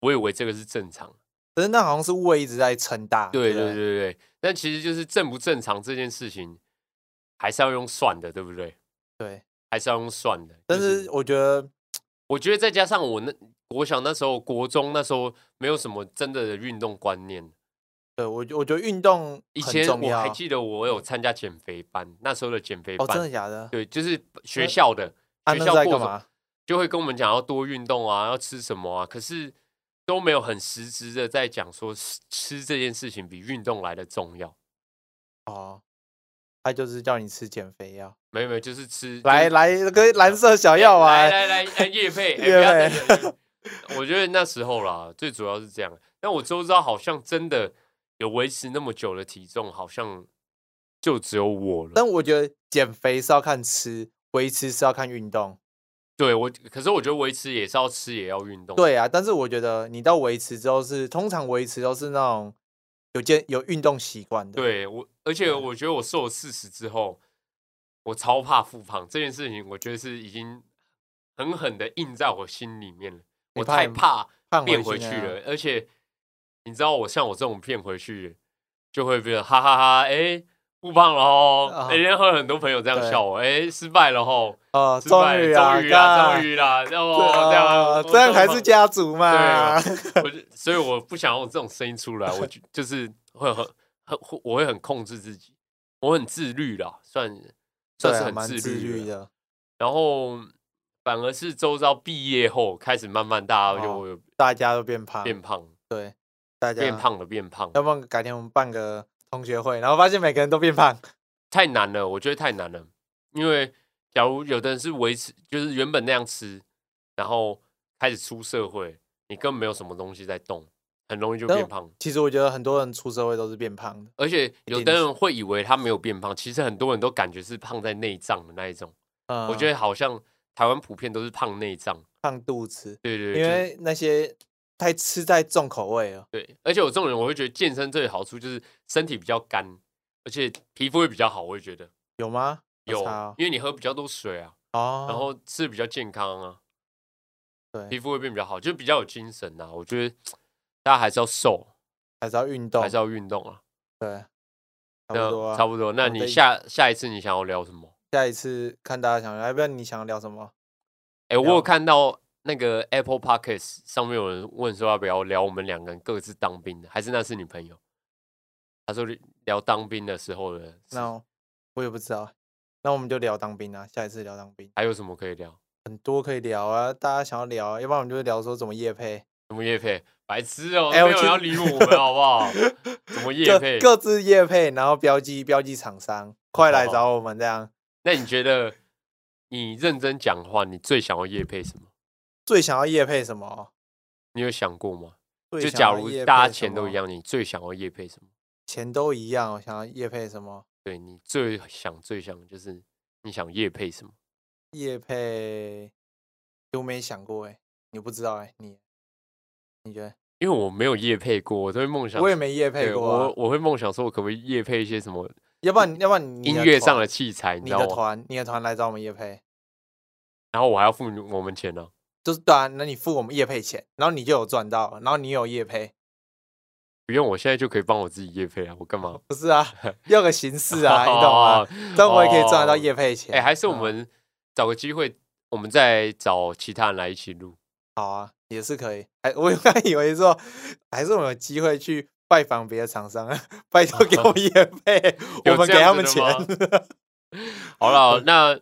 [SPEAKER 2] 我以为这个是正常。
[SPEAKER 1] 可是那好像是胃一直在撑大，
[SPEAKER 2] 对
[SPEAKER 1] 不
[SPEAKER 2] 对对对，但其实就是正不正常这件事情，还是要用算的，对不对？
[SPEAKER 1] 对。
[SPEAKER 2] 还是要用算的。
[SPEAKER 1] 但
[SPEAKER 2] 就是
[SPEAKER 1] 是我觉得
[SPEAKER 2] 我觉得再加上我那我想那时候国中那时候没有什么真的的运动观念，
[SPEAKER 1] 对我觉，我觉得运动
[SPEAKER 2] 以
[SPEAKER 1] 很
[SPEAKER 2] 前
[SPEAKER 1] 重
[SPEAKER 2] 我
[SPEAKER 1] 要嗯
[SPEAKER 2] 还记得我有参加减肥班，那时候的减肥
[SPEAKER 1] 哦，
[SPEAKER 2] 班，
[SPEAKER 1] 真的假的？
[SPEAKER 2] 对，就是学
[SPEAKER 1] 那
[SPEAKER 2] 校的
[SPEAKER 1] 啊，
[SPEAKER 2] 学
[SPEAKER 1] 那
[SPEAKER 2] 校
[SPEAKER 1] 是在
[SPEAKER 2] 过
[SPEAKER 1] 干
[SPEAKER 2] 什么
[SPEAKER 1] 嘛？
[SPEAKER 2] 就会跟我们讲要多运动啊，要吃什么啊，可是都没有很实质的在讲说吃吃这件事情比运动来的重要。
[SPEAKER 1] 哦，他就是叫你吃减肥药，
[SPEAKER 2] 没有没有，就是吃
[SPEAKER 1] 来
[SPEAKER 2] 就是
[SPEAKER 1] 来跟蓝色小
[SPEAKER 2] 哎
[SPEAKER 1] 药丸，
[SPEAKER 2] 来来来，哎 叶配，哎
[SPEAKER 1] 业
[SPEAKER 2] 不要再讲业我觉得那时候啦，最主要是这样。但我周遭好像真的有维持那么久的体重，好像就只有我了。
[SPEAKER 1] 但我觉得减肥是要看吃，维持是要看运动。
[SPEAKER 2] 对我，可是我觉得维持也是要吃，也要运动。，
[SPEAKER 1] 对啊，但是我觉得你到维持之后是，通常维持都是那种有健有运动习惯的。，
[SPEAKER 2] 对我，而且
[SPEAKER 1] 对
[SPEAKER 2] 我觉得我瘦了四十之后，我超怕复胖这件事情，我觉得是已经狠狠的印在我心里面了。
[SPEAKER 1] 你
[SPEAKER 2] 我
[SPEAKER 1] 怕
[SPEAKER 2] 太
[SPEAKER 1] 你
[SPEAKER 2] 怕
[SPEAKER 1] 胖
[SPEAKER 2] 变
[SPEAKER 1] 回
[SPEAKER 2] 回
[SPEAKER 1] 去
[SPEAKER 2] 去
[SPEAKER 1] 那样
[SPEAKER 2] 了，而且你知道我像我这种变回去，就会变得哈哈哈，哎、不胖了哦
[SPEAKER 1] 啊，
[SPEAKER 2] 那天会有很多朋友这样
[SPEAKER 1] 对
[SPEAKER 2] 笑我，哎、失败了哦，
[SPEAKER 1] 哦，
[SPEAKER 2] 失
[SPEAKER 1] 终
[SPEAKER 2] 败
[SPEAKER 1] 于
[SPEAKER 2] 了
[SPEAKER 1] 啊，
[SPEAKER 2] 终于啦，
[SPEAKER 1] 干
[SPEAKER 2] 终于啦，哦，这样
[SPEAKER 1] 哦
[SPEAKER 2] 啊
[SPEAKER 1] 这样才是，家族
[SPEAKER 2] 我
[SPEAKER 1] 嘛。
[SPEAKER 2] 对，啊我就所以我不想用这种声音出来，我就就是会很很我会很控制自己，我很自律啦，算
[SPEAKER 1] 对
[SPEAKER 2] 算是
[SPEAKER 1] 啊，蛮
[SPEAKER 2] 很
[SPEAKER 1] 自
[SPEAKER 2] 律
[SPEAKER 1] 律
[SPEAKER 2] 的
[SPEAKER 1] 的。
[SPEAKER 2] 然后反而是周遭毕业后开始慢慢大家就
[SPEAKER 1] 哦啊
[SPEAKER 2] 会有
[SPEAKER 1] 大家都变胖，
[SPEAKER 2] 变胖，
[SPEAKER 1] 对，大家
[SPEAKER 2] 变。胖了，变胖了，
[SPEAKER 1] 要不然改天我们办个同学会，然后发现每个人都变胖。
[SPEAKER 2] 太难了，我觉得太难了。因为假如有的人是维持，就是原本那样吃，然后开始出社会，你根本没有什么东西在动，很容易就
[SPEAKER 1] 但
[SPEAKER 2] 变胖。
[SPEAKER 1] 其实我觉得很多人出社会都是变胖的
[SPEAKER 2] 而且有
[SPEAKER 1] 定
[SPEAKER 2] 的
[SPEAKER 1] 是
[SPEAKER 2] 人会以为他没有变胖，其实很多人都感觉是胖在内脏的那一种。。
[SPEAKER 1] 嗯、
[SPEAKER 2] 我觉得好像台湾普遍都是胖内脏，
[SPEAKER 1] 胖肚子，
[SPEAKER 2] 对对对，
[SPEAKER 1] 因
[SPEAKER 2] 就是
[SPEAKER 1] 为那些太吃太重口味了。
[SPEAKER 2] 对。而且我这种人，我会觉得健身最有好处就是身体比较干，而且皮肤会比较好。我会觉得
[SPEAKER 1] 有吗？
[SPEAKER 2] 有
[SPEAKER 1] 差哦，
[SPEAKER 2] 因为你喝比较多水啊，
[SPEAKER 1] 哦
[SPEAKER 2] 然后吃得比较健康啊。皮
[SPEAKER 1] 对，
[SPEAKER 2] 肤会变比较好，就比较有精神呐、我觉得大家还是要瘦，
[SPEAKER 1] 还是要运动，
[SPEAKER 2] 还是要运动啊。
[SPEAKER 1] 对，差不
[SPEAKER 2] 那
[SPEAKER 1] 多啊。
[SPEAKER 2] 差不多。那
[SPEAKER 1] 我的
[SPEAKER 2] 你
[SPEAKER 1] 意
[SPEAKER 2] 下下一次你想要聊什么？
[SPEAKER 1] 下一次看大家想，要不然你想聊什么？
[SPEAKER 2] 哎、我有
[SPEAKER 1] 聊
[SPEAKER 2] 看到那个 Apple Podcast 上面有人问说要不要聊我们两个人各自当兵的，还是那是你朋友？他说聊当兵的时候的事，
[SPEAKER 1] 那我我也不知道，那我们就聊当兵啊，下一次聊当兵，
[SPEAKER 2] 还有什么可以聊？
[SPEAKER 1] 很多可以聊啊，大家想要聊啊，要不然我们就聊说怎么夜配，
[SPEAKER 2] 什么叶配？白痴哦、
[SPEAKER 1] 哎我
[SPEAKER 2] 没有人
[SPEAKER 1] 去
[SPEAKER 2] 要理我们好不好？什么叶配
[SPEAKER 1] 各？各自夜配，然后标记标记厂商，快来
[SPEAKER 2] 好
[SPEAKER 1] 找我们这样。
[SPEAKER 2] 那你觉得你认真讲话，你最想要叶配什么？
[SPEAKER 1] 最想要夜配什么？
[SPEAKER 2] 你有想过吗？
[SPEAKER 1] 最
[SPEAKER 2] 就
[SPEAKER 1] 想
[SPEAKER 2] 假
[SPEAKER 1] 要
[SPEAKER 2] 如
[SPEAKER 1] 业
[SPEAKER 2] 大家
[SPEAKER 1] 配什
[SPEAKER 2] 钱都一
[SPEAKER 1] 么，
[SPEAKER 2] 样，你最想要业配什么？
[SPEAKER 1] 钱都一样，我想要夜配什么？
[SPEAKER 2] 对你最想最想就是你想业配什么？
[SPEAKER 1] 夜配，我没想过哎、你不知道哎、你你觉得？
[SPEAKER 2] 因为我没有业配过，我都会梦想，
[SPEAKER 1] 我也没夜配
[SPEAKER 2] 对
[SPEAKER 1] 过、啊
[SPEAKER 2] 我，我会梦想说，我可不可以业配一些什么
[SPEAKER 1] 要不然要不然你
[SPEAKER 2] 音乐上
[SPEAKER 1] 团
[SPEAKER 2] 的器材，你
[SPEAKER 1] 你
[SPEAKER 2] 知道
[SPEAKER 1] 的
[SPEAKER 2] 吗？
[SPEAKER 1] 团你的团来找我们夜配，
[SPEAKER 2] 然后我还要付你我们钱呢、
[SPEAKER 1] 就是对啊，那你付我们夜配钱，然后你就有赚到，然后你有夜配，
[SPEAKER 2] 不用，我现在就可以帮我自己业配啊，我干嘛？
[SPEAKER 1] 不是啊，要个形式啊，你懂吗？
[SPEAKER 2] 哦？
[SPEAKER 1] 但我也可以赚得到
[SPEAKER 2] 哦
[SPEAKER 1] 夜配钱。
[SPEAKER 2] 哎、还是我
[SPEAKER 1] 嗯
[SPEAKER 2] 们找个机会，我们再找其他人来一 起录。
[SPEAKER 1] 好啊，也是可以。哎，我刚以为说，还是我们有机会去拜访别的厂商，啊拜托给 我们业配，
[SPEAKER 2] 有
[SPEAKER 1] 我们给
[SPEAKER 2] 这
[SPEAKER 1] 他
[SPEAKER 2] 样
[SPEAKER 1] 们
[SPEAKER 2] 子
[SPEAKER 1] 钱
[SPEAKER 2] 的。好
[SPEAKER 1] 嗯
[SPEAKER 2] 了，那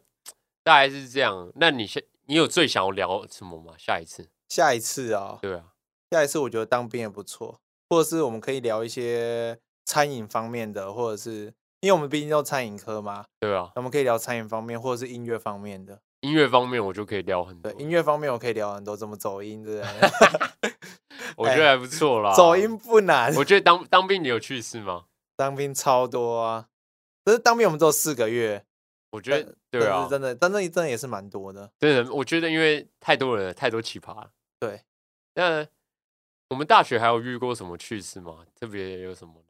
[SPEAKER 2] 大概是这样。那你下你有最想要聊什么吗？下一次？
[SPEAKER 1] 下一次哦，
[SPEAKER 2] 对啊，
[SPEAKER 1] 下一次我觉得当兵也不错，或者是我们可以聊一些餐饮方面的，或者是因为我们毕竟都餐饮科嘛，
[SPEAKER 2] 对啊，
[SPEAKER 1] 我们可以聊餐饮方面，或者是音乐方面的。
[SPEAKER 2] 音乐方面我就可以聊很多
[SPEAKER 1] 对，，音乐方面我可以聊很多，怎么走音之类的
[SPEAKER 2] 我觉得还不错啦。
[SPEAKER 1] 哎走音，不难，
[SPEAKER 2] 我觉得当当兵你有去是吗？
[SPEAKER 1] 当兵超多啊。可是当兵我们只有四个月，
[SPEAKER 2] 我觉得对
[SPEAKER 1] 但是
[SPEAKER 2] 啊，
[SPEAKER 1] 真的，但那真的也是蛮多的。
[SPEAKER 2] 真的，我觉得因为太多人了，太多奇葩了。
[SPEAKER 1] 对，
[SPEAKER 2] 那我们大学还有遇过什么趣事吗？特别有什么呢？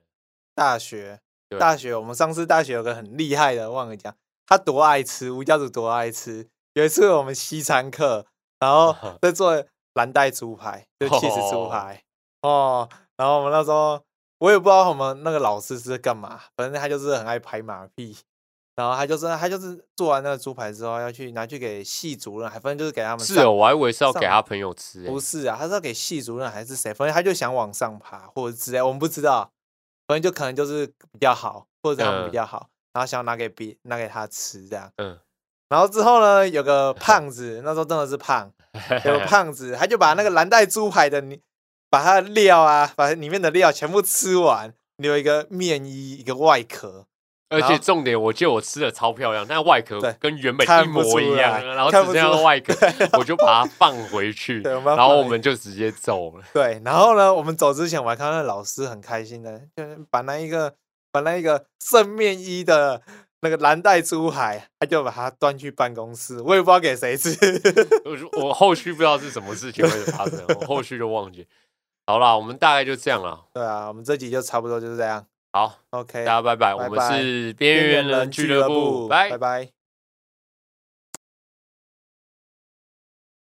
[SPEAKER 1] 大学，
[SPEAKER 2] 对
[SPEAKER 1] 大学，我们上次大学有个很厉害的，忘了讲，他多爱吃，吴家祖多爱吃。有一次我们西餐课，然 后在做蓝带猪排，就气死猪
[SPEAKER 2] 哦
[SPEAKER 1] 排哦。然后我们那时候我也不知道我们那个老师是在干嘛，反正他就是很爱拍马屁。然后他就是他就是做完那个猪排之后，要去拿去给系主任，还反正就是给他们
[SPEAKER 2] 是
[SPEAKER 1] 上
[SPEAKER 2] 哦，我还以为是要
[SPEAKER 1] 上
[SPEAKER 2] 给他朋友吃、欸
[SPEAKER 1] 不。是啊，他是要给系主任还是谁？反正他就想往上爬，或者之类，我们不知道。反正就可能就是比较好，或者他们
[SPEAKER 2] 嗯
[SPEAKER 1] 比较好，然后想要拿给别拿给他吃这样。
[SPEAKER 2] 嗯，
[SPEAKER 1] 然后之后呢，有 个胖子，那时候真的是胖，有个胖子，他就把那个蓝带猪排的泥，把它的料啊，把里面的料全部吃完，留一个面衣，一个外壳，
[SPEAKER 2] 而
[SPEAKER 1] 然
[SPEAKER 2] 且
[SPEAKER 1] 后
[SPEAKER 2] 重点，我记得我吃的超漂亮，但外壳
[SPEAKER 1] 对
[SPEAKER 2] 跟原本
[SPEAKER 1] 看
[SPEAKER 2] 一
[SPEAKER 1] 不出
[SPEAKER 2] 模一样，啊
[SPEAKER 1] 来
[SPEAKER 2] 然后只
[SPEAKER 1] 看不
[SPEAKER 2] 剩下
[SPEAKER 1] 出来
[SPEAKER 2] 外壳， 我就把它放回去，
[SPEAKER 1] 对我们要
[SPEAKER 2] 然后
[SPEAKER 1] 放
[SPEAKER 2] 我
[SPEAKER 1] 回
[SPEAKER 2] 们就直接走了。
[SPEAKER 1] 对，然后呢，我们走之前我还看到那老师很开心的，就是把那一个把那一个圣面衣的那个蓝带猪海，他就把它端去办公 室，我也不知道给谁吃。
[SPEAKER 2] 我就我后续不知道是什么事情会发生，我后续就忘记。好啦，我们大概就这样了。
[SPEAKER 1] 对啊，我们这集就差不多就是这样。
[SPEAKER 2] 好，
[SPEAKER 1] OK，
[SPEAKER 2] 大家拜拜，我
[SPEAKER 1] 拜
[SPEAKER 2] 们
[SPEAKER 1] 拜
[SPEAKER 2] 是边缘人俱乐部，
[SPEAKER 1] 拜拜。